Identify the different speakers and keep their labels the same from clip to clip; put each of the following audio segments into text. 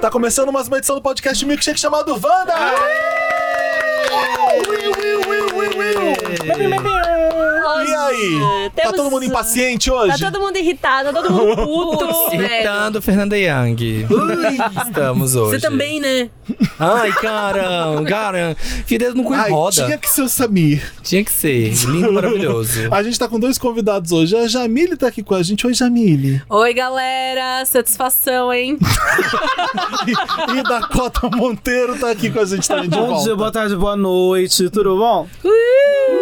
Speaker 1: Tá começando mais uma edição do podcast Milkshake chamado Wanda! Will, will, will, will, will. E aí? Tá
Speaker 2: Temos-
Speaker 1: todo
Speaker 3: ah,
Speaker 1: mundo impaciente hoje?
Speaker 2: Tá todo mundo irritado, tá todo mundo puto.
Speaker 4: Irritando Fernanda Young. Estamos hoje.
Speaker 5: Você também, né?
Speaker 4: Ai, caramba, caramba. Fio dedo no cu e
Speaker 1: Ai,
Speaker 4: roda.
Speaker 1: tinha que ser o Samir.
Speaker 4: Tinha que ser. Lindo, maravilhoso.
Speaker 1: A gente tá com dois convidados hoje. A Jamile tá aqui com a gente. Oi, Jamile.
Speaker 5: Oi, galera. Satisfação, hein?
Speaker 1: E, e Dakota Monteiro tá aqui com a gente também de
Speaker 3: Bom dia,
Speaker 1: volta.
Speaker 3: boa tarde, boa noite, tudo bom?
Speaker 2: Uh!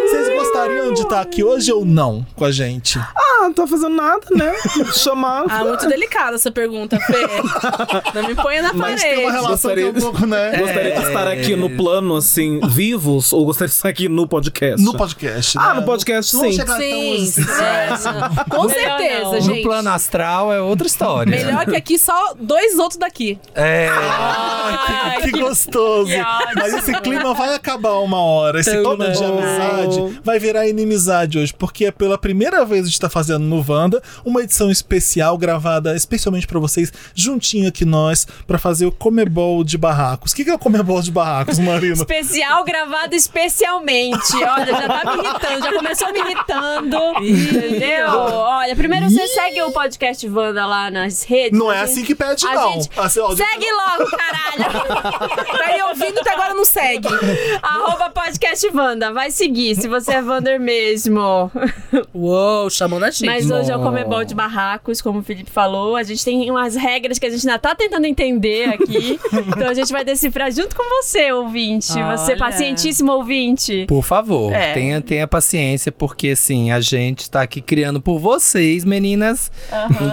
Speaker 1: Vocês gostariam de estar aqui hoje ou não com a gente?
Speaker 3: Ah, não tô fazendo nada, né? Chamando.
Speaker 5: Ah, muito delicada essa pergunta, Fê. Não me ponha na
Speaker 1: Mas tem
Speaker 5: parede.
Speaker 1: uma relação que é um
Speaker 3: Gostaria-
Speaker 1: pouco, né?
Speaker 3: Gostaria de estar aqui no plano, assim, vivos, ou gostaria de estar aqui no podcast?
Speaker 1: No podcast.
Speaker 3: Ah,
Speaker 1: né?
Speaker 3: no podcast,
Speaker 1: Não vamos
Speaker 3: sim.
Speaker 1: chegar tão
Speaker 5: Sim,
Speaker 1: assim.
Speaker 5: é, com
Speaker 2: Melhor
Speaker 5: certeza,
Speaker 2: não. No
Speaker 5: gente.
Speaker 4: No plano astral é outra história.
Speaker 5: Melhor que aqui, só dois outros daqui.
Speaker 4: É.
Speaker 1: Ah, que, que gostoso. Mas esse clima vai acabar uma hora. Esse clima de amizade vai virar inimizade hoje, porque é pela primeira vez a gente tá fazendo no Wanda uma edição especial gravada especialmente pra vocês, juntinho aqui nós, pra fazer o Comebol de Barracos. O que, que é o Comebol de Barracos, Marina?
Speaker 2: Especial gravado especialmente. Olha, já tá me irritando, já começou me irritando. entendeu? Olha, primeiro você segue o podcast Wanda lá nas redes.
Speaker 1: Não
Speaker 5: né,
Speaker 1: é
Speaker 2: a gente-
Speaker 1: assim que pede,
Speaker 2: a
Speaker 1: não.
Speaker 2: gente
Speaker 1: Assim, ó,
Speaker 2: Segue logo, caralho!
Speaker 5: Tá aí ouvindo, até agora não segue.
Speaker 2: Arroba podcast Wanda. Vai seguir, se você é Wander mesmo.
Speaker 5: Uou, chamando a gente.
Speaker 2: Mas hoje é o
Speaker 4: Nossa.
Speaker 2: Comebol de Barracos, como o Felipe falou. A gente tem umas regras que a gente ainda tá tentando entender aqui. então a gente vai decifrar junto com você, ouvinte. Você,
Speaker 5: Olha.
Speaker 2: pacientíssimo ouvinte.
Speaker 4: Por favor,
Speaker 2: É.
Speaker 4: tenha, tenha paciência, porque assim, a gente tá aqui criando por vocês, meninas.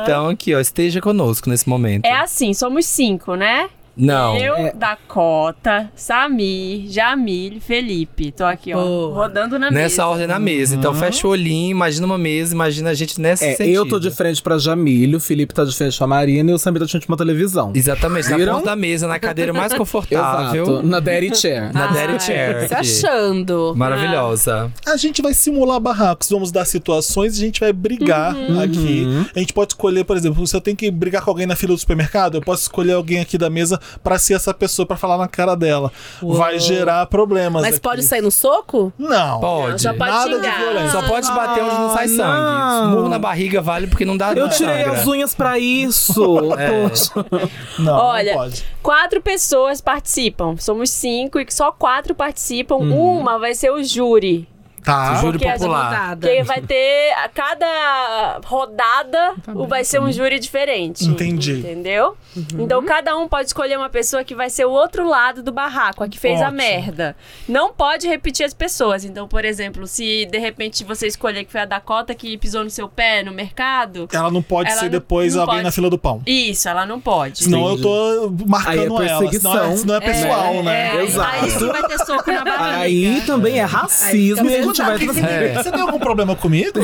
Speaker 4: Então, aqui, ó, esteja conosco nesse momento.
Speaker 2: É assim, somos cinco, né?
Speaker 4: Não.
Speaker 2: Eu,
Speaker 5: É.
Speaker 2: Dakota, Samir, Jamil, Felipe. Tô aqui, ó,
Speaker 5: Boa.
Speaker 2: rodando na
Speaker 4: Nessa
Speaker 2: mesa.
Speaker 4: ordem na mesa. Então fecha o olhinho, imagina uma mesa, imagina a gente nessa
Speaker 3: É, eu tô de frente pra Jamile, o Felipe tá de frente pra Marina e o Samir tá de frente pra uma televisão.
Speaker 4: Exatamente, na
Speaker 3: Viram?
Speaker 4: ponta da mesa, na cadeira mais confortável.
Speaker 3: Exato, na Daddy Chair.
Speaker 4: Na Daddy
Speaker 2: Ai,
Speaker 4: Chair.
Speaker 6: Tá
Speaker 5: Se
Speaker 4: aqui.
Speaker 5: achando.
Speaker 4: Maravilhosa.
Speaker 1: a gente vai simular barracos, vamos dar situações e a gente vai brigar aqui.
Speaker 3: Uhum.
Speaker 1: A gente pode escolher, por exemplo, se eu tenho que brigar com alguém na fila do supermercado, eu posso escolher alguém aqui da mesa pra ser essa pessoa pra falar na cara dela. Vai gerar problemas.
Speaker 5: Mas
Speaker 1: aqui.
Speaker 5: pode sair no soco?
Speaker 1: Não.
Speaker 4: Pode.
Speaker 5: Já pode
Speaker 1: Nada de
Speaker 5: xingar.
Speaker 1: violência.
Speaker 4: Só pode bater onde não sai
Speaker 3: Ah,
Speaker 4: sangue.
Speaker 3: não.
Speaker 4: Murro na barriga vale porque não dá
Speaker 3: Eu
Speaker 4: não
Speaker 3: tirei
Speaker 4: sangra.
Speaker 3: as unhas pra isso. Poxa.
Speaker 1: Não,
Speaker 2: Olha,
Speaker 1: não pode.
Speaker 2: Quatro pessoas participam. Somos cinco e só quatro participam. Uma vai ser o júri.
Speaker 1: Tá.
Speaker 4: Júri
Speaker 2: Porque as
Speaker 4: popular.
Speaker 5: Nada.
Speaker 2: Porque vai ter a cada rodada o- vai ser um júri diferente.
Speaker 1: Entendi.
Speaker 2: Entendeu? Então cada um pode escolher uma pessoa que vai ser o outro lado do barraco, a que fez a
Speaker 1: Ótimo.
Speaker 2: merda. Não pode repetir as pessoas. Então, por exemplo, se de repente você escolher que foi a Dakota que pisou no seu pé no mercado,
Speaker 1: Ela não pode
Speaker 2: Ela
Speaker 1: ser
Speaker 2: não-
Speaker 1: depois
Speaker 2: não
Speaker 1: alguém
Speaker 2: pode.
Speaker 1: na fila do pão.
Speaker 2: isso, ela não pode.
Speaker 1: Senão eu tô
Speaker 3: Aí é
Speaker 1: marcando ela. Senão é,
Speaker 3: perseguição.
Speaker 1: senão é pessoal,
Speaker 3: É,
Speaker 1: né?
Speaker 2: aí-
Speaker 3: Exato.
Speaker 2: Aí sim vai ter soco na barriga.
Speaker 3: Aí também é racismo e a gente vai.
Speaker 1: Você,
Speaker 4: É.
Speaker 1: você tem algum problema comigo?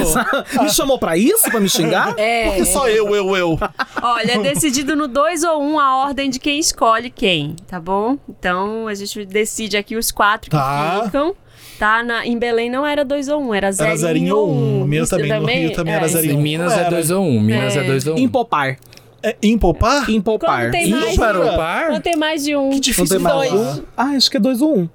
Speaker 3: Me chamou pra isso? Pra me xingar?
Speaker 5: É.
Speaker 1: Porque só eu, eu, eu.
Speaker 2: Olha, é decidido no 2 ou 1 um, a ordem de quem escolhe quem, tá bom? Então a gente decide aqui os quatro que
Speaker 1: Tá.
Speaker 2: ficam. Tá, na, em Belém não era 2 ou 1, um, era 0
Speaker 1: Era zerinho ou um. O meu também, no Rio também era zerinho.
Speaker 4: Em Minas é
Speaker 1: Era.
Speaker 4: 2 ou 1. Um. Minas é
Speaker 2: É.
Speaker 4: 2 ou 1. Um.
Speaker 3: Impopar.
Speaker 1: É impopar?
Speaker 3: Impopar.
Speaker 2: Quando tem mais-
Speaker 4: Ímpar ou
Speaker 2: Não
Speaker 4: par?
Speaker 2: tem mais de um.
Speaker 1: Que
Speaker 3: Não
Speaker 1: difícil
Speaker 3: tem mais
Speaker 1: falar.
Speaker 3: um? Ah, acho que é dois ou um.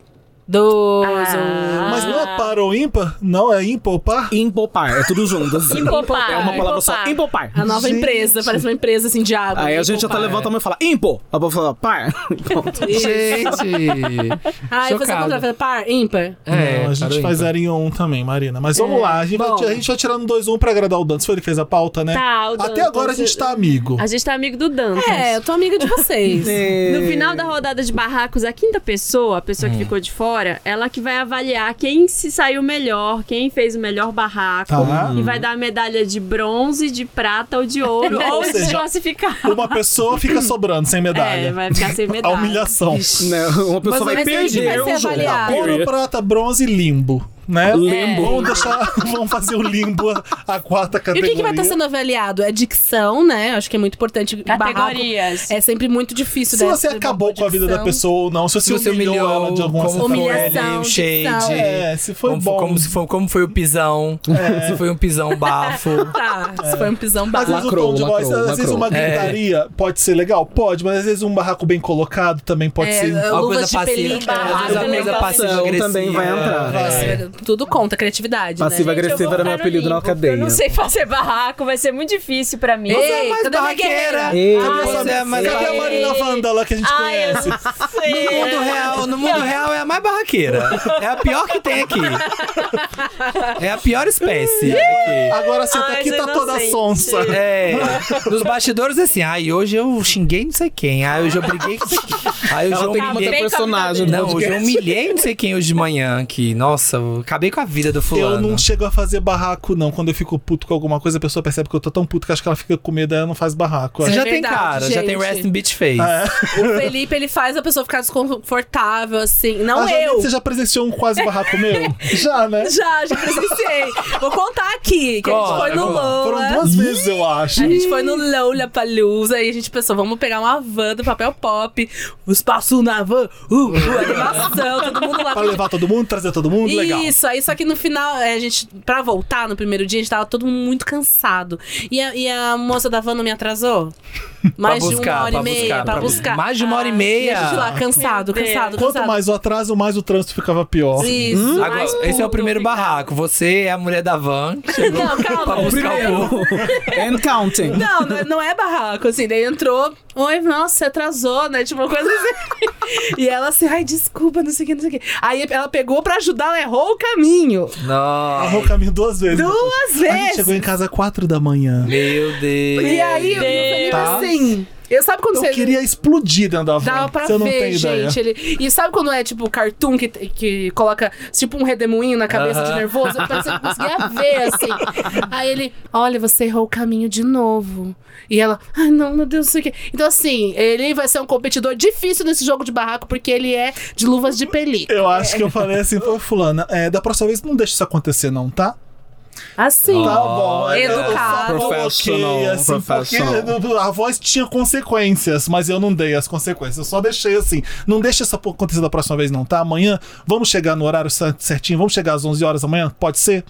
Speaker 5: Dois.
Speaker 2: Ah.
Speaker 1: Mas não é par ou ímpar? Não, é ímpar ou par?
Speaker 3: Impopar. É tudo junto. assim.
Speaker 2: Impopar.
Speaker 3: É uma palavra só. Impopar.
Speaker 5: A nova
Speaker 1: Gente.
Speaker 5: empresa, parece uma empresa assim de água.
Speaker 6: é
Speaker 3: Aí a gente
Speaker 6: tá
Speaker 5: Impopar.
Speaker 3: até levanta a mão e fala, impo! A pessoa fala, par. Pronto.
Speaker 4: Gente!
Speaker 5: Aí você
Speaker 4: Chocado.
Speaker 5: contra, par, ímpar.
Speaker 4: É,
Speaker 1: não, a gente
Speaker 4: parou
Speaker 1: faz
Speaker 4: ímpar.
Speaker 1: zerinho ou um também, Marina. Mas vamos lá, a gente, vai,
Speaker 5: bom.
Speaker 1: a gente vai tirando dois um pra agradar o Dantas. Foi ele que fez a pauta, né?
Speaker 2: Tá, o
Speaker 1: Até
Speaker 2: Dantas-
Speaker 1: agora a gente tá amigo.
Speaker 2: A gente tá amigo do Dantas.
Speaker 5: É, eu tô amiga de vocês.
Speaker 2: No final da rodada de barracos, a quinta pessoa, a pessoa que ficou de fora, ela que vai avaliar quem se saiu melhor, quem fez o melhor barraco.
Speaker 1: Tá.
Speaker 2: E vai dar a medalha de bronze, de prata ou de ouro. ou
Speaker 1: Ou
Speaker 2: se
Speaker 1: seja,
Speaker 2: desclassificar.
Speaker 1: Uma pessoa fica sobrando sem
Speaker 2: É,
Speaker 1: medalha.
Speaker 2: vai ficar sem
Speaker 1: a
Speaker 2: medalha.
Speaker 1: humilhação.
Speaker 7: né?
Speaker 3: Não, Né, uma
Speaker 5: Mas
Speaker 3: pessoa vai
Speaker 5: vai ser-
Speaker 3: perder
Speaker 5: vai ser
Speaker 3: o jogo.
Speaker 5: avaliado.
Speaker 1: Ouro, prata, bronze e limbo. né?
Speaker 8: Limbo.
Speaker 1: Vamos deixar. Vamos fazer o limbo a, a quarta
Speaker 6: E o
Speaker 1: categoria.
Speaker 6: que, que vai estar sendo avaliado? É dicção, né? Acho que é muito importante. Barraco.
Speaker 2: Categorias.
Speaker 6: É sempre muito difícil.
Speaker 1: Se
Speaker 6: né?
Speaker 1: você acabou com a vida da
Speaker 6: dicção.
Speaker 1: pessoa ou não, se você,
Speaker 4: Se você
Speaker 1: humilhou, ela um de alguma
Speaker 4: como
Speaker 1: certa
Speaker 4: foi
Speaker 1: maneira.
Speaker 6: Humilhação,
Speaker 4: o
Speaker 6: dicção.
Speaker 4: shade.
Speaker 1: É, se foi
Speaker 4: como,
Speaker 1: bom. É.
Speaker 4: como se foi, como foi o pisão. Se foi um pisão bafo.
Speaker 6: Tá, isso foi um pisão
Speaker 1: Às vezes
Speaker 6: básico.
Speaker 1: o
Speaker 7: Lacrou,
Speaker 1: tom de voz,
Speaker 7: lacrou,
Speaker 1: às vezes
Speaker 7: lacrou.
Speaker 1: uma gritaria pode ser legal? Pode, mas às vezes um barraco bem colocado também pode ser.
Speaker 6: É,
Speaker 4: Uma coisa
Speaker 6: luvas de
Speaker 4: passiva.
Speaker 6: pelica.
Speaker 4: é, às vezes uma coisa
Speaker 2: Alimentação
Speaker 4: passiva
Speaker 8: também vai entrar.
Speaker 1: Vai.
Speaker 6: Tudo conta, criatividade, né?
Speaker 8: Passiva- agressiva era meu apelido na cadeia.
Speaker 2: Eu não sei fazer barraco, vai ser muito difícil pra mim.
Speaker 6: Ei,
Speaker 4: É mais
Speaker 6: Cadê minha
Speaker 4: barraqueira.
Speaker 6: guerreira?
Speaker 8: Ei,
Speaker 1: Cadê,
Speaker 4: você
Speaker 1: essa-
Speaker 4: é mais
Speaker 1: cadê a
Speaker 4: barraqueira.
Speaker 1: Marina Vandala que a gente
Speaker 2: Ai, eu
Speaker 1: conhece?
Speaker 2: não sei.
Speaker 4: No mundo real, no mundo real é a mais barraqueira. É a pior que tem aqui. É a pior espécie aqui.
Speaker 1: Agora você tá
Speaker 2: Ai,
Speaker 1: aqui,
Speaker 2: eu
Speaker 1: tá
Speaker 2: não
Speaker 1: toda
Speaker 2: sei.
Speaker 1: sonsa.
Speaker 4: É, nos bastidores assim, ai, hoje eu xinguei não sei quem, ai, hoje eu briguei com não sei quem, ai, hoje
Speaker 7: Ela
Speaker 4: eu
Speaker 7: tem muita
Speaker 4: humilhei...
Speaker 2: bem
Speaker 7: personagem. né?
Speaker 4: Não,
Speaker 7: no
Speaker 4: hoje eu
Speaker 7: podcast.
Speaker 4: humilhei não sei quem hoje de manhã aqui, nossa, eu acabei com a vida do fulano.
Speaker 1: Eu não chego a fazer barraco, não. Quando eu fico puto com alguma coisa, a pessoa percebe que eu tô tão puto que acho que ela fica com medo e ela não faz barraco.
Speaker 4: Você
Speaker 6: É
Speaker 4: já tem
Speaker 6: verdade,
Speaker 4: cara, já tem
Speaker 6: gente.
Speaker 4: rest in bitch face.
Speaker 6: O Felipe, ele faz a pessoa ficar desconfortável, assim. Não
Speaker 1: Ah, Janine,
Speaker 6: eu.
Speaker 1: Você já presenciou um quase barraco meu? Já, né?
Speaker 6: Já, já presenciei. Vou contar aqui, que
Speaker 4: Conta,
Speaker 6: a gente foi no
Speaker 4: conta.
Speaker 1: Foram
Speaker 6: Lola.
Speaker 1: duas vezes, eu acho.
Speaker 6: A gente foi no Lola Palusa e a gente pensou, vamos pegar uma van do papel pop, o espaço na van, uh, uh, animação, todo mundo lá
Speaker 1: Pra levar todo mundo, trazer todo mundo, legal.
Speaker 6: Isso, aí só que no final, é, a gente, pra voltar no primeiro dia, a gente tava todo mundo muito cansado. E a, e a moça da van não me atrasou? Mais
Speaker 4: Pra buscar,
Speaker 6: de uma hora
Speaker 4: pra
Speaker 6: e meia,
Speaker 4: buscar,
Speaker 6: pra
Speaker 4: pra
Speaker 6: buscar.
Speaker 4: mais de uma hora e
Speaker 6: Ah,
Speaker 4: meia.
Speaker 6: a gente lá, cansado,
Speaker 2: Meu Deus.
Speaker 6: cansado,
Speaker 1: Quanto
Speaker 6: cansado.
Speaker 1: mais o atraso, mais o trânsito ficava pior.
Speaker 6: Isso,
Speaker 4: Agora,
Speaker 6: mais
Speaker 4: esse é o
Speaker 6: puto
Speaker 4: primeiro
Speaker 6: ficava.
Speaker 4: barraco. Você é a mulher da van que chegou
Speaker 6: Não,
Speaker 4: pra
Speaker 6: calma.
Speaker 4: buscar o povo.
Speaker 7: And counting.
Speaker 6: Não, não é- não é barraco, assim. Daí entrou, oi, nossa, você atrasou, né? Tipo, uma coisa assim. E ela assim, ai, desculpa, não sei o que, não sei o que. Aí ela pegou pra ajudar, ela errou o caminho.
Speaker 1: Arrou
Speaker 4: Não.
Speaker 1: o caminho duas vezes.
Speaker 6: Duas
Speaker 1: A gente chegou
Speaker 6: vezes.
Speaker 1: em casa às quatro da manhã.
Speaker 4: Meu Deus.
Speaker 6: E aí, eu falei
Speaker 4: Tá.
Speaker 6: assim. Eu sabe quando
Speaker 1: Eu
Speaker 6: você.
Speaker 1: queria explodir dentro da van.
Speaker 6: Dava pra
Speaker 1: você não
Speaker 6: ver,
Speaker 1: tem ideia.
Speaker 6: gente. Ele... E sabe quando é tipo cartoon que, que coloca tipo um redemoinho na cabeça de
Speaker 4: Aham.
Speaker 6: nervoso? Eu pensei que conseguia ver, assim. Aí ele, olha, você errou o caminho de novo. E ela, ai não, meu Deus, não sei o quê. Então, assim, ele vai ser um competidor difícil nesse jogo de barraco, porque ele é de luvas de pelica.
Speaker 1: Eu acho que eu falei assim, ô fulana, é, da próxima vez não deixa isso acontecer não, tá?
Speaker 6: Assim.
Speaker 1: Tá bom. é,
Speaker 6: Educado.
Speaker 1: eu só coloquei, assim,
Speaker 7: Professional,
Speaker 1: porque a voz tinha consequências, mas eu não dei as consequências. Eu só deixei assim. Não deixa isso acontecer da próxima vez, não, tá? Amanhã vamos chegar no horário cer- certinho, vamos chegar às 11 horas amanhã? Pode ser?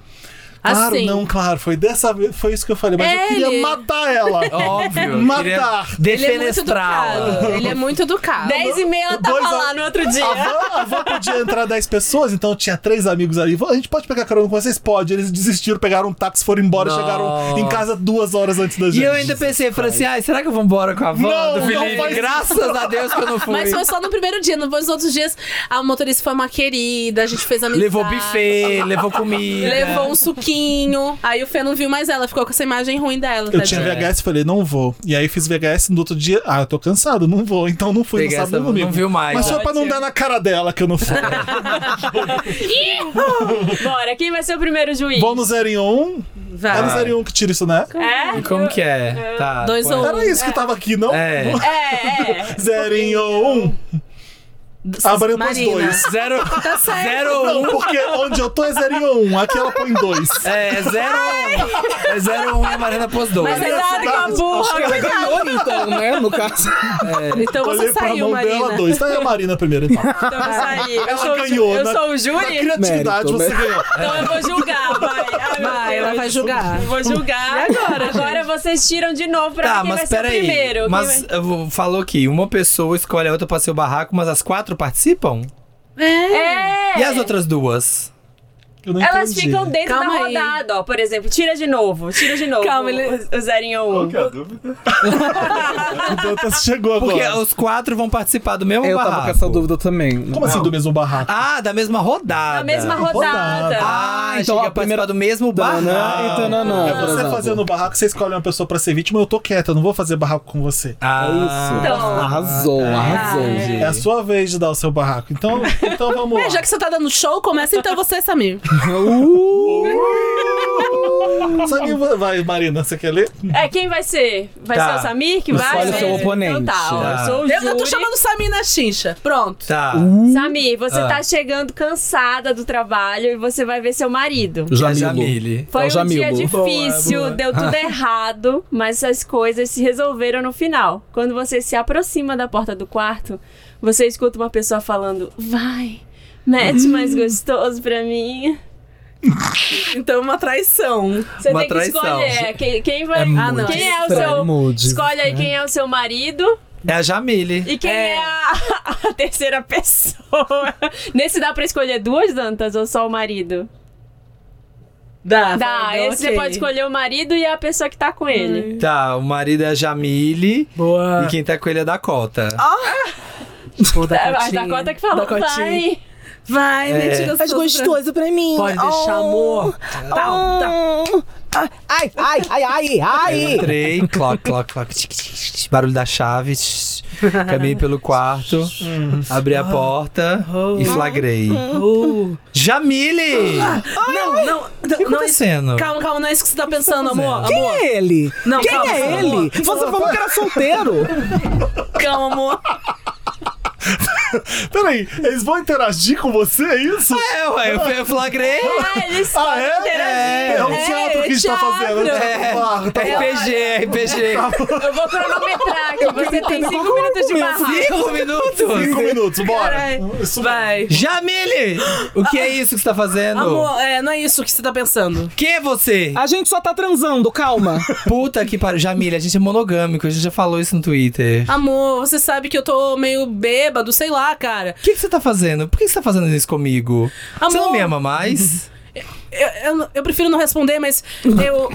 Speaker 1: Claro,
Speaker 6: Assim.
Speaker 1: não, claro. Foi dessa vez, foi isso que eu falei. Mas eu queria
Speaker 6: Ele-
Speaker 1: matar ela.
Speaker 4: Óbvio.
Speaker 1: Matar.
Speaker 6: Ele é muito
Speaker 4: Defenestrá-la.
Speaker 6: educado. Ele é muito educado.
Speaker 2: Dez e meia ela
Speaker 1: Dois Tá
Speaker 2: tava
Speaker 1: a-
Speaker 2: lá no outro
Speaker 1: A
Speaker 2: dia.
Speaker 1: van, a van podia entrar 10 pessoas, então tinha três amigos ali. A gente pode pegar carona com vocês? Pode. Eles desistiram, pegaram um táxi, foram embora,
Speaker 4: Nossa.
Speaker 1: chegaram em casa duas horas antes da gente.
Speaker 4: E eu ainda pensei, falei assim, ai, será que eu vou embora com a van
Speaker 1: Não,
Speaker 4: do
Speaker 1: não
Speaker 4: Felipe?
Speaker 1: faz isso.
Speaker 4: Graças a Deus que eu não fui.
Speaker 6: Mas foi só no primeiro dia, não foi nos outros dias. A motorista foi uma querida, a gente fez amizade.
Speaker 4: Levou buffet, levou comida.
Speaker 6: Levou um suquinho. Aí o Fê não viu mais ela, ficou com essa imagem ruim dela. tá
Speaker 1: Eu tinha
Speaker 6: tadinha.
Speaker 1: VHS e falei, não vou. E aí fiz VHS no outro dia, ah, eu tô cansado, não vou. Então não fui,
Speaker 4: Peguei
Speaker 1: não
Speaker 4: essa-
Speaker 1: sabe domingo.
Speaker 4: não viu mais. né?
Speaker 1: Mas foi pra não
Speaker 2: Ótimo.
Speaker 1: dar na cara dela que eu não fui.
Speaker 2: Bora, quem vai ser o primeiro juiz?
Speaker 1: Vamos no zero em um. É no
Speaker 6: Vai.
Speaker 1: zero em um que tira isso, né?
Speaker 2: É?
Speaker 4: E como que é? Tá.
Speaker 6: Dois
Speaker 4: põe.
Speaker 6: ou um. Tá
Speaker 1: Era isso que tava aqui, não?
Speaker 4: É.
Speaker 2: É, é.
Speaker 1: Zero em um. Abriu pros
Speaker 6: Marina.
Speaker 1: dois.
Speaker 4: Zero. Zero ou
Speaker 1: Não,
Speaker 4: um.
Speaker 1: porque onde eu tô é zero em um. Aqui ela põe dois.
Speaker 4: É, zero. É zero um e a Marina pôs dois.
Speaker 2: Mas cuidado com a
Speaker 7: Acho
Speaker 2: burra.
Speaker 7: que ela ganhou, então, né? No caso.
Speaker 6: Então você
Speaker 1: Olhei pra
Speaker 6: saiu,
Speaker 1: mão dela
Speaker 6: Marina.
Speaker 1: dois. Tá aí a Marina primeiro, então.
Speaker 2: Então eu saí. Eu
Speaker 1: Ela
Speaker 2: sou, o ju-
Speaker 1: ganhou,
Speaker 2: eu
Speaker 1: né?
Speaker 2: sou o
Speaker 1: Na
Speaker 2: júri,
Speaker 1: criatividade
Speaker 7: Mérito,
Speaker 1: você
Speaker 7: né?
Speaker 1: ganhou.
Speaker 2: então eu vou julgar, vai. Ai, meu
Speaker 6: Vai, ela
Speaker 2: Deus.
Speaker 6: vai julgar.
Speaker 2: Vou julgar. agora? Agora vocês tiram de novo pra
Speaker 4: Tá,
Speaker 2: ver quem vai
Speaker 4: mas
Speaker 2: ser o
Speaker 4: peraí.
Speaker 2: primeiro. Quem
Speaker 4: Mas
Speaker 2: vai-
Speaker 4: eu vou- falou que uma pessoa escolhe a outra pra ser o barraco, mas as quatro participam?
Speaker 2: É.
Speaker 4: E as outras duas?
Speaker 1: Eu não
Speaker 2: Elas
Speaker 1: entendi.
Speaker 2: ficam dentro
Speaker 6: Calma
Speaker 2: da
Speaker 6: aí.
Speaker 2: rodada, ó. Por exemplo, tira de novo, tira de novo.
Speaker 6: Calma, ele-
Speaker 2: o- o zerinho ou um.
Speaker 1: O Dantas chegou agora.
Speaker 4: Porque os quatro vão participar do mesmo
Speaker 7: Eu
Speaker 4: barraco.
Speaker 7: tava com essa dúvida também.
Speaker 1: Como assim, do mesmo barraco?
Speaker 4: Ah, da mesma rodada.
Speaker 2: Na mesma
Speaker 1: Rodada.
Speaker 2: rodada.
Speaker 4: Ah,
Speaker 7: então
Speaker 4: então
Speaker 7: a
Speaker 4: a
Speaker 7: primeira-
Speaker 4: primeira do mesmo barraco.
Speaker 7: Tananã e tananã,
Speaker 1: É
Speaker 7: por
Speaker 1: você
Speaker 7: exemplo.
Speaker 1: fazendo barraco, você escolhe uma pessoa pra ser vítima, eu tô quieta, eu não vou fazer barraco com você.
Speaker 4: Ah,
Speaker 7: É isso.
Speaker 2: Então.
Speaker 7: Arrasou, arrasou.
Speaker 1: É a sua vez de dar o seu barraco. Então, então vamos
Speaker 6: É, já
Speaker 1: lá.
Speaker 6: que você tá dando show, começa então você, Samir.
Speaker 1: Sabe, vai, Marina, você quer ler?
Speaker 2: É, quem vai ser? Vai
Speaker 4: Tá.
Speaker 2: ser o Samir que
Speaker 7: Escolhe
Speaker 2: vai?
Speaker 7: o seu oponente.
Speaker 2: Então tá, ó,
Speaker 4: Tá.
Speaker 2: eu sou o
Speaker 6: Eu, eu tô
Speaker 2: júri.
Speaker 6: chamando o Samir na chincha. Pronto.
Speaker 4: Tá.
Speaker 2: Uh, Samir, você
Speaker 4: Ah.
Speaker 2: tá chegando cansada do trabalho e você vai ver seu marido.
Speaker 4: Jamile. É Jamile.
Speaker 2: Foi
Speaker 7: É o
Speaker 2: um dia
Speaker 7: Jamilo.
Speaker 2: difícil, deu tudo errado, mas essas coisas se resolveram no final. Quando você se aproxima da porta do quarto, você escuta uma pessoa falando: Vai, mete mais gostoso pra mim.
Speaker 6: Então, uma traição.
Speaker 2: Você
Speaker 4: Uma
Speaker 2: tem que
Speaker 4: traição.
Speaker 2: escolher é, quem, quem vai. ah, não. Quem é o seu.
Speaker 7: Mood.
Speaker 2: Escolhe aí quem é o seu marido
Speaker 4: É a Jamile.
Speaker 2: e quem é,
Speaker 6: É.
Speaker 2: a, a terceira pessoa. Nesse dá pra escolher duas dantas ou só o marido?
Speaker 6: Dá.
Speaker 2: Dá, esse você pode escolher o marido e a pessoa que tá com ele.
Speaker 4: Tá, o marido é a Jamile.
Speaker 6: Boa.
Speaker 4: E quem tá com ele é a Dakota.
Speaker 6: Pô,
Speaker 2: É, Da, a Dakota que falou,
Speaker 6: Dacotinha.
Speaker 2: vai.
Speaker 6: Vai,
Speaker 4: É.
Speaker 6: mentira.
Speaker 7: Faz gostoso pra mim. Ah.
Speaker 6: Pode deixar, amor. Tal, tal.
Speaker 7: Ai, ai, ai, ai,
Speaker 4: Eu
Speaker 7: ai.
Speaker 4: entrei, clock, clock, clock, tic, tic, tic, tic, barulho da chave, tic, caminhei pelo quarto,
Speaker 6: Uhum.
Speaker 4: abri a porta e flagrei.
Speaker 6: Uh.
Speaker 4: Jamile!
Speaker 6: Não, não, não,
Speaker 4: O que tá
Speaker 6: não é isso.
Speaker 4: acontecendo?
Speaker 6: Calma, calma, não é isso que você tá pensando, amor.
Speaker 7: Quem
Speaker 6: amor.
Speaker 7: é ele?
Speaker 6: Não,
Speaker 7: Quem
Speaker 6: calma,
Speaker 7: é
Speaker 6: amor.
Speaker 7: ele? Você falou que era solteiro.
Speaker 6: Calma, amor.
Speaker 1: Peraí, eles vão interagir com você, é isso?
Speaker 4: É, ué, eu- eu flagrei.
Speaker 2: Ah, eles
Speaker 1: Ah, é?
Speaker 2: interagir.
Speaker 1: É, o teatro que a gente tá
Speaker 6: teatro.
Speaker 1: fazendo. né?
Speaker 4: É,
Speaker 1: Ah, tá bom.
Speaker 4: RPG, RPG.
Speaker 2: Eu vou cronometrar aqui.
Speaker 7: é
Speaker 2: Você tem cinco minutos de barraco.
Speaker 4: Cinco
Speaker 1: Cinco
Speaker 4: minutos.
Speaker 1: minutos, bora.
Speaker 6: Caralho.
Speaker 1: Isso
Speaker 6: Vai.
Speaker 4: Jamile! O que é isso que você tá fazendo?
Speaker 6: Amor, é, não é isso que você tá pensando.
Speaker 4: Quem é você?
Speaker 7: A gente só tá transando, calma.
Speaker 4: Puta que pariu. Jamile, a gente é monogâmico, a gente já falou isso no Twitter.
Speaker 6: Amor, você sabe que eu tô meio bêbado, sei lá, cara.
Speaker 4: O que, que você tá fazendo? Por que, que você tá fazendo isso comigo? Você não
Speaker 6: Amor.
Speaker 4: me ama mais?
Speaker 6: Eu, eu- eu prefiro não responder, mas eu.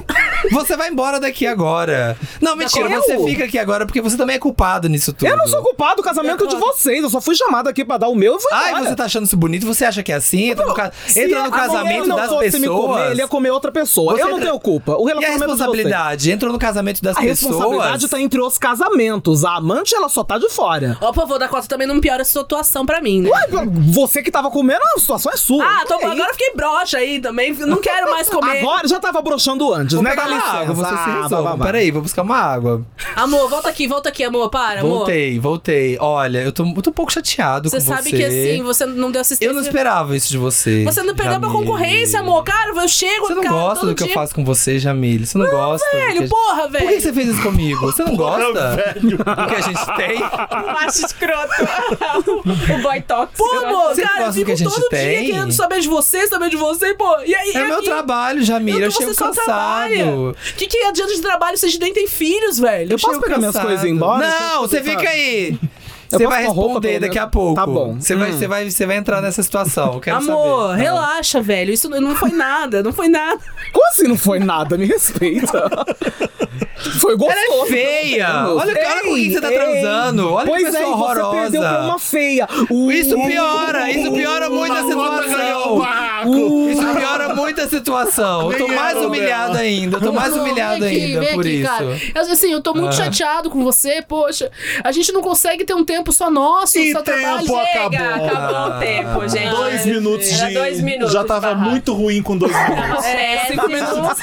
Speaker 4: Você vai embora daqui agora. Não, mentira,
Speaker 7: Eu?
Speaker 4: você fica aqui agora porque você também é culpado nisso tudo.
Speaker 7: Eu não sou culpado do casamento de vocês. Eu só fui chamada aqui pra dar o meu e fui
Speaker 4: Ai,
Speaker 7: embora.
Speaker 4: você tá achando isso bonito? Você acha que é assim? Entra no, ca-
Speaker 7: Se
Speaker 4: entra no
Speaker 7: a mulher
Speaker 4: casamento
Speaker 7: não
Speaker 4: das
Speaker 7: fosse me comer,
Speaker 4: pessoas.
Speaker 7: ele ia comer outra pessoa.
Speaker 4: Você
Speaker 7: eu não
Speaker 4: tra-
Speaker 7: tenho culpa. O
Speaker 4: E a
Speaker 7: relacionamento de
Speaker 4: responsabilidade? Entra no casamento das
Speaker 7: vocês. A responsabilidade
Speaker 4: pessoas.
Speaker 7: tá entre os casamentos. A amante, ela só tá de fora.
Speaker 6: Ó, por favor, Dakota, também não piora a situação pra mim, né?
Speaker 7: Ai, Você que tava comendo, a situação é sua.
Speaker 6: Ah, tô,
Speaker 7: Não tem.
Speaker 6: agora eu fiquei broxa aí também. Não quero mais comer.
Speaker 7: Agora já tava broxando antes,
Speaker 4: Vou
Speaker 7: né?
Speaker 4: pegar
Speaker 7: Dá
Speaker 4: uma
Speaker 7: licença.
Speaker 4: água, você se
Speaker 7: Ah,
Speaker 4: resolve.
Speaker 7: vá, vá, vá.
Speaker 4: Peraí, vou buscar uma água.
Speaker 6: Amor, volta aqui, volta aqui, amor. Para, amor.
Speaker 4: Voltei, voltei. Olha, eu tô, eu tô um pouco chateado
Speaker 6: Você
Speaker 4: com você.
Speaker 6: sabe que assim, você não deu assistência.
Speaker 4: Eu não esperava isso de você.
Speaker 6: Você não perdeu pra
Speaker 4: Jamile.
Speaker 6: concorrência, amor. Cara, eu chego,
Speaker 4: Você não
Speaker 6: cara,
Speaker 4: gosta
Speaker 6: todo
Speaker 4: do que eu
Speaker 6: dia.
Speaker 4: faço com você, Jamile. Você não, gosta. do que a
Speaker 6: Velho,
Speaker 4: gente-
Speaker 6: porra, velho.
Speaker 4: Por que você fez isso comigo? Você não gosta do que a gente tem?
Speaker 2: Macho escroto. o boy tóxico.
Speaker 6: assim, Pô, amor,
Speaker 4: Você gosta
Speaker 6: cara, eu
Speaker 4: do que a
Speaker 6: fico
Speaker 4: gente
Speaker 6: todo
Speaker 4: tem?
Speaker 6: dia querendo saber de você, saber de você, pô. E aí,
Speaker 4: É
Speaker 6: e
Speaker 4: meu
Speaker 6: aí?
Speaker 4: trabalho, Jamile. Eu
Speaker 6: Então
Speaker 4: chego
Speaker 6: você só trabalha.
Speaker 4: cansado.
Speaker 6: O que, é que adianta de trabalho? Vocês nem têm filhos, velho.
Speaker 7: Eu posso
Speaker 4: Chego
Speaker 7: pegar minhas
Speaker 4: cansado.
Speaker 7: coisas e ir embora?
Speaker 4: Não, você fica aí.
Speaker 7: Eu
Speaker 4: Você
Speaker 7: posso
Speaker 4: vai
Speaker 7: com a roupa,
Speaker 4: responder
Speaker 7: pelo
Speaker 4: daqui a
Speaker 7: menos?
Speaker 4: pouco.
Speaker 7: Tá bom.
Speaker 4: Você vai, você vai, você vai entrar nessa situação. eu Quero
Speaker 6: Amor,
Speaker 4: saber. Não.
Speaker 6: relaxa, velho. Isso não foi nada, não foi nada.
Speaker 7: Como assim não foi nada? Me respeita. Foi gostoso.
Speaker 4: Ela é feia.
Speaker 7: pelo menos.
Speaker 4: Olha, olha com quem você tá
Speaker 7: Ei, ei.
Speaker 4: transando. Olha
Speaker 7: pois
Speaker 4: que pessoa
Speaker 7: é, e
Speaker 4: horrorosa.
Speaker 7: Você perdeu pra uma feia. Uh,
Speaker 4: Isso piora, isso piora muito a
Speaker 1: Dakota ganhou o
Speaker 4: situação.
Speaker 1: barraco.
Speaker 4: Isso piora muito a situação. Eu tô
Speaker 1: Ganharam
Speaker 4: mais
Speaker 1: dela.
Speaker 4: humilhado ainda. Eu tô mais
Speaker 5: Não,
Speaker 4: humilhado
Speaker 5: vem aqui,
Speaker 4: ainda
Speaker 5: vem
Speaker 4: por
Speaker 5: aqui, cara.
Speaker 4: isso.
Speaker 5: Eu, assim, eu tô muito chateado com você, poxa. A gente não consegue ter um tempo só nosso,
Speaker 1: E
Speaker 5: só trabalho.
Speaker 1: tempo
Speaker 2: Chega,
Speaker 1: acabou.
Speaker 2: acabou o tempo, gente.
Speaker 1: Ah, Dois minutos
Speaker 2: Era
Speaker 1: de.
Speaker 2: dois minutos
Speaker 1: já tava
Speaker 2: de barraco.
Speaker 1: muito ruim com dois minutos.
Speaker 2: É, cinco minutos.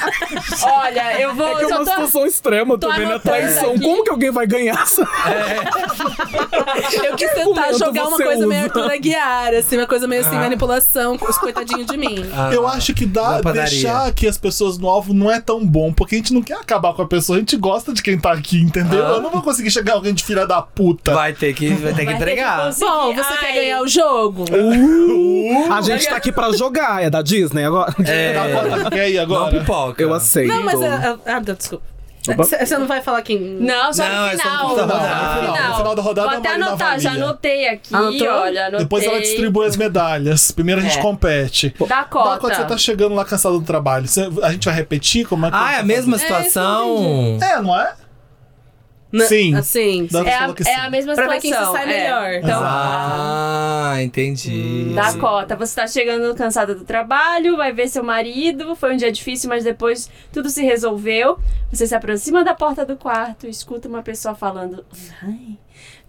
Speaker 2: Olha, eu vou.
Speaker 7: É
Speaker 2: eu
Speaker 7: uma
Speaker 2: tô-
Speaker 7: situação extrema
Speaker 2: tô
Speaker 7: também, né?
Speaker 2: anotando
Speaker 7: Traição.
Speaker 2: aqui.
Speaker 7: Como que alguém vai ganhar essa?
Speaker 6: Eu quis tentar
Speaker 7: argumento
Speaker 6: jogar uma
Speaker 7: você
Speaker 6: coisa meio
Speaker 7: usa?
Speaker 6: Arthur Aguiar, assim, uma coisa meio assim, manipulação, com os coitadinhos de mim.
Speaker 4: Ah.
Speaker 1: Eu acho que dá
Speaker 4: da padaria.
Speaker 1: deixar aqui as pessoas no alvo não é tão bom, porque a gente não quer acabar com a pessoa, a gente gosta de quem tá aqui, entendeu? Eu não vou conseguir chegar alguém de filha da puta.
Speaker 4: Vai ter que, vai ter que entregar.
Speaker 2: conseguir.
Speaker 6: Bom, você
Speaker 2: Ai.
Speaker 6: quer ganhar o jogo?
Speaker 4: Uh,
Speaker 7: A gente tá aqui pra jogar. É da Disney agora?
Speaker 4: É.
Speaker 1: Agora, quer ir
Speaker 4: Não
Speaker 1: agora?
Speaker 4: pipoca.
Speaker 7: Eu aceito.
Speaker 6: Não, mas. Ah, ah, desculpa. Você você não vai falar quem.
Speaker 2: Não, só
Speaker 4: Não,
Speaker 2: no
Speaker 4: é só no
Speaker 2: final.
Speaker 4: final,
Speaker 1: no final. No final da rodada, é
Speaker 2: Vou
Speaker 1: a
Speaker 2: até
Speaker 1: Marina
Speaker 2: anotar, já
Speaker 1: avalia.
Speaker 2: anotei aqui,
Speaker 6: Anotou?
Speaker 2: olha, anotei.
Speaker 1: Depois ela distribui as medalhas. Primeiro a gente
Speaker 2: É.
Speaker 1: compete.
Speaker 2: Da cota.
Speaker 1: quando você tá chegando lá cansado do trabalho. Você- a gente vai repetir como é que.
Speaker 4: Ah, é a mesma situação?
Speaker 1: É, não é?
Speaker 6: Na-
Speaker 1: Sim.
Speaker 6: Assim.
Speaker 1: Dá-
Speaker 2: É
Speaker 1: falou
Speaker 2: a,
Speaker 1: que
Speaker 2: é
Speaker 1: sim.
Speaker 2: a mesma
Speaker 6: Pra ver quem
Speaker 2: situação.
Speaker 6: se sai
Speaker 2: é.
Speaker 6: melhor.
Speaker 2: Então,
Speaker 4: Ah, entendi.
Speaker 2: Da cota, você tá chegando cansada do trabalho, vai ver seu marido, foi um dia difícil, mas depois tudo se resolveu. Você se aproxima da porta do quarto, escuta uma pessoa falando, vai,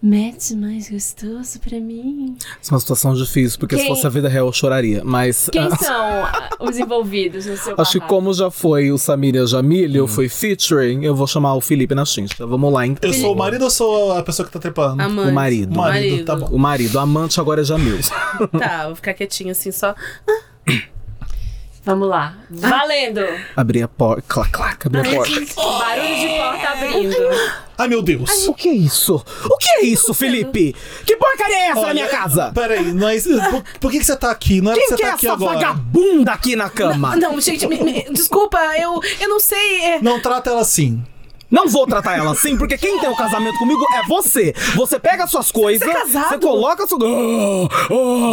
Speaker 2: mete mais gostoso pra mim.
Speaker 7: Isso é uma situação difícil, porque se
Speaker 2: Quem-
Speaker 7: fosse a vida real eu choraria. Mas.
Speaker 2: Quem
Speaker 7: ah,
Speaker 2: são ah, os envolvidos no seu
Speaker 7: Acho que
Speaker 2: barraco?
Speaker 7: como já foi o Samir e a Jamile,
Speaker 4: Hum.
Speaker 7: eu fui featuring, eu vou chamar o Felipe na chincha. Vamos lá, então.
Speaker 1: Eu sou o marido ou sou a pessoa que tá trepando?
Speaker 6: Amante.
Speaker 7: O marido.
Speaker 1: O marido, tá bom.
Speaker 7: O marido, o amante agora é Jamil.
Speaker 6: Tá, vou ficar quietinha assim só.
Speaker 2: Vamos lá. Valendo!
Speaker 7: Abri a porta. Clac, clac, abri a porta.
Speaker 2: Barulho de porta abrindo.
Speaker 1: Ai, meu Deus.
Speaker 7: O que é isso? O que é isso, Felipe? Que porcaria é essa na minha casa?
Speaker 1: Peraí, não é isso. Por, por que, que você tá aqui? Não era
Speaker 7: Quem
Speaker 1: pra você
Speaker 7: que é
Speaker 1: tá aqui
Speaker 7: essa
Speaker 1: agora.
Speaker 7: vagabunda aqui na cama? Não,
Speaker 6: Ah, Não, gente, me- me- desculpa, eu, eu não sei. é-
Speaker 1: Não trata ela assim.
Speaker 7: vou tratar ela assim, porque quem tem o casamento comigo é você. Você pega suas
Speaker 1: é
Speaker 7: coisas,
Speaker 6: casado?
Speaker 7: você coloca sua. Ah, ah,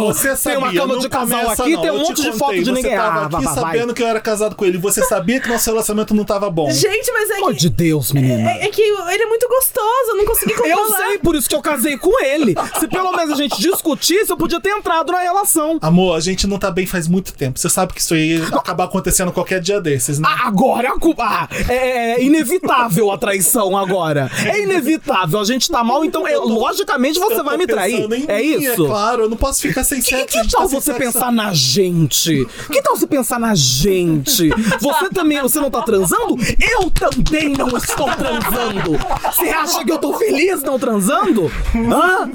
Speaker 1: Você sabia,
Speaker 7: tem uma cama
Speaker 1: não
Speaker 7: de casal
Speaker 1: começa,
Speaker 7: aqui,
Speaker 1: não.
Speaker 7: tem um
Speaker 1: Eu te
Speaker 7: monte de
Speaker 1: contei,
Speaker 7: foto de
Speaker 1: você
Speaker 7: ninguém.
Speaker 1: tava
Speaker 7: Ah,
Speaker 1: aqui
Speaker 7: vá, vá, vai.
Speaker 1: sabendo que eu era casado com ele. Você sabia que nosso relacionamento não tava bom.
Speaker 6: Gente, mas é
Speaker 7: Pelo amor
Speaker 6: que,
Speaker 7: de Deus, menina.
Speaker 6: é, é que ele é muito gostoso, eu não consegui
Speaker 1: é,
Speaker 7: Eu
Speaker 6: controlar.
Speaker 7: sei, por isso que eu casei com ele. Se pelo menos a gente discutisse, eu podia ter entrado na relação.
Speaker 1: Amor, a gente não tá bem faz muito tempo. Você sabe que isso ia acabar acontecendo qualquer dia desses, né?
Speaker 7: Ah, Agora a culpa. Ah, é é inevitável a traição agora. É inevitável. A gente tá mal, então é- logicamente
Speaker 1: Eu
Speaker 7: você
Speaker 1: tô
Speaker 7: vai me trair.
Speaker 1: pensando em
Speaker 7: É
Speaker 1: mim, É
Speaker 7: isso.
Speaker 1: claro, eu não posso ficar sem
Speaker 7: Que,
Speaker 1: sexo. a
Speaker 7: que
Speaker 1: gente tá
Speaker 7: tal
Speaker 1: sem
Speaker 7: você
Speaker 1: sexo.
Speaker 7: pensar na gente? Que tal você pensar na gente? Você também, você não tá transando? Eu também não estou transando! Você acha que eu tô feliz não transando? Hã?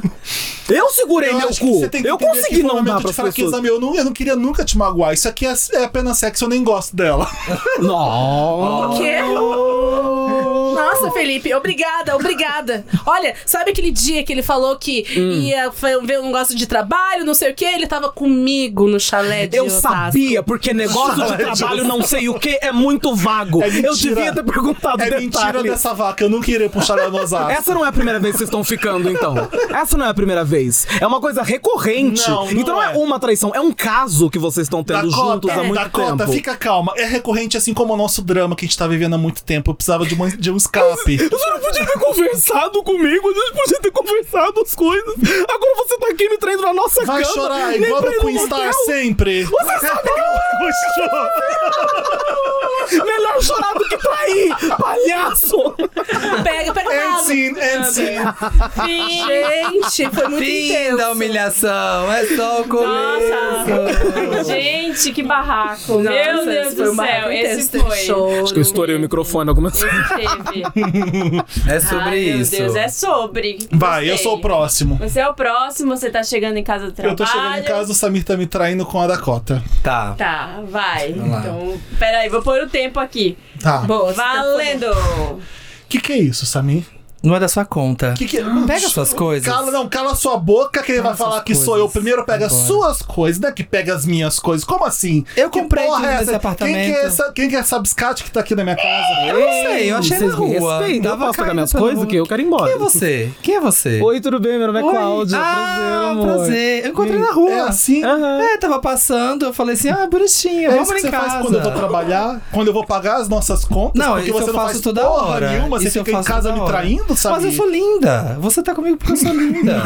Speaker 7: Eu segurei
Speaker 1: Eu
Speaker 7: meu
Speaker 1: acho que
Speaker 7: cu!
Speaker 1: você tem que
Speaker 7: Eu
Speaker 1: entender que
Speaker 7: consegui
Speaker 1: foi um
Speaker 7: não dar
Speaker 1: momento de
Speaker 7: pras
Speaker 1: fraqueza,
Speaker 7: pessoas.
Speaker 1: meu. Eu não, eu não queria nunca te magoar. Isso aqui é, é apenas sexo, eu nem gosto dela.
Speaker 7: Não!
Speaker 6: O quê? Nossa, Felipe, obrigada, obrigada. Olha, sabe aquele dia que ele falou que ia fa- ver um negócio de trabalho, não sei o quê? Ele tava comigo no chalé de
Speaker 7: Eu
Speaker 6: Osasco.
Speaker 7: sabia, porque negócio de trabalho não sei o que é muito vago.
Speaker 1: É
Speaker 7: eu
Speaker 1: mentira.
Speaker 7: devia ter perguntado
Speaker 1: É mentira
Speaker 7: detalhes.
Speaker 1: dessa vaca, eu não queria puxar ela no azar.
Speaker 7: Essa não é a primeira vez que vocês estão ficando, então. Essa não é a primeira vez. É uma coisa recorrente.
Speaker 1: Não, não
Speaker 7: então não é.
Speaker 1: é.
Speaker 7: uma traição, é um caso que vocês estão tendo juntos há muito
Speaker 1: Dakota,
Speaker 7: tempo.
Speaker 1: fica calma. É recorrente, assim como o nosso drama que a gente tá vivendo há muito tempo. Eu precisava de, uma- de um escape.
Speaker 7: Você não podia ter conversado comigo, a gente podia ter conversado as coisas. Agora você tá aqui me traindo na nossa
Speaker 1: Vai
Speaker 7: cama.
Speaker 1: chorar,
Speaker 7: nem
Speaker 1: igual
Speaker 7: pra
Speaker 1: no
Speaker 7: ir no
Speaker 1: Queen Star
Speaker 7: motel.
Speaker 1: sempre.
Speaker 7: Você é sabe que melhor chorar do que trair, palhaço.
Speaker 6: Pega, pega
Speaker 1: And
Speaker 6: nada.
Speaker 1: scene, and scene.
Speaker 6: Gente, foi muito
Speaker 4: Fim
Speaker 6: intenso.
Speaker 4: da humilhação, é só o
Speaker 2: Nossa!
Speaker 4: começo.
Speaker 2: Gente, que barraco! Meu
Speaker 6: Nossa,
Speaker 2: Deus
Speaker 6: esse foi
Speaker 2: do
Speaker 6: um barraco
Speaker 2: céu! Esse
Speaker 6: intenso, teve
Speaker 2: foi.
Speaker 6: choro.
Speaker 7: Eu estourei o microfone algumas
Speaker 2: Esse teve.
Speaker 4: É sobre
Speaker 2: Ai,
Speaker 4: isso.
Speaker 2: Meu Deus, é sobre.
Speaker 1: Vai,
Speaker 2: Gostei.
Speaker 1: eu sou o próximo.
Speaker 2: Você é o próximo, você tá chegando em casa do trabalho.
Speaker 1: Eu tô chegando em casa, o Samir tá me traindo com a Dakota.
Speaker 4: Tá.
Speaker 2: Tá, vai.
Speaker 4: lá.
Speaker 2: Então, peraí, vou pôr o tempo aqui.
Speaker 1: Tá.
Speaker 6: Boa, você tá
Speaker 2: Valendo!
Speaker 1: Que que é isso, Samir?
Speaker 4: Não é da sua conta.
Speaker 1: Que que...
Speaker 4: Pega suas coisas.
Speaker 1: Cala, não, cala sua boca que ele vai
Speaker 4: Cala
Speaker 1: falar
Speaker 4: suas
Speaker 1: que sou eu.
Speaker 4: coisas.
Speaker 1: Primeiro pega as
Speaker 4: Agora.
Speaker 1: suas coisas, não é que pega as minhas coisas. Como assim?
Speaker 4: Eu
Speaker 1: Que
Speaker 4: comprei
Speaker 1: porra
Speaker 4: dentro desse
Speaker 1: essa? Quem
Speaker 4: apartamento.
Speaker 1: que é essa, quem que é essa biscate que tá aqui na minha casa?
Speaker 4: Eu não sei, eu achei na rua.
Speaker 7: Respeita, eu
Speaker 4: Tava
Speaker 7: posso pegar
Speaker 4: caindo
Speaker 7: minhas
Speaker 4: pela
Speaker 7: coisas
Speaker 4: rua.
Speaker 7: que eu quero ir embora.
Speaker 4: Quem é você? Quem é você?
Speaker 7: Oi, tudo bem? Meu nome é
Speaker 4: Oi.
Speaker 7: Cláudia. prazer,
Speaker 4: Ah,
Speaker 7: amor.
Speaker 4: prazer. Eu encontrei
Speaker 7: E-
Speaker 4: na rua.
Speaker 1: É assim?
Speaker 7: Aham.
Speaker 4: É, tava passando, eu falei assim, ah, bonitinha,
Speaker 1: É
Speaker 4: vamos
Speaker 1: isso
Speaker 4: lá
Speaker 1: que você
Speaker 4: em casa.
Speaker 1: faz quando eu vou trabalhar, quando eu vou pagar as nossas contas,
Speaker 4: Não,
Speaker 1: porque
Speaker 4: isso
Speaker 1: você
Speaker 4: eu
Speaker 1: não
Speaker 4: faço
Speaker 1: faz
Speaker 4: toda
Speaker 1: porra
Speaker 4: hora.
Speaker 1: nenhuma,
Speaker 4: isso
Speaker 1: você
Speaker 4: eu
Speaker 1: fica em
Speaker 4: faço
Speaker 1: casa
Speaker 4: toda
Speaker 1: me
Speaker 4: hora.
Speaker 1: traindo, sabe?
Speaker 4: Mas eu sou linda. Você tá comigo porque eu sou linda.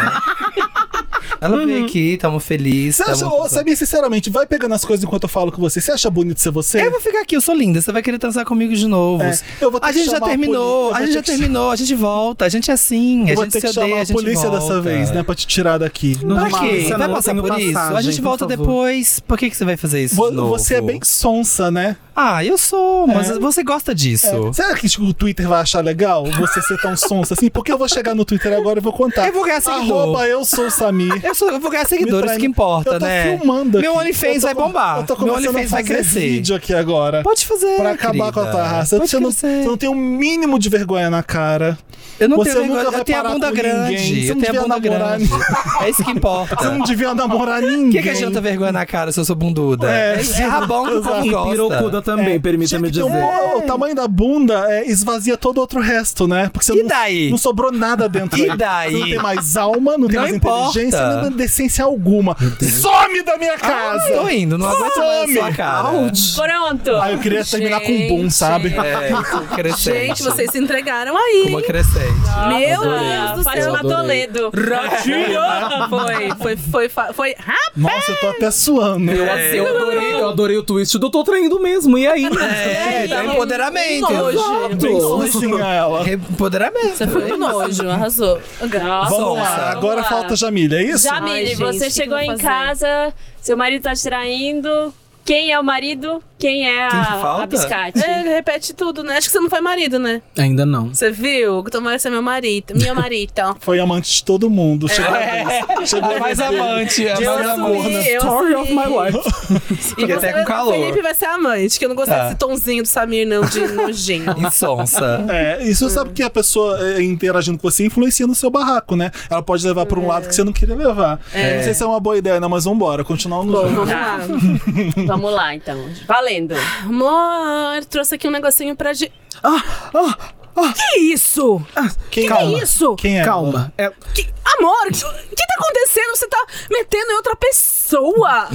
Speaker 4: Ela veio aqui, tamo feliz.
Speaker 1: Você acha,
Speaker 4: tamo-
Speaker 1: ô, Samir, sinceramente, vai pegando as coisas enquanto eu falo com você. Você acha bonito ser você?
Speaker 4: Eu vou ficar aqui, eu sou linda. Você vai querer transar comigo de novo.
Speaker 1: É, eu vou ter
Speaker 4: a
Speaker 1: que
Speaker 4: gente já
Speaker 1: chamar a
Speaker 4: terminou,
Speaker 1: polícia, eu
Speaker 4: a
Speaker 1: vou
Speaker 4: gente já
Speaker 1: ter que-
Speaker 4: terminou, a gente volta, a gente é assim,
Speaker 1: Eu
Speaker 4: a
Speaker 1: vou
Speaker 4: gente
Speaker 1: ter
Speaker 4: se
Speaker 1: que
Speaker 4: odeia,
Speaker 1: chamar
Speaker 4: a
Speaker 1: a
Speaker 4: gente
Speaker 1: polícia
Speaker 4: volta. é
Speaker 1: dessa vez, né? Pra te tirar daqui.
Speaker 4: Pra
Speaker 7: Não,
Speaker 4: quê?
Speaker 7: você
Speaker 4: Vai
Speaker 7: não
Speaker 4: passar
Speaker 7: tem
Speaker 4: por isso?
Speaker 7: passagem,
Speaker 4: A gente
Speaker 7: por
Speaker 4: volta
Speaker 7: favor.
Speaker 4: depois. Por que, que você vai fazer isso?
Speaker 1: Vo-
Speaker 4: de novo?
Speaker 1: Você é bem É. sonsa, né?
Speaker 4: Ah, eu sou, mas você gosta disso.
Speaker 1: Será que tipo, o Twitter vai achar legal você ser tão sonsa assim? Porque eu vou chegar no Twitter agora e vou contar.
Speaker 4: Eu vou ganhar seguidor.
Speaker 1: Arroba eu sou o Samir.
Speaker 4: Eu, sou, eu vou ganhar
Speaker 1: Me
Speaker 4: seguidores,
Speaker 1: trai-
Speaker 4: isso que importa,
Speaker 1: eu tô
Speaker 4: né?
Speaker 1: filmando aqui.
Speaker 4: Meu
Speaker 1: Eu
Speaker 4: OnlyFans
Speaker 1: tô
Speaker 4: vai
Speaker 1: com-
Speaker 4: bombar.
Speaker 1: Eu tô
Speaker 4: Meu
Speaker 1: começando a
Speaker 4: OnlyFans vai
Speaker 1: fazer
Speaker 4: crescer.
Speaker 1: vídeo aqui agora.
Speaker 4: Pode fazer.
Speaker 1: Pra acabar
Speaker 4: querida.
Speaker 1: com a tua raça.
Speaker 4: Pode
Speaker 1: Você não,
Speaker 4: crescer.
Speaker 1: você não tem um mínimo de vergonha na cara.
Speaker 4: Eu não
Speaker 1: você
Speaker 4: tenho
Speaker 1: nunca
Speaker 4: vergonha.
Speaker 1: vai
Speaker 4: Eu tenho a
Speaker 1: parar
Speaker 4: bunda
Speaker 1: com ninguém.
Speaker 4: grande.
Speaker 1: Você
Speaker 4: Eu tenho
Speaker 1: não
Speaker 4: a
Speaker 1: devia
Speaker 4: bunda
Speaker 1: namorar
Speaker 4: grande. É isso que importa.
Speaker 1: Você não
Speaker 4: O
Speaker 1: devia namorar ninguém.
Speaker 4: que, tá que adianta vergonha na cara se eu sou bunduda?
Speaker 1: É,
Speaker 4: É, é rabão que o povo
Speaker 7: E
Speaker 4: gosta. É,
Speaker 7: pirocuda também, permita-me
Speaker 1: Tinha que ter
Speaker 7: dizer.
Speaker 1: um bom- o tamanho da bunda é, esvazia todo outro resto, né? Porque você
Speaker 4: E
Speaker 1: não,
Speaker 4: daí?
Speaker 1: não sobrou nada dentro.
Speaker 4: E
Speaker 1: aí.
Speaker 4: daí?
Speaker 1: Você não tem mais alma, não tem
Speaker 4: Não
Speaker 1: mais
Speaker 4: importa.
Speaker 1: inteligência, nem decência alguma. Some da minha
Speaker 4: Ah,
Speaker 1: casa!
Speaker 4: tô indo, não aguento mais a sua
Speaker 1: Some.
Speaker 4: cara.
Speaker 2: Pronto!
Speaker 1: Ah, eu queria terminar com um boom, sabe?
Speaker 4: É, crescente.
Speaker 6: Gente, vocês se entregaram aí.
Speaker 4: Uma crescente. gente.
Speaker 6: Meu
Speaker 4: é adorei.
Speaker 6: Deus do céu.
Speaker 2: Fátima
Speaker 4: adorei.
Speaker 2: Toledo.
Speaker 6: Ratinho! Foi, foi, foi, foi, foi rápido.
Speaker 1: Nossa, eu tô até suando.
Speaker 7: Eu, É, eu adorei, eu adorei o twist do tô traindo mesmo. E aí?
Speaker 4: É, dá empoderamento.
Speaker 6: Nojo.
Speaker 1: Bem sucinha ela.
Speaker 4: Empoderamento.
Speaker 6: Você foi um nojo, arrasou.
Speaker 2: Nossa,
Speaker 1: Vamos lá, Ah, agora falta Jamile, é isso?
Speaker 6: Ai,
Speaker 2: Jamile,
Speaker 6: gente, o
Speaker 2: você
Speaker 6: que que
Speaker 2: chegou
Speaker 6: eu
Speaker 2: em
Speaker 6: vou fazer?
Speaker 2: casa, seu marido tá te traindo. Quem é o marido? Quem é
Speaker 4: Quem que
Speaker 2: a,
Speaker 4: falta?
Speaker 2: a biscate?
Speaker 6: É, Ele repete tudo, né? Acho que você não foi marido, né?
Speaker 7: Ainda não.
Speaker 6: Você viu? Então vai ser meu marido. Minha marida.
Speaker 1: Foi amante de todo mundo. Chegou a vez. Chegou a
Speaker 4: É mais
Speaker 1: vez dele.
Speaker 4: amante, é mais
Speaker 6: Eu
Speaker 4: amor.
Speaker 6: assumi, eu
Speaker 7: Story of my
Speaker 6: assumi.
Speaker 7: life.
Speaker 4: Fiquei até
Speaker 7: é
Speaker 4: com
Speaker 6: O Felipe
Speaker 4: calor.
Speaker 6: vai ser amante, que eu não gostei
Speaker 4: Tá.
Speaker 6: desse tonzinho do Samir, não, de nojinho.
Speaker 4: Insonsa.
Speaker 1: É, e você sabe que a pessoa é, interagindo com você influencia no seu barraco, né? Ela pode levar pra um lado que você não queria levar. Eu não sei se é uma boa ideia, não, mas vambora, continuar no jogo.
Speaker 6: Tá.
Speaker 2: Vamos lá, então. Valendo.
Speaker 6: Amor, trouxe aqui um negocinho pra gente.
Speaker 7: Que isso?
Speaker 1: Quem
Speaker 7: Calma.
Speaker 1: é
Speaker 7: isso?
Speaker 1: Quem é
Speaker 7: Calma. É,
Speaker 6: Que- Amor, o que, que tá acontecendo? Você tá metendo em outra pessoa?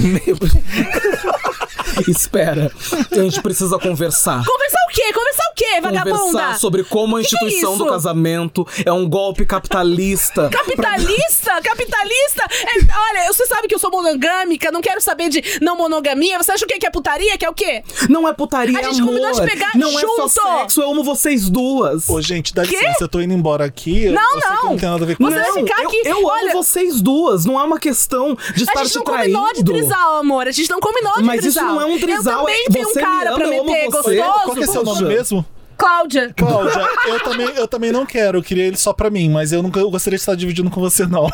Speaker 7: espera. A gente precisa conversar.
Speaker 6: Conversar o quê? Conversar o quê, vagabunda?
Speaker 7: Conversar sobre como a
Speaker 6: Que que é
Speaker 7: instituição do
Speaker 6: isso?
Speaker 7: casamento é um golpe capitalista.
Speaker 6: Capitalista? Capitalista? É, olha, você sabe que eu sou monogâmica, não quero saber de não monogamia. Você acha o quê? Que é putaria? Que é o quê?
Speaker 7: Não é putaria,
Speaker 6: A gente
Speaker 7: amor.
Speaker 6: combinou de pegar
Speaker 7: não é
Speaker 6: junto.
Speaker 7: só sexo, eu amo vocês duas.
Speaker 1: Ô, gente, dá licença, eu tô indo embora aqui. eu-
Speaker 6: Não,
Speaker 1: eu sei que
Speaker 6: não.
Speaker 1: não tem nada a ver com
Speaker 6: Você
Speaker 1: isso.
Speaker 6: vai ficar
Speaker 7: eu,
Speaker 6: aqui.
Speaker 7: eu
Speaker 6: olha,
Speaker 7: amo vocês duas. Não há uma questão de
Speaker 6: a
Speaker 7: estar
Speaker 6: gente
Speaker 7: te
Speaker 6: não
Speaker 7: traindo.
Speaker 6: combinou de trisal, amor. A gente não combinou de
Speaker 7: Mas isso
Speaker 6: trisal.
Speaker 7: não é um trisal,
Speaker 6: Eu também
Speaker 7: é-
Speaker 6: tenho um
Speaker 7: você me
Speaker 6: cara
Speaker 7: ama,
Speaker 6: pra
Speaker 7: eu amo
Speaker 6: meter,
Speaker 7: você.
Speaker 6: gostoso.
Speaker 1: Qual que é seu nome
Speaker 7: Poxa.
Speaker 1: mesmo?
Speaker 6: Cláudia.
Speaker 1: Cláudia, eu também, eu também não quero, eu queria ele só pra mim, mas eu não eu gostaria de estar dividindo com você, não.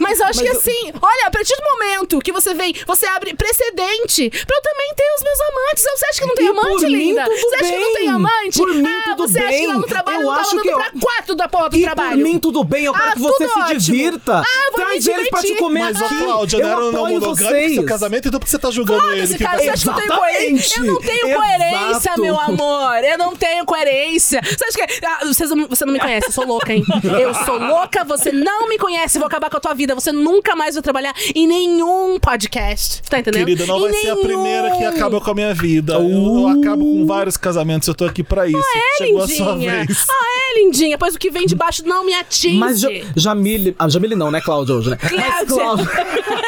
Speaker 6: Mas eu acho que assim, olha, a partir do momento que você vem, você abre precedente pra eu também ter os meus amantes. Você acha que eu não tem
Speaker 7: E
Speaker 6: amante,
Speaker 7: por mim,
Speaker 6: linda?
Speaker 7: tudo
Speaker 6: você acha que eu não
Speaker 7: bem.
Speaker 6: tenho amante?
Speaker 7: Por mim,
Speaker 6: ah,
Speaker 7: tudo
Speaker 6: você acha que lá no
Speaker 7: bem.
Speaker 6: trabalho
Speaker 7: Eu
Speaker 6: não
Speaker 7: acho
Speaker 6: tava dando
Speaker 7: que eu-
Speaker 6: pra quatro da porra do
Speaker 7: E
Speaker 6: trabalho?
Speaker 7: por mim tudo bem, eu quero
Speaker 6: Ah,
Speaker 7: que você
Speaker 6: tudo
Speaker 7: se
Speaker 6: ótimo.
Speaker 7: divirta.
Speaker 6: Ah, eu vou me
Speaker 7: Traz eles pra te
Speaker 6: divertir.
Speaker 7: comer
Speaker 1: Mas,
Speaker 7: aqui.
Speaker 1: ó, Cláudia,
Speaker 7: eu
Speaker 1: não era não
Speaker 7: apoio
Speaker 1: monogâmico
Speaker 7: vocês.
Speaker 1: seu casamento, então por que você tá julgando ele?
Speaker 6: Foda-se,
Speaker 1: Que
Speaker 6: cara, você acha que eu tenho
Speaker 7: Exatamente.
Speaker 6: coerência? Eu não tenho coerência,
Speaker 7: Exato.
Speaker 6: meu amor. Eu não tenho coerência. Você acha que. Ah, vocês não- você não me conhece, eu sou louca, hein? Eu sou louca, você não me conhece, vou acabar com a tua vida. Você nunca mais vai trabalhar em nenhum podcast. Tá entendendo?
Speaker 1: Querida, não
Speaker 6: Em
Speaker 1: vai ser a
Speaker 6: nenhum.
Speaker 1: primeira
Speaker 6: um.
Speaker 1: que acaba com a minha vida. Eu- Eu, acabo com vários casamentos, eu tô aqui pra isso.
Speaker 6: É,
Speaker 1: Chegou a sua
Speaker 6: lindinha.
Speaker 1: vez.
Speaker 6: Ah, é, lindinha. Pois o que vem de baixo não me atinge.
Speaker 7: Mas ja Jamile. Ah, Jamile não, né, Cláudia hoje, né? Mas
Speaker 6: Cláudia.
Speaker 7: Cláudia.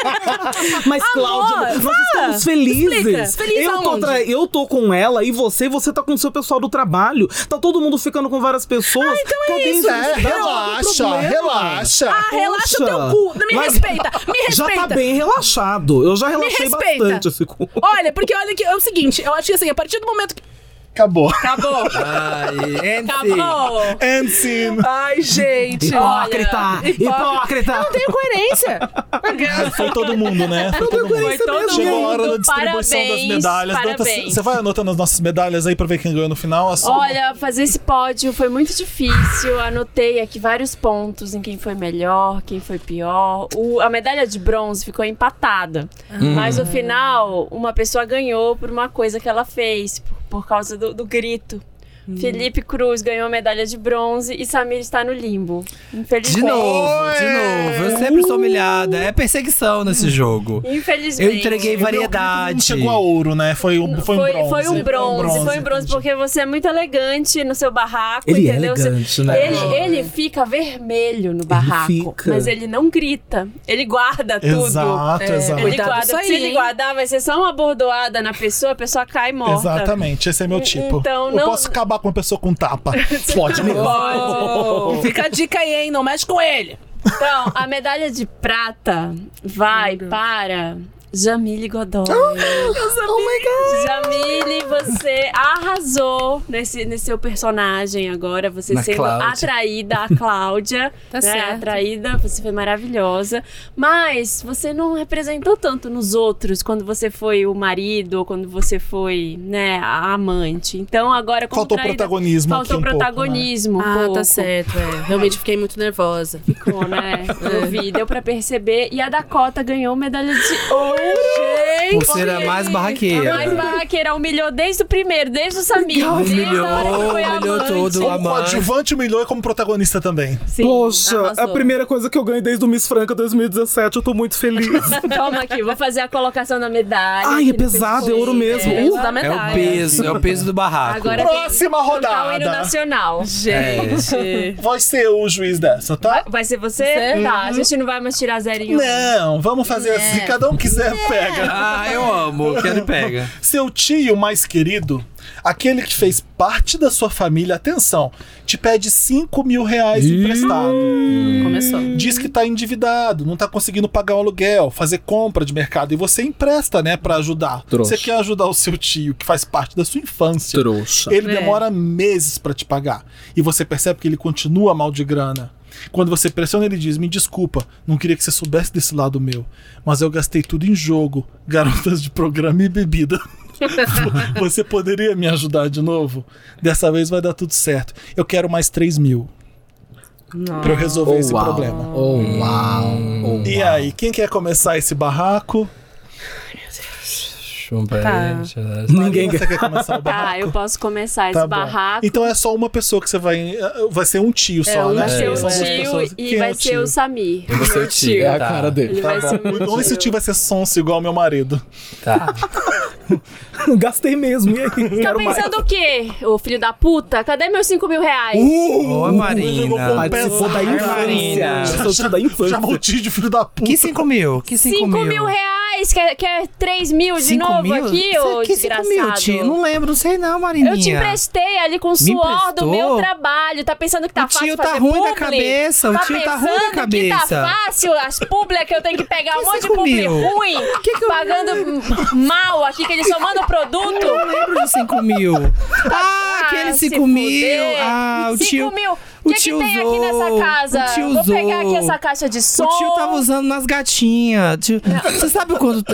Speaker 7: Mas Cláudia,
Speaker 6: Amor,
Speaker 7: nós
Speaker 6: fala.
Speaker 7: estamos felizes.
Speaker 6: Explica. Feliz
Speaker 7: eu, tô
Speaker 6: aonde?
Speaker 7: tra- eu tô com ela e você, você tá com o seu pessoal do trabalho. Tá todo mundo ficando com várias pessoas. Ah, então Cadê
Speaker 6: isso. um
Speaker 1: É,
Speaker 7: infelicidade? Não
Speaker 1: relaxa,
Speaker 7: há problema.
Speaker 1: relaxa.
Speaker 6: Ah, relaxa o teu
Speaker 7: Poxa.
Speaker 6: cu. Me
Speaker 7: Mas-
Speaker 6: respeita. Me
Speaker 7: Já
Speaker 6: respeita.
Speaker 7: tá bem relaxado. Eu já relaxei
Speaker 6: respeita.
Speaker 7: bastante esse cu.
Speaker 6: Olha, porque olha que é o seguinte, eu acho que assim, a partir do momento que.
Speaker 1: Acabou.
Speaker 2: Acabou.
Speaker 4: Ai, Enzi.
Speaker 2: Acabou.
Speaker 1: End scene.
Speaker 6: Ai, gente.
Speaker 7: Hipócrita! Hipócrita!
Speaker 6: Não tenho coerência.
Speaker 1: Foi todo mundo, né? Foi todo mundo.
Speaker 2: Foi todo
Speaker 1: Chegou a hora da
Speaker 2: mundo.
Speaker 1: distribuição das medalhas. Danta,
Speaker 2: Parabéns.
Speaker 1: Você vai anotando as nossas medalhas aí pra ver quem ganhou no final? A sua-
Speaker 2: Olha, fazer esse pódio foi muito difícil. Anotei aqui vários pontos em quem foi melhor, quem foi pior. O- a medalha de bronze ficou empatada.
Speaker 4: Uhum.
Speaker 2: Mas no final, uma pessoa ganhou por uma coisa que ela fez, por, por causa do, do grito.
Speaker 4: Uhum.
Speaker 2: Felipe Cruz ganhou a medalha de bronze e Samir está no limbo. Infelizmente.
Speaker 4: De novo, de novo. Eu sempre sou humilhada. É perseguição nesse jogo.
Speaker 2: Infelizmente.
Speaker 4: Eu entreguei
Speaker 1: é Não
Speaker 4: variedade.
Speaker 1: chegou a ouro, né? Foi, um- foi um
Speaker 2: Foi,
Speaker 1: bronze.
Speaker 2: foi um bronze, foi um bronze, porque você é muito elegante no seu barraco, entendeu? Você- Ele, ele fica vermelho no barraco,
Speaker 7: fica.
Speaker 2: mas ele não grita. Ele guarda tudo. É,
Speaker 1: Exato, exato.
Speaker 2: Ele
Speaker 6: Cuidado
Speaker 2: guarda,
Speaker 6: disso aí,
Speaker 2: se ele
Speaker 6: hein?
Speaker 2: guardar, vai ser só uma bordoada na pessoa, a pessoa cai morta.
Speaker 1: Exatamente, esse é meu
Speaker 2: E-
Speaker 1: tipo.
Speaker 2: então,
Speaker 1: Eu
Speaker 2: não-
Speaker 1: posso acabar com uma pessoa com tapa. Pode mesmo.
Speaker 6: Oh, Fica a dica aí, hein? Não mexe com ele.
Speaker 2: Então, a medalha de prata vai para Jamile Godoy.
Speaker 7: Oh my god!
Speaker 2: Jamile, você arrasou nesse, nesse seu personagem agora. Você
Speaker 4: Na
Speaker 2: sendo
Speaker 4: Cláudia.
Speaker 2: atraída à Cláudia.
Speaker 5: Tá
Speaker 2: né?
Speaker 5: certo.
Speaker 2: Atraída, você foi maravilhosa. Mas você não representou tanto nos outros quando você foi o marido ou quando você foi, né, a amante. Então agora como
Speaker 1: Faltou
Speaker 2: traída,
Speaker 1: protagonismo
Speaker 2: Faltou
Speaker 1: aqui um
Speaker 2: protagonismo.
Speaker 5: tá
Speaker 2: um pouco.
Speaker 5: Ah, certo, é. Realmente fiquei muito nervosa.
Speaker 1: É.
Speaker 2: Ficou, né? Eu vi, deu pra perceber. E a Dakota ganhou medalha de ouro. Gente!
Speaker 4: Por ser a mais barraqueira.
Speaker 2: A mais barraqueira humilhou desde o primeiro, desde o Samir.
Speaker 4: Um
Speaker 2: desde
Speaker 4: Humilhou,
Speaker 2: a hora que foi
Speaker 4: humilhou
Speaker 2: amante.
Speaker 4: tudo,
Speaker 1: Como
Speaker 4: amante.
Speaker 1: coadjuvante humilhou e como protagonista também.
Speaker 2: Sim,
Speaker 3: Poxa, é
Speaker 2: arrasou.
Speaker 3: a primeira coisa que eu ganhei desde o Miss Franca 2017, eu tô muito feliz.
Speaker 2: Toma aqui, vou fazer a colocação da medalha.
Speaker 3: Ai, é
Speaker 2: aqui no
Speaker 3: pesado, é
Speaker 2: pescoço.
Speaker 3: ouro mesmo.
Speaker 2: É,
Speaker 3: Uh,
Speaker 2: da
Speaker 4: É o
Speaker 2: medalha.
Speaker 4: peso, é o peso do barraco. É.
Speaker 2: Agora tem que
Speaker 1: Próxima
Speaker 2: cantar O hino
Speaker 1: rodada.
Speaker 2: nacional.
Speaker 4: Gente.
Speaker 1: Vai ser o juiz dessa, tá?
Speaker 2: Vai ser você? Tá, a gente não vai mais tirar um. zerinho.
Speaker 1: Uhum. Não, vamos fazer
Speaker 2: É.
Speaker 1: assim. Cada um quiser, pega.
Speaker 4: Ah, eu amo. Quero e pega.
Speaker 1: Seu tio mais querido, aquele que fez parte da sua família, atenção, te pede 5 mil reais emprestado.
Speaker 6: Começou.
Speaker 1: Diz que tá endividado, não tá conseguindo pagar o aluguel, fazer compra de mercado. E você empresta, né, pra ajudar.
Speaker 7: Trouxa.
Speaker 1: Você quer ajudar o seu tio, que faz parte da sua infância.
Speaker 7: Trouxa.
Speaker 1: Ele demora meses pra te pagar. E você percebe que ele continua mal de grana. Quando você pressiona, ele diz: Me desculpa, não queria que você soubesse desse lado meu. Mas eu gastei tudo em jogo, garotas de programa e bebida. você poderia me ajudar de novo? Dessa vez vai dar tudo certo. Eu quero mais 3 mil. Pra eu resolver esse
Speaker 7: uau.
Speaker 1: problema.
Speaker 7: Oh, uau. Oh,
Speaker 1: E aí, quem quer começar esse barraco?
Speaker 4: Chumpa.
Speaker 7: né? Ninguém
Speaker 1: Você quer começar o barraco?
Speaker 2: Tá, eu posso começar esse
Speaker 1: Tá bom.
Speaker 2: barraco.
Speaker 1: Então é só uma pessoa que você vai. Vai ser um tio só,
Speaker 2: É, um
Speaker 1: né?
Speaker 2: vai ser o
Speaker 1: São duas
Speaker 2: tio
Speaker 1: pessoas.
Speaker 2: e
Speaker 1: Quem
Speaker 2: vai
Speaker 1: é o
Speaker 2: ser
Speaker 1: tio?
Speaker 2: o Samir.
Speaker 4: Eu vou ser o tio.
Speaker 7: É a
Speaker 4: tá.
Speaker 7: cara dele.
Speaker 2: Ele vai ser um o meu
Speaker 1: Ou esse tio vai ser sonso igual meu marido.
Speaker 4: Tá.
Speaker 3: Gastei mesmo, e aí?
Speaker 2: Tá
Speaker 3: Quero mais.
Speaker 2: pensando o quê, ô filho da puta? Cadê meus 5 mil reais?
Speaker 4: Uh, Ô, Marina.
Speaker 7: Participou da infância.
Speaker 4: Marina.
Speaker 3: Eu sou da infância.
Speaker 1: Chamou o tio de filho da puta.
Speaker 4: Que 5 mil? Que 5
Speaker 2: 5
Speaker 4: mil?
Speaker 2: mil reais! Quer, quer 3 mil de
Speaker 4: Cinco
Speaker 2: novo
Speaker 4: mil?
Speaker 2: aqui,
Speaker 4: Isso
Speaker 2: ô
Speaker 4: aqui, cinco
Speaker 2: desgraçado?
Speaker 4: mil, tio. Não lembro, não sei não, Marininha.
Speaker 2: Eu te emprestei ali com o suor do
Speaker 4: emprestou?
Speaker 2: meu trabalho. Tá pensando que tá
Speaker 4: O
Speaker 2: fácil
Speaker 4: tio tá
Speaker 2: fazer
Speaker 4: ruim da
Speaker 2: publi?
Speaker 4: cabeça, o
Speaker 2: Tá
Speaker 4: tio tá ruim da
Speaker 2: pensando que
Speaker 4: cabeça.
Speaker 2: tá fácil as publi que eu tenho que pegar um
Speaker 4: Que
Speaker 2: monte de
Speaker 4: cinco
Speaker 2: publi
Speaker 4: mil?
Speaker 2: ruim, pagando mal aqui, que eles só mandam produto.
Speaker 4: Eu não lembro de 5 mil. Ah,
Speaker 2: Ah,
Speaker 4: aquele
Speaker 2: se
Speaker 4: 5 mil.
Speaker 2: fuder.
Speaker 4: Ah, o
Speaker 2: Cinco
Speaker 4: tio.
Speaker 2: mil.
Speaker 4: o
Speaker 2: O que,
Speaker 4: tio
Speaker 2: que tem aqui
Speaker 4: usou,
Speaker 2: nessa casa?
Speaker 4: o tio
Speaker 2: Vou pegar
Speaker 4: usou.
Speaker 2: aqui essa caixa de som.
Speaker 4: O tio tava usando nas gatinhas. Tio- Você sabe quando.
Speaker 2: Dá a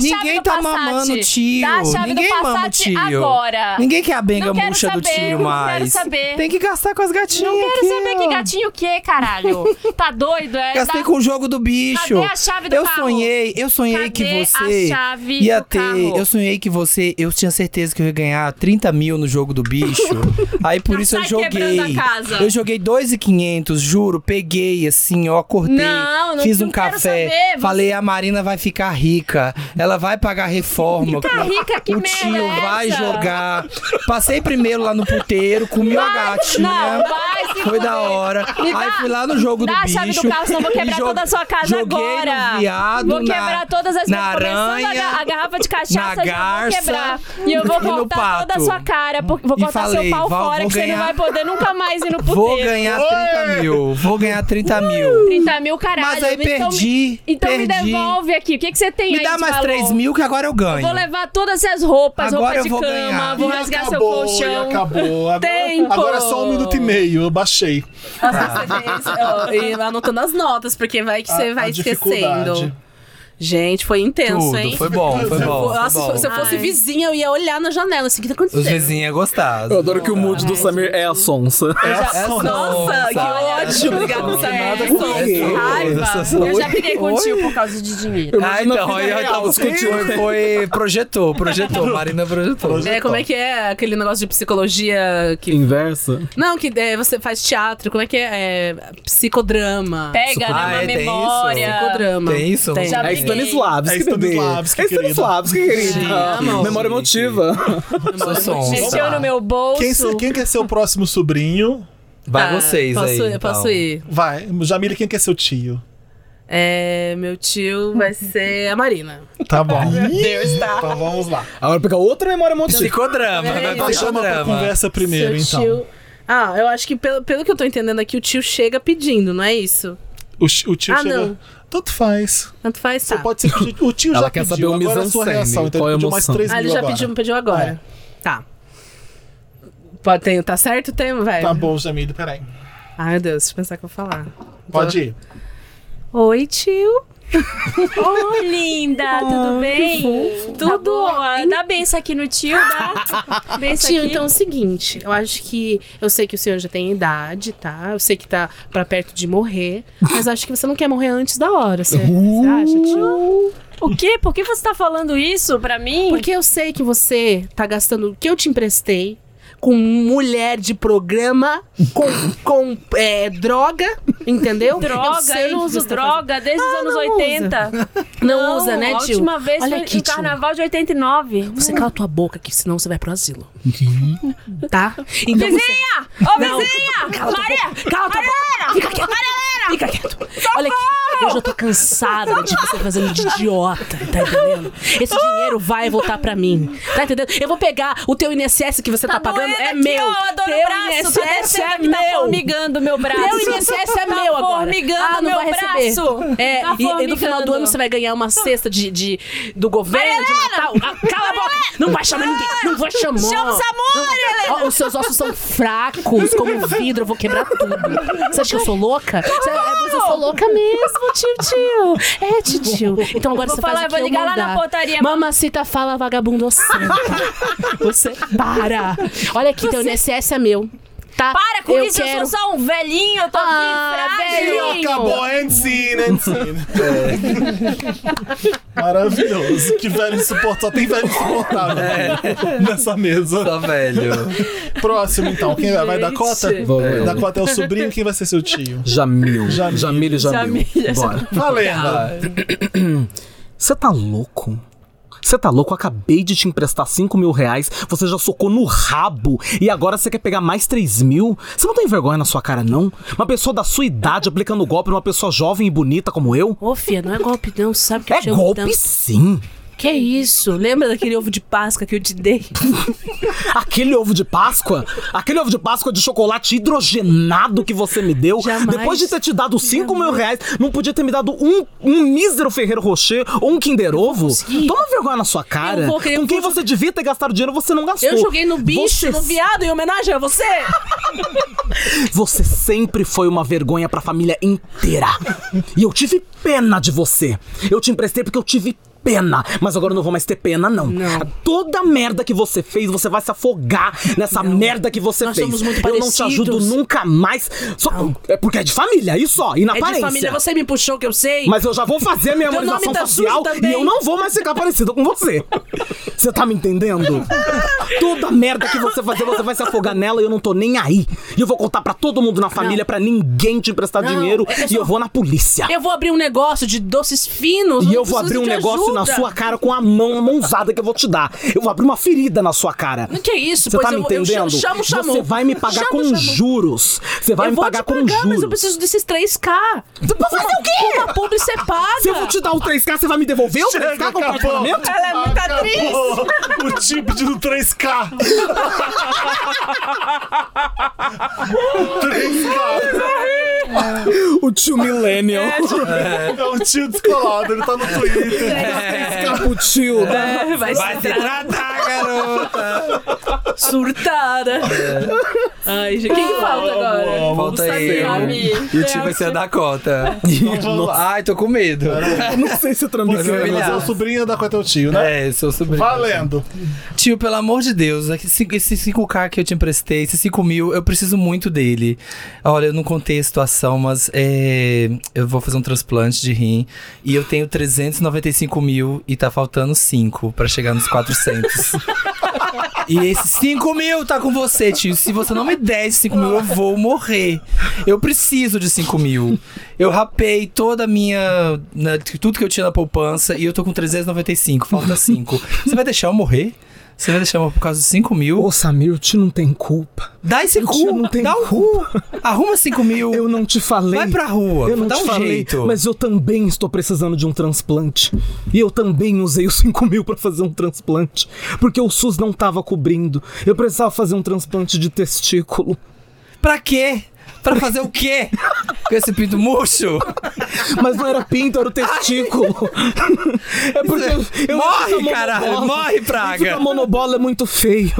Speaker 2: chave
Speaker 4: Ninguém
Speaker 2: do
Speaker 4: tá
Speaker 2: Passat.
Speaker 4: mamando o tio.
Speaker 2: Dá a chave do
Speaker 4: Ninguém mama o
Speaker 2: Passat
Speaker 4: tio.
Speaker 2: agora.
Speaker 4: Ninguém quer a benga
Speaker 2: Não quero
Speaker 4: murcha do
Speaker 2: saber,
Speaker 4: tio
Speaker 2: não
Speaker 4: mais.
Speaker 2: quero saber.
Speaker 4: Tem que gastar com as gatinhas.
Speaker 2: Não quero
Speaker 4: aqui,
Speaker 2: saber que
Speaker 4: ó.
Speaker 2: gatinho o quê, caralho? Tá doido, é?
Speaker 4: Gastei
Speaker 2: Dá-
Speaker 4: com o jogo do bicho.
Speaker 2: Cadê a chave do
Speaker 4: eu
Speaker 2: carro?
Speaker 4: sonhei, eu sonhei
Speaker 2: Cadê
Speaker 4: que
Speaker 2: a
Speaker 4: você
Speaker 2: chave
Speaker 4: ia
Speaker 2: do
Speaker 4: ter.
Speaker 2: carro?
Speaker 4: Eu sonhei que você. Eu tinha certeza que eu ia ganhar 30 mil no jogo do bicho. Aí por
Speaker 2: Não
Speaker 4: isso eu
Speaker 2: sai quebrando
Speaker 4: joguei.
Speaker 2: a casa.
Speaker 4: Eu joguei 2,500, juro. Peguei assim, eu acordei.
Speaker 2: Não, não-
Speaker 4: fiz um
Speaker 2: não quero
Speaker 4: café.
Speaker 2: saber, você-
Speaker 4: Falei, a Marina vai ficar rica. Ela vai pagar reforma.
Speaker 2: Tá rica, que
Speaker 4: o
Speaker 2: merda
Speaker 4: tio
Speaker 2: é
Speaker 4: vai
Speaker 2: essa?
Speaker 4: jogar. Passei primeiro lá no puteiro, comi a gatinha.
Speaker 2: não, vai se
Speaker 4: né? Foi da
Speaker 2: fuder.
Speaker 4: hora.
Speaker 2: Me dá-
Speaker 4: Aí fui lá no jogo
Speaker 2: Dá
Speaker 4: do
Speaker 2: a
Speaker 4: bicho.
Speaker 2: chave do carro, senão eu vou
Speaker 4: e
Speaker 2: quebrar
Speaker 4: jo-
Speaker 2: toda a sua casa
Speaker 4: joguei
Speaker 2: agora.
Speaker 4: No viado,
Speaker 2: vou
Speaker 4: na-
Speaker 2: quebrar todas as
Speaker 4: na
Speaker 2: começando a,
Speaker 4: aranha,
Speaker 2: ga- a garrafa de cachaça,
Speaker 4: na
Speaker 2: eu já vou
Speaker 4: garça
Speaker 2: quebrar. E eu vou
Speaker 4: e no
Speaker 2: cortar toda a
Speaker 4: pato.
Speaker 2: sua cara. por- Vou
Speaker 4: E
Speaker 2: cortar
Speaker 4: falei,
Speaker 2: seu pau
Speaker 4: "Val,
Speaker 2: fora,
Speaker 4: vou
Speaker 2: que você não vai
Speaker 4: ganhar-
Speaker 2: poder nunca mais ir no puteiro.
Speaker 4: Vou ganhar 30 mil. Vou ganhar 30 mil.
Speaker 2: 30 mil, caralho.
Speaker 4: Mas aí
Speaker 2: então,
Speaker 4: perdi,
Speaker 2: Me, então
Speaker 4: perdi.
Speaker 2: me devolve aqui. O que, que você tem
Speaker 4: Me
Speaker 2: aí
Speaker 4: dá
Speaker 2: de
Speaker 4: mais
Speaker 2: valor?
Speaker 4: 3 mil que agora eu ganho.
Speaker 2: Vou levar todas as roupas,
Speaker 4: Agora
Speaker 2: roupa
Speaker 4: eu
Speaker 2: de
Speaker 4: vou
Speaker 2: cama,
Speaker 4: ganhar.
Speaker 2: vou
Speaker 1: E
Speaker 2: rasgar
Speaker 1: acabou,
Speaker 2: seu
Speaker 1: e
Speaker 2: colchão.
Speaker 1: acabou. Agora,
Speaker 2: Tempo.
Speaker 1: agora é só um minuto e meio, eu baixei.
Speaker 6: As consequências. Ó, e anotando as notas, porque vai que
Speaker 1: A-
Speaker 6: você vai
Speaker 1: a dificuldade.
Speaker 6: esquecendo. Gente, foi intenso,
Speaker 4: Tudo.
Speaker 6: hein?
Speaker 4: Foi bom, foi bom. foi
Speaker 6: Nossa,
Speaker 4: bom.
Speaker 6: se eu fosse
Speaker 2: Ai.
Speaker 6: vizinha, eu ia olhar na janela. Assim, o que tá acontecendo?
Speaker 4: Os vizinhos é iam gostar.
Speaker 3: Eu adoro que o mood
Speaker 2: Ah,
Speaker 3: do Samir é a sonsa.
Speaker 1: É a sonsa.
Speaker 6: Nossa, que ótimo. Obrigada,
Speaker 4: nada
Speaker 6: Samir.
Speaker 4: com isso.
Speaker 6: Raiva.
Speaker 2: Eu já briguei com o tio por causa de dinheiro.
Speaker 4: Ah, então, aí eu tava foi, foi projetou, projetou, Marina projetou.
Speaker 6: É, como é que é aquele negócio de psicologia que.
Speaker 3: É Inversa.
Speaker 6: Não, que é, você faz teatro, como é que é? É, psicodrama.
Speaker 2: Pega
Speaker 4: Ah,
Speaker 2: na
Speaker 4: é, tem isso?
Speaker 2: memória.
Speaker 6: Psicodrama.
Speaker 4: Tem isso?
Speaker 6: Tem.
Speaker 2: Já
Speaker 3: É
Speaker 2: briguei.
Speaker 3: Stanislavski,
Speaker 1: É
Speaker 3: bebê.
Speaker 1: Stanislavski,
Speaker 3: É Stanislavski, querida.
Speaker 4: Gente.
Speaker 3: Memória emotiva.
Speaker 4: Sou
Speaker 2: Mexeu
Speaker 4: sonsa.
Speaker 2: no meu bolso.
Speaker 1: Quem, se- quem quer ser o próximo sobrinho?
Speaker 4: Vai
Speaker 6: Tá,
Speaker 4: vocês
Speaker 6: posso,
Speaker 4: aí.
Speaker 6: Eu
Speaker 4: então.
Speaker 6: posso ir.
Speaker 1: Vai. Jamile, quem quer ser o tio?
Speaker 6: É, meu tio vai ser a Marina.
Speaker 1: Tá bom. Deus tá. Então vamos lá.
Speaker 7: Agora pegar outra memória emotiva.
Speaker 4: Psicodrama, vai
Speaker 1: Vai chamar pra
Speaker 4: psicodrama.
Speaker 1: conversa primeiro,
Speaker 6: É Seu
Speaker 1: então.
Speaker 6: tio- Ah, eu acho que pelo, pelo que eu tô entendendo aqui, o tio chega pedindo, não é isso?
Speaker 1: O, chi- o tio
Speaker 6: Ah,
Speaker 1: chega.
Speaker 6: não.
Speaker 1: Tanto faz.
Speaker 6: Tanto faz, tá.
Speaker 1: Pode ser que o tio- o tio
Speaker 3: Ela
Speaker 1: já
Speaker 3: quer
Speaker 1: pediu,
Speaker 3: saber o
Speaker 1: agora é a sua
Speaker 3: mise-en-scène,
Speaker 1: reação. Então
Speaker 3: qual
Speaker 1: ele
Speaker 3: a
Speaker 1: pediu mais
Speaker 3: emoção.
Speaker 1: 3 mil
Speaker 6: Ah, ele já
Speaker 1: agora.
Speaker 6: pediu, pediu agora.
Speaker 4: É.
Speaker 6: Tá. Pode, tem, tá certo o tema, velho?
Speaker 1: Tá bom, Jamile, peraí.
Speaker 6: Ai, meu Deus, deixa eu pensar o que eu vou falar.
Speaker 1: Pode ir.
Speaker 6: Oi, tio.
Speaker 2: Ô, linda, tudo bem? Tá Tudo
Speaker 6: Tudo
Speaker 2: ó, Dá benção aqui no tio, dá. Benção
Speaker 6: Tio,
Speaker 2: aqui.
Speaker 6: então é o seguinte, eu acho que eu sei que o senhor já tem idade, tá? Eu sei que tá
Speaker 2: Uh!
Speaker 6: Tipo, pra perto de morrer, mas acho que você não quer morrer antes da hora, você, você acha, tio?
Speaker 2: O quê? Por que você tá falando isso pra mim?
Speaker 6: Porque eu sei que você tá gastando o que eu te emprestei com mulher de programa, com, com é, droga, entendeu?
Speaker 2: Droga, eu,
Speaker 6: sei
Speaker 2: não
Speaker 6: que
Speaker 2: uso
Speaker 6: você tá fazendo-
Speaker 2: droga desde os
Speaker 6: Ah,
Speaker 2: anos
Speaker 6: não
Speaker 2: 80.
Speaker 6: Não usa, né,
Speaker 2: A
Speaker 6: tio?
Speaker 2: última vez
Speaker 6: Olha
Speaker 2: foi
Speaker 6: aqui,
Speaker 2: no
Speaker 6: tio.
Speaker 2: carnaval de 89.
Speaker 6: Você cala tua boca que senão você vai pro asilo. tá? Então você...
Speaker 2: Vizinha! Ô,
Speaker 6: Não.
Speaker 2: vizinha!
Speaker 6: Cala tua
Speaker 2: Maria!
Speaker 6: boca. Cala tua boca. Fica quieto. Fica quieto. Olha aqui, eu já tô cansada de você fazendo de idiota, tá entendendo? Esse dinheiro vai voltar pra mim, tá entendendo? Eu vou pegar o teu INSS que você tá, pagando,
Speaker 2: doendo
Speaker 6: é
Speaker 2: aqui,
Speaker 6: meu.
Speaker 2: ó, a dor no
Speaker 6: teu
Speaker 2: braço, tá
Speaker 6: INSS
Speaker 2: descendo
Speaker 6: é
Speaker 2: aqui, tá
Speaker 6: meu.
Speaker 2: formigando meu braço.
Speaker 6: Teu INSS é meu
Speaker 2: tá
Speaker 6: agora.
Speaker 2: formigando
Speaker 6: ah, não
Speaker 2: meu
Speaker 6: vai receber.
Speaker 2: braço.
Speaker 6: É,
Speaker 2: Tá
Speaker 6: e, e no final do
Speaker 2: formigando.
Speaker 6: ano você vai ganhar uma cesta de, de- do governo, de Natal. Ah, cala a boca! Não vai chamar ninguém! Não vai chamar!
Speaker 2: Chama o Samori, Helena!
Speaker 6: Ó, os seus ossos são fracos, como um vidro, eu vou quebrar tudo. Você acha que eu sou louca? Você, é, você sou louca mesmo, tio, tio. É, tio, tio. Então agora
Speaker 2: Vou
Speaker 6: você
Speaker 2: falar,
Speaker 6: faz o
Speaker 2: vou
Speaker 6: que eu
Speaker 2: ligar lá na
Speaker 6: mandar.
Speaker 2: portaria.
Speaker 6: Mamacita fala, vagabundo, senta. Você para. Olha aqui, teu INSS é meu. Tá?
Speaker 2: Para com
Speaker 6: eu
Speaker 2: isso,
Speaker 6: quero...
Speaker 2: eu sou só um velhinho, eu tô
Speaker 6: Ah,
Speaker 2: aqui frágil.
Speaker 6: velhinho.
Speaker 1: Acabou, end scene, end scene.
Speaker 6: É.
Speaker 1: Maravilhoso. Que velho insuportável. Só tem velho insuportável
Speaker 3: É.
Speaker 1: nessa mesa.
Speaker 4: Só É, velho.
Speaker 1: Próximo, então. Quem vai? Vai Dakota?
Speaker 7: Vou eu.
Speaker 1: Dakota é o sobrinho. Quem vai ser seu tio?
Speaker 7: Jamil.
Speaker 1: Jamil.
Speaker 7: Jamil, Jamil.
Speaker 2: Jamil.
Speaker 7: Jamil. Bora.
Speaker 1: Valendo.
Speaker 7: Você tá louco? Você tá louco? Eu acabei de te emprestar 5 mil reais, você já socou no rabo e agora você quer pegar mais 3 mil? Você não tem vergonha na sua cara, não? Uma pessoa da sua idade aplicando golpe numa pessoa jovem e bonita como eu?
Speaker 6: Ô, Fia, não é golpe, não. Você sabe que eu
Speaker 7: É
Speaker 6: te amo
Speaker 7: golpe
Speaker 6: tanto.
Speaker 7: sim!
Speaker 6: Que isso? Lembra daquele ovo de Páscoa que eu te dei?
Speaker 7: Aquele ovo de Páscoa, aquele ovo de Páscoa de chocolate hidrogenado que você me deu,
Speaker 6: Jamais.
Speaker 7: depois de ter te dado 5 mil reais, não podia ter me dado um, um mísero Ferreiro Rocher ou um Kinder Ovo?
Speaker 6: conseguir.
Speaker 7: Toma vergonha na sua cara.
Speaker 6: Eu vou, eu
Speaker 7: Com quem
Speaker 6: vou
Speaker 7: você devia ter gastado dinheiro, você não gastou.
Speaker 6: Eu joguei no bicho,
Speaker 7: Você
Speaker 6: no viado, em homenagem a você. É
Speaker 7: Você sempre foi uma vergonha pra família inteira. E eu tive pena de você. Eu te emprestei porque eu tive pena, mas agora eu não vou mais ter pena não. Toda merda que você fez, você vai se afogar nessa merda que você
Speaker 6: Nós
Speaker 7: fez.
Speaker 6: somos muito
Speaker 7: eu não te
Speaker 6: parecidos.
Speaker 7: ajudo nunca mais. Só é porque é de família, isso só, e na
Speaker 6: É de
Speaker 7: aparência.
Speaker 6: família, você me puxou, que eu sei.
Speaker 7: Mas eu já vou fazer a minha
Speaker 6: Teu nome
Speaker 7: harmonização
Speaker 6: tá sujo
Speaker 7: facial
Speaker 6: também.
Speaker 7: e eu não vou mais ficar parecido com você. Você tá me entendendo? Toda merda que você fazer, você vai se afogar nela e eu não tô nem aí. E eu vou contar pra todo mundo na família, pra ninguém te emprestar
Speaker 6: Não,
Speaker 7: dinheiro
Speaker 6: eu
Speaker 7: e eu vou na polícia.
Speaker 6: Eu vou abrir um negócio de doces finos.
Speaker 7: E
Speaker 6: não
Speaker 7: eu vou abrir
Speaker 6: preciso
Speaker 7: um
Speaker 6: de
Speaker 7: negócio
Speaker 6: ajuda.
Speaker 7: na sua cara com a mão, a mãozada que eu vou te dar. Eu vou abrir uma ferida na sua cara.
Speaker 6: Não, Que isso?
Speaker 7: Você
Speaker 6: pois
Speaker 7: tá me
Speaker 6: eu, eu
Speaker 7: entendendo?
Speaker 6: chamo, chamo.
Speaker 7: Você vai me pagar
Speaker 6: Chamo,
Speaker 7: com
Speaker 6: chamo.
Speaker 7: juros. Você vai
Speaker 6: eu
Speaker 7: me
Speaker 6: vou
Speaker 7: pagar
Speaker 6: te pagar,
Speaker 7: com
Speaker 6: mas eu
Speaker 7: juros.
Speaker 6: preciso desses 3K.
Speaker 7: Você vai fazer o quê?
Speaker 6: Uma publi você paga.
Speaker 7: Se eu vou te dar o 3K, você vai me devolver o 3K com o parcelamento?
Speaker 1: Ela é muito atriz. O tipo de do 3K. 3K.
Speaker 7: O tio Millennial.
Speaker 1: É um tio descolado. Ele tá no Twitter.
Speaker 4: É.
Speaker 7: O tio. né?
Speaker 6: É, vai,
Speaker 4: Vai se
Speaker 6: ser
Speaker 4: tratar, garota!
Speaker 6: surtada. Ai, gente. Quem que falta agora?
Speaker 4: Volta É. aí.
Speaker 2: Samir.
Speaker 4: E o time vai ser a Dakota. Ai, tô com medo.
Speaker 7: Eu Não sei se eu
Speaker 4: Você
Speaker 1: Mas é o
Speaker 4: humilhar.
Speaker 1: sobrinho da Quatro Tio, né?
Speaker 4: É, sou sobrinho.
Speaker 1: Valendo.
Speaker 4: Tio, pelo amor de Deus, é que esse esse 5K que eu te emprestei, esses 5 mil, eu preciso muito dele. Olha, eu não contei a situação, mas é, eu vou fazer um transplante de rim e eu tenho 395 mil e tá faltando 5 pra chegar nos 400. E esses 5 mil tá com você, tio. Se você não me der esses 5 mil, eu vou morrer. Eu preciso de 5 mil. Eu rapei toda a minha. na- tudo que eu tinha na poupança e eu tô com 395, falta 5. Você vai deixar eu morrer? Você vai deixar eu morrer por causa de 5 mil?
Speaker 7: Ô, Samir, o tio não tem culpa.
Speaker 4: Dá esse
Speaker 7: O tio
Speaker 4: cu!
Speaker 7: não tem
Speaker 4: Dá o cu!
Speaker 7: culpa.
Speaker 4: Arruma 5 mil!
Speaker 7: Eu não te falei.
Speaker 4: Vai pra rua,
Speaker 7: Eu não
Speaker 4: dá
Speaker 7: te
Speaker 4: um
Speaker 7: falei,
Speaker 4: jeito.
Speaker 7: Mas eu também estou precisando de um transplante. E eu também usei os 5 mil pra fazer um transplante. Porque o SUS não tava cobrindo. Eu precisava fazer um transplante de testículo.
Speaker 4: Pra quê? Pra fazer o quê? Com esse pinto murcho?
Speaker 7: Mas não era pinto, era o testículo. é porque eu, eu
Speaker 4: Morre,
Speaker 7: fico com a
Speaker 4: caralho,
Speaker 7: monobola.
Speaker 4: morre, praga.
Speaker 7: Eu fico com A monobola é muito feio.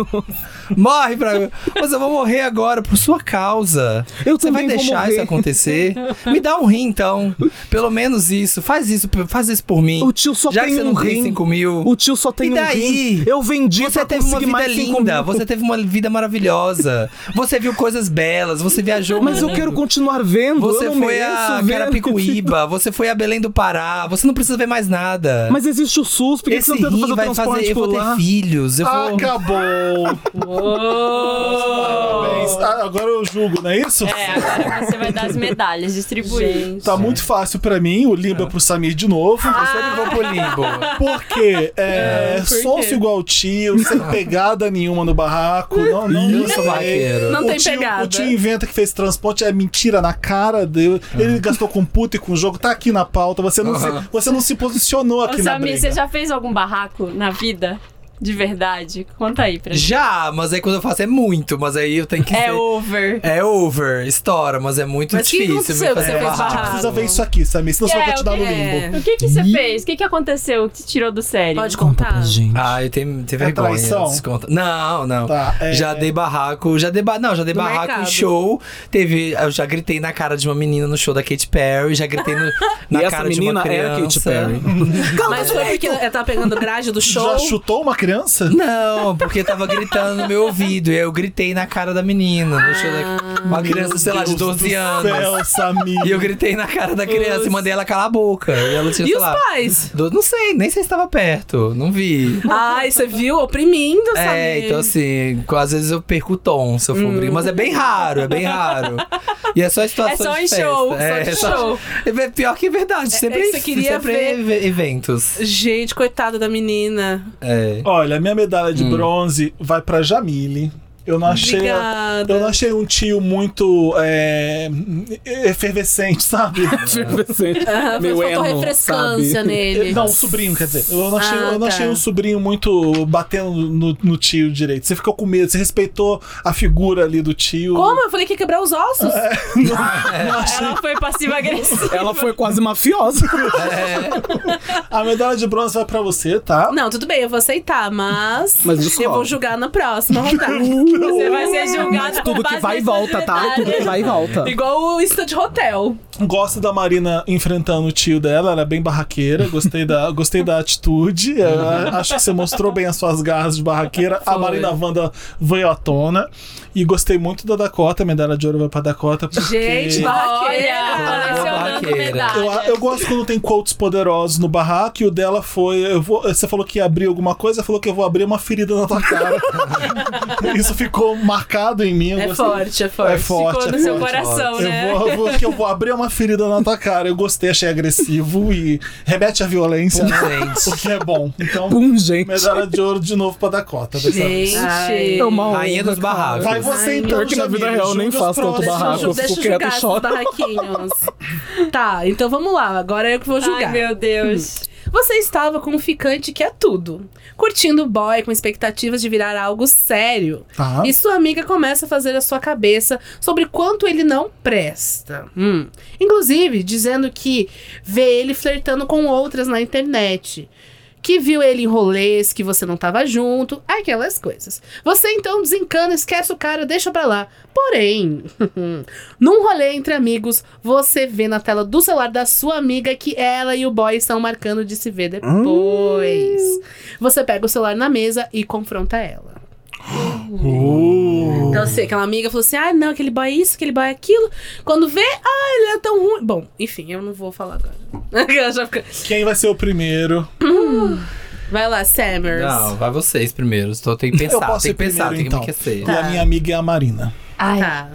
Speaker 4: Morre pra mim. Mas eu vou morrer agora por sua causa.
Speaker 7: Eu
Speaker 4: Você vai
Speaker 7: também vou
Speaker 4: deixar
Speaker 7: morrer.
Speaker 4: isso acontecer? Me dá um rim, então. Pelo menos isso. Faz isso, faz isso por mim.
Speaker 7: O tio só
Speaker 4: Já
Speaker 7: tem
Speaker 4: que você
Speaker 7: um
Speaker 4: não tem
Speaker 7: rim.
Speaker 4: 5 mil.
Speaker 7: O tio só tem
Speaker 4: E daí?
Speaker 7: um rim. Eu vendi
Speaker 4: Você
Speaker 7: pra
Speaker 4: teve uma
Speaker 7: conseguir
Speaker 4: vida
Speaker 7: mais cinco
Speaker 4: linda,
Speaker 7: mil.
Speaker 4: você teve uma vida maravilhosa. Você viu coisas belas, você viajou.
Speaker 7: Mas
Speaker 4: o
Speaker 7: eu
Speaker 4: mundo.
Speaker 7: quero um continuar vendo.
Speaker 4: Você Você
Speaker 7: não
Speaker 4: foi
Speaker 7: mereço
Speaker 4: a
Speaker 7: ver-
Speaker 4: Carapicuíba, você foi a Belém do Pará, você não precisa ver mais nada.
Speaker 7: Mas existe o SUS, por que que
Speaker 4: Esse
Speaker 7: você não tenta
Speaker 4: rim
Speaker 7: fazer o
Speaker 4: vai
Speaker 7: transporte
Speaker 4: fazer, eu
Speaker 7: por
Speaker 4: vou
Speaker 7: lá?
Speaker 4: ter filhos, eu
Speaker 1: Ah,
Speaker 4: vou...
Speaker 1: Acabou!
Speaker 2: Uou!
Speaker 1: Parabéns. Ah, agora eu julgo, não é isso?
Speaker 2: É, agora você vai dar as medalhas, distribuir.
Speaker 1: Tá muito fácil pra mim, o Limba pro Samir de novo.
Speaker 4: Eu sempre vou pro limbo.
Speaker 1: Porque é, sócio igual o tio, sem pegada nenhuma no barraco. Não, não,
Speaker 4: Eu
Speaker 1: não
Speaker 4: sou
Speaker 1: sei.
Speaker 4: barraqueiro.
Speaker 6: Não
Speaker 1: o
Speaker 6: tem
Speaker 1: tio,
Speaker 6: pegada.
Speaker 1: O tio inventa que fez transporte, é mentira na cara dele. Ele gastou com puta e com jogo, tá aqui na pauta. Você não, se, você não se posicionou
Speaker 2: Ô,
Speaker 1: aqui na
Speaker 2: Samir,
Speaker 1: briga.
Speaker 2: você já fez algum barraco na vida? De verdade? Conta aí pra gente.
Speaker 4: Já, mas aí quando eu faço é muito, mas aí eu tenho que
Speaker 2: É
Speaker 4: ser-
Speaker 2: over.
Speaker 4: É over, estoura, mas é muito
Speaker 6: Mas o que
Speaker 4: difícil.
Speaker 6: aconteceu que
Speaker 4: fazer
Speaker 6: você fez
Speaker 4: barraco.
Speaker 6: barraco?
Speaker 1: É, Precisa ver isso aqui, Samir, senão
Speaker 2: É,
Speaker 1: só vou te dar
Speaker 2: o
Speaker 1: no
Speaker 2: que-
Speaker 1: limbo.
Speaker 2: O que que você fez? O que que aconteceu que te tirou do sério?
Speaker 6: Pode contar?
Speaker 7: Gente.
Speaker 4: Ah, eu tenho,
Speaker 1: Então,
Speaker 4: tenho vergonha.
Speaker 1: traição?
Speaker 4: se conta. Não, não.
Speaker 1: é um- Tá, é-
Speaker 4: Já dei barraco. Já dei ba... Não, já dei
Speaker 6: No
Speaker 4: barraco em
Speaker 6: mercado.
Speaker 4: show. Teve. Eu já gritei na cara de uma menina no show da Katy Perry. Já gritei no, na
Speaker 7: E essa
Speaker 4: cara
Speaker 7: menina
Speaker 4: de
Speaker 1: é
Speaker 4: uma
Speaker 7: era
Speaker 4: criança.
Speaker 7: Katy Perry.
Speaker 6: Mas foi porque ela tá pegando grade do show.
Speaker 1: Já chutou uma criança?
Speaker 4: Não, porque tava gritando no meu ouvido. E aí eu gritei na cara da menina. No show
Speaker 6: Ah.
Speaker 4: da... Uma criança, sei lá, de
Speaker 1: Deus
Speaker 4: 12
Speaker 1: do
Speaker 4: anos.
Speaker 1: Céu, Samir.
Speaker 4: E eu gritei na cara da criança e mandei ela calar a boca. E ela tinha,
Speaker 6: E
Speaker 4: sei
Speaker 6: os
Speaker 4: lá,
Speaker 6: pais?
Speaker 4: do- Não sei, nem sei se tava perto. Não vi.
Speaker 6: Ai, você viu? Oprimindo, sabe?
Speaker 4: É, então assim, co- às vezes eu perco o tom se eu for brigar, mas é bem raro, é bem raro. E é só
Speaker 2: É
Speaker 4: situações
Speaker 2: só em
Speaker 4: de festa.
Speaker 2: show, só de
Speaker 4: é
Speaker 2: show.
Speaker 4: É pior que é verdade, sempre,
Speaker 6: é que você queria
Speaker 4: sempre
Speaker 6: ver.
Speaker 4: eve- eventos.
Speaker 6: Gente, coitada da menina.
Speaker 4: É.
Speaker 1: Olha, minha medalha de bronze vai pra Jamile. Eu não achei.
Speaker 6: Obrigada.
Speaker 1: Eu não achei um tio muito é, efervescente, sabe?
Speaker 7: Meu
Speaker 6: Faltou
Speaker 7: eno,
Speaker 2: né?
Speaker 6: refrescância
Speaker 7: sabe?
Speaker 6: nele.
Speaker 1: Não, um sobrinho, quer dizer. Eu não achei,
Speaker 6: Ah,
Speaker 1: eu não
Speaker 6: tá.
Speaker 1: achei um sobrinho muito batendo no, no tio direito. Você ficou com medo, você respeitou a figura ali do tio.
Speaker 6: Como? Eu falei que ia quebrar os ossos.
Speaker 7: É,
Speaker 2: Ela foi passiva-agressiva.
Speaker 7: Ela foi quase mafiosa.
Speaker 1: A medalha de bronze vai pra você, tá?
Speaker 6: Não, tudo bem, eu vou aceitar, mas,
Speaker 7: Mas descobre.
Speaker 6: eu vou julgar na próxima rodada.
Speaker 2: Você vai ser julgado
Speaker 7: Mas tudo
Speaker 2: com
Speaker 7: que
Speaker 2: base
Speaker 7: vai e
Speaker 2: nessas
Speaker 7: volta, tá? Tudo que
Speaker 2: medalhas.
Speaker 7: vai e volta.
Speaker 6: Igual o Instant Hotel.
Speaker 1: Gosto da Marina enfrentando o tio dela, ela é bem barraqueira. Gostei da, gostei da atitude. é,
Speaker 6: Uhum.
Speaker 1: acho que você mostrou bem as suas garras de barraqueira. A Marina Wanda veio à tona. E gostei muito da Dakota, a medalha de ouro vai pra Dakota. Porque...
Speaker 6: Gente, barraqueira.
Speaker 2: Olha, colecionando
Speaker 4: Barraqueira.
Speaker 1: Eu,
Speaker 2: medalhas.
Speaker 1: eu gosto quando tem quotes poderosos no barraco e o dela foi. eu vou- você falou que ia abrir alguma coisa, falou que eu vou abrir uma ferida na tua cara. Isso ficou marcado em mim. eu
Speaker 6: É
Speaker 1: gostei.
Speaker 6: forte, é forte.
Speaker 1: É forte.
Speaker 2: Ficou
Speaker 1: é
Speaker 2: no seu
Speaker 1: forte.
Speaker 2: coração, né?
Speaker 1: Eu vou, eu vou- que eu vou abrir uma ferida na tua cara. Eu gostei, achei agressivo e remete à violência, né?
Speaker 4: Pungente.
Speaker 1: O que é bom. Então,
Speaker 7: Pum, gente.
Speaker 1: medalha de ouro de novo pra Dakota. dessa vez.
Speaker 6: Gente.
Speaker 2: Ai.
Speaker 7: É uma
Speaker 4: Rainha
Speaker 7: honra,
Speaker 4: dos
Speaker 7: cara.
Speaker 4: barracos.
Speaker 1: Vai você então,
Speaker 7: pior que na vida
Speaker 1: Jamile,
Speaker 7: real eu nem
Speaker 1: julga
Speaker 7: faço
Speaker 1: os próximos.
Speaker 7: tanto barraco. eu
Speaker 6: Deixa
Speaker 7: fico
Speaker 6: eu
Speaker 2: é
Speaker 7: quieto e
Speaker 6: julgar esses
Speaker 7: choro.
Speaker 6: barraquinhos. tá, então vamos lá. Agora eu que vou julgar.
Speaker 2: Ai, meu Deus.
Speaker 6: Você estava com um ficante que é tudo. Curtindo o boy com expectativas de virar algo sério.
Speaker 1: Tá.
Speaker 6: E sua amiga começa a fazer a sua cabeça sobre quanto ele não presta. Hum. Inclusive, dizendo que vê ele flertando com outras na internet. Que viu ele em rolês, que você não tava junto, aquelas coisas. Você então desencana, esquece o cara, deixa pra lá. Porém, num rolê entre amigos, você vê na tela do celular da sua amiga que ela e o boy estão marcando de se ver depois. Você pega o celular na mesa e confronta ela. Então, assim, aquela amiga falou assim: ah, não, aquele boy é isso, aquele boy é aquilo. Quando vê, ah, ele é tão ruim. Bom, enfim, eu não vou falar agora. Ela já fica-
Speaker 1: Quem vai ser o primeiro?
Speaker 6: Vai lá, Samers.
Speaker 4: Não, vai vocês primeiro. Só tem que pensar,
Speaker 1: eu posso
Speaker 4: tem
Speaker 1: ir
Speaker 4: que pensar,
Speaker 1: primeiro,
Speaker 4: tem que
Speaker 1: então.
Speaker 4: me aquecer.
Speaker 1: E a minha amiga é a Marina.
Speaker 2: Ai,
Speaker 6: Tá.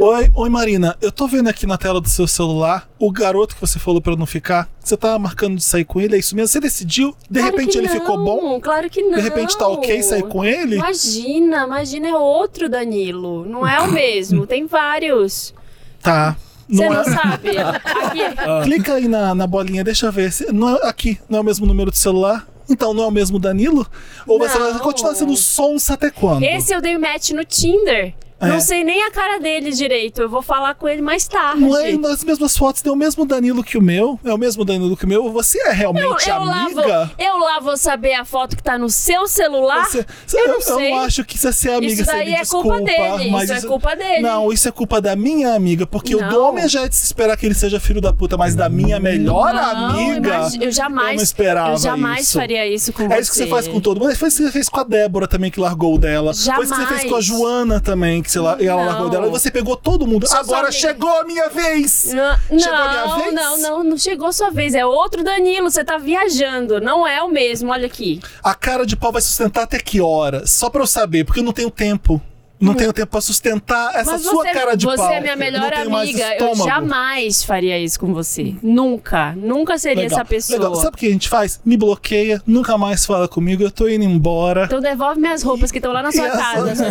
Speaker 1: Oi, oi Marina, eu tô vendo aqui na tela do seu celular o garoto que você falou pra não ficar. Você tá marcando de sair com ele, é isso mesmo? Você decidiu? De
Speaker 2: claro
Speaker 1: repente
Speaker 2: que
Speaker 1: ele
Speaker 2: não,
Speaker 1: ficou bom?
Speaker 2: Claro que não.
Speaker 1: De repente tá ok sair com ele?
Speaker 2: Imagina, imagina, é outro Danilo. Não é o mesmo, tem vários.
Speaker 1: Tá.
Speaker 2: Você
Speaker 1: Não
Speaker 2: não,
Speaker 1: é... Tá
Speaker 2: sabe. Aqui,
Speaker 1: Clica aí na, na bolinha, deixa eu ver. Se- Não é, aqui, não é o mesmo número do celular? Então não é o mesmo Danilo? Ou você vai
Speaker 2: Não. É,
Speaker 1: continuar sendo sonsa até quando?
Speaker 2: esse eu dei match no Tinder.
Speaker 1: É.
Speaker 2: Não sei nem a cara dele direito. Eu vou falar com ele mais tarde.
Speaker 1: Não é nas mesmas fotos, tem o mesmo Danilo que o meu. É o mesmo Danilo que o meu. Você é
Speaker 2: eu,
Speaker 1: realmente
Speaker 2: eu lá vou,
Speaker 1: amiga?
Speaker 2: eu lá vou saber a foto que tá no seu celular.
Speaker 1: Você- é você-
Speaker 2: Ah, eu não
Speaker 1: eu,
Speaker 2: sei.
Speaker 1: acho que se você é amiga,
Speaker 2: Isso
Speaker 1: você
Speaker 2: daí
Speaker 1: me
Speaker 2: é
Speaker 1: desculpa,
Speaker 2: culpa dele.
Speaker 1: mas
Speaker 2: Isso é culpa dele.
Speaker 1: Não, isso é culpa da minha amiga, porque
Speaker 2: Não.
Speaker 1: o do homem já é de se esperar que ele seja filho da puta, mas da minha melhor
Speaker 2: Não,
Speaker 1: amiga.
Speaker 2: imagi- eu jamais,
Speaker 1: eu não esperava
Speaker 2: eu jamais
Speaker 1: isso.
Speaker 2: faria isso com você.
Speaker 1: É isso que você faz com todo mundo. Foi isso que você fez com a Débora também, que largou o dela. Foi isso que você
Speaker 2: Jamais.
Speaker 1: fez com a Joana também, link, sei lá, e ela
Speaker 2: Não.
Speaker 1: largou dela e você pegou todo mundo.
Speaker 2: Só
Speaker 1: Agora
Speaker 2: somente.
Speaker 1: chegou a minha vez!
Speaker 2: Não,
Speaker 1: Chegou a minha
Speaker 2: não,
Speaker 1: vez?
Speaker 2: não, não, não chegou a sua vez. É outro Danilo, você tá viajando. Não é o mesmo, olha aqui.
Speaker 1: A cara de pau vai sustentar até que hora? Só pra eu saber, porque eu não tenho tempo. Não tenho tempo pra sustentar essa
Speaker 2: Mas
Speaker 1: sua
Speaker 2: você,
Speaker 1: cara de
Speaker 2: você
Speaker 1: pau.
Speaker 2: é minha
Speaker 1: Eu
Speaker 2: melhor
Speaker 1: não tenho mais
Speaker 2: amiga. Eu
Speaker 1: estômago.
Speaker 2: jamais faria isso com você. Nunca. Nunca seria
Speaker 1: Legal,
Speaker 2: essa pessoa.
Speaker 1: legal. Sabe o que a gente faz? Me bloqueia, nunca mais fala comigo, eu tô indo embora.
Speaker 2: Então devolve minhas roupas que estão lá na sua
Speaker 1: Yes.
Speaker 2: casa, sua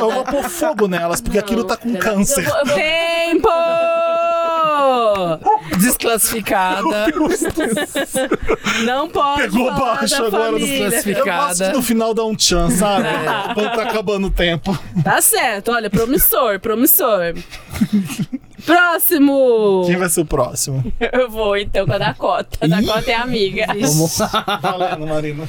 Speaker 1: Não, eu um vou pôr fogo nelas, porque aquilo tá com
Speaker 2: Não,
Speaker 1: câncer.
Speaker 2: Eu vou, eu vou-
Speaker 6: Tempo!
Speaker 4: Desclassificada.
Speaker 6: Não pode
Speaker 1: Pegou
Speaker 6: falar
Speaker 1: baixo
Speaker 6: da
Speaker 1: agora dos
Speaker 6: família.
Speaker 1: Eu gosto que no final dá um tchan, sabe? Quando tá acabando o tempo.
Speaker 6: Tá certo, olha, promissor, promissor. Próximo!
Speaker 1: Quem vai ser o próximo?
Speaker 2: eu vou então com a Dakota. A Dakota é amiga.
Speaker 1: Valendo, Marina.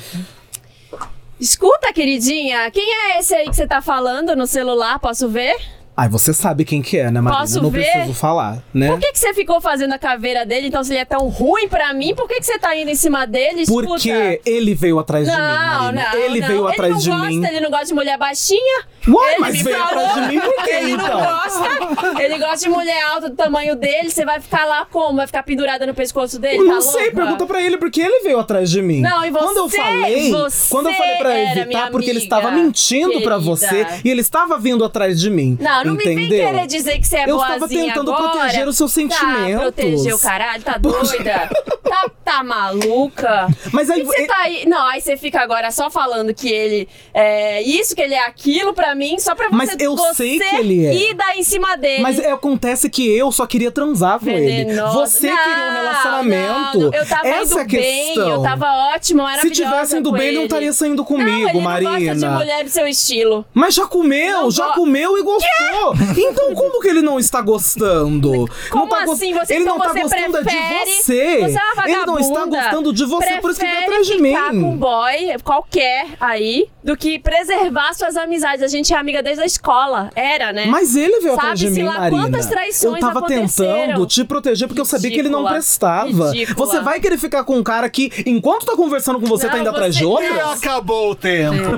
Speaker 2: Escuta, queridinha, quem é esse aí que você tá falando no celular? Posso ver?
Speaker 7: Ai, você sabe quem que é, né, Marina?
Speaker 2: Posso
Speaker 7: não
Speaker 2: ver?
Speaker 7: preciso falar, né?
Speaker 2: Por que, que você ficou fazendo a caveira dele? Então, se ele é tão ruim pra mim, por que, que você tá indo em cima dele? Escuta.
Speaker 7: Porque ele veio atrás de mim,
Speaker 2: Não,
Speaker 7: Marina.
Speaker 2: não.
Speaker 7: ele
Speaker 2: não.
Speaker 7: veio atrás
Speaker 2: não
Speaker 7: de
Speaker 2: gosta,
Speaker 7: mim.
Speaker 2: Ele não gosta de mulher baixinha?
Speaker 7: Uai,
Speaker 2: Ele
Speaker 7: mas
Speaker 2: me
Speaker 7: veio
Speaker 2: falou.
Speaker 7: atrás de mim por quê,
Speaker 2: Ele não
Speaker 7: então?
Speaker 2: gosta. Ele gosta de mulher alta do tamanho dele. Você vai ficar lá como? Vai ficar pendurada no pescoço dele?
Speaker 7: Eu
Speaker 2: tá
Speaker 7: não sei,
Speaker 2: louca?
Speaker 7: pergunta pra ele porque ele veio atrás de mim.
Speaker 2: Não, e você-
Speaker 7: quando eu falei,
Speaker 2: você
Speaker 7: quando eu falei pra
Speaker 2: era
Speaker 7: evitar
Speaker 2: minha
Speaker 7: porque ele
Speaker 2: amiga,
Speaker 7: estava mentindo pra você
Speaker 2: querida.
Speaker 7: e ele estava vindo atrás de mim.
Speaker 2: Não, não
Speaker 7: entendeu?
Speaker 2: me vem querer dizer que você é
Speaker 7: Eu
Speaker 2: boazinha
Speaker 7: estava tentando
Speaker 2: agora.
Speaker 7: proteger os seus
Speaker 2: Tá,
Speaker 7: sentimentos.
Speaker 2: proteger o caralho, tá doida? tá, tá maluca?
Speaker 7: Mas aí é,
Speaker 2: E você
Speaker 7: ele-
Speaker 2: tá aí... Não, aí você fica agora só falando que ele é isso, que ele é aquilo pra mim, só pra você...
Speaker 7: Mas eu
Speaker 2: você
Speaker 7: sei que ele é.
Speaker 2: E dar em cima dele.
Speaker 7: Mas é, acontece que eu só queria transar com ele.
Speaker 2: Venenosa.
Speaker 7: Você
Speaker 2: Não,
Speaker 7: queria um relacionamento.
Speaker 2: não, eu tava
Speaker 7: Essa
Speaker 2: indo
Speaker 7: é a questão.
Speaker 2: bem, eu tava ótima,
Speaker 7: Se
Speaker 2: maravilhosa
Speaker 7: tivessem do
Speaker 2: com
Speaker 7: bem,
Speaker 2: ele.
Speaker 7: não estaria saindo
Speaker 2: Não,
Speaker 7: comigo,
Speaker 2: ele
Speaker 7: Marina.
Speaker 2: Não gosta de mulher do seu estilo.
Speaker 7: Mas já comeu,
Speaker 2: Não
Speaker 7: já
Speaker 2: go-
Speaker 7: comeu e gostou. Então como que ele não está gostando?
Speaker 2: Como
Speaker 7: não tá gos-
Speaker 2: assim? Você,
Speaker 7: ele
Speaker 2: então
Speaker 7: não tá
Speaker 2: você
Speaker 7: gostando é
Speaker 2: prefere...
Speaker 7: de você.
Speaker 2: Você é uma vagabunda.
Speaker 7: ele não está gostando de você, por isso que veio
Speaker 2: Prefere
Speaker 7: atrás de
Speaker 2: ficar com um
Speaker 7: mim.
Speaker 2: boy qualquer aí do que preservar suas amizades. A gente é amiga desde a escola. Era, né?
Speaker 7: Mas ele veio atrás de
Speaker 2: Sabe-se
Speaker 7: mim,
Speaker 2: lá
Speaker 7: Marina.
Speaker 2: quantas traições
Speaker 7: eu tava
Speaker 2: aconteceram.
Speaker 7: tentando te proteger porque eu sabia que ele não
Speaker 2: Ridícula.
Speaker 7: prestava.
Speaker 2: Ridícula.
Speaker 7: Você vai querer ficar com um cara que, enquanto tá conversando com você,
Speaker 2: Não,
Speaker 7: tá indo atrás
Speaker 2: você-
Speaker 7: de
Speaker 1: E
Speaker 7: outra?
Speaker 1: acabou o tempo.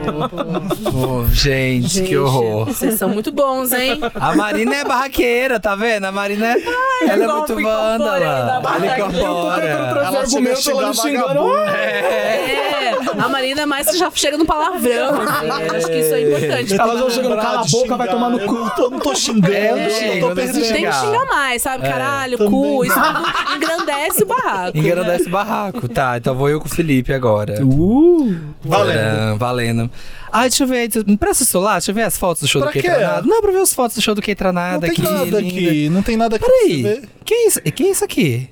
Speaker 4: Pô, Oh, gente, que horror.
Speaker 6: Vocês são muito bons, hein?
Speaker 4: A Marina é barraqueira, tá vendo? A Marina é. Ela é muito
Speaker 6: golpe incorporando a
Speaker 4: vândala. Ela
Speaker 6: barraqueira.
Speaker 4: incorpora.
Speaker 1: Ela chega a
Speaker 7: argumento, ela
Speaker 1: xingar
Speaker 7: me xingando.
Speaker 1: vagabundo.
Speaker 6: É, a Marina é mais que já chega no palavrão. assim. Acho que isso é importante.
Speaker 7: Ela já chegou no
Speaker 1: Lembrar
Speaker 7: cala a
Speaker 1: de
Speaker 7: boca, vai
Speaker 1: xingar.
Speaker 7: tomar no
Speaker 1: Eu
Speaker 7: cu.
Speaker 1: não tô- Eu não tô xingando,
Speaker 4: tá É, eu não
Speaker 1: eu
Speaker 4: xingo,
Speaker 1: não tô
Speaker 4: eu não
Speaker 1: perdendo.
Speaker 4: xingo.
Speaker 6: né? Tem que xingar mais, sabe? Caralho, cu,
Speaker 1: também.
Speaker 6: isso tudo engrandece o barraco.
Speaker 4: Engrandece o barraco. Tá, então vou eu com o Felipe agora.
Speaker 1: Uh. Valendo.
Speaker 4: Tcharam, valendo. Ai, deixa eu ver. Me empresta o celular, deixa eu ver as fotos do show
Speaker 1: Pra
Speaker 4: do
Speaker 1: quê?
Speaker 4: Queitranada. Não, pra ver as fotos do show do
Speaker 1: Não
Speaker 4: Queitranada
Speaker 1: tem
Speaker 4: aqui.
Speaker 1: nada
Speaker 4: linda.
Speaker 1: aqui, não tem nada aqui pra você
Speaker 4: Peraí,
Speaker 1: ver.
Speaker 4: que é isso? Que é isso aqui?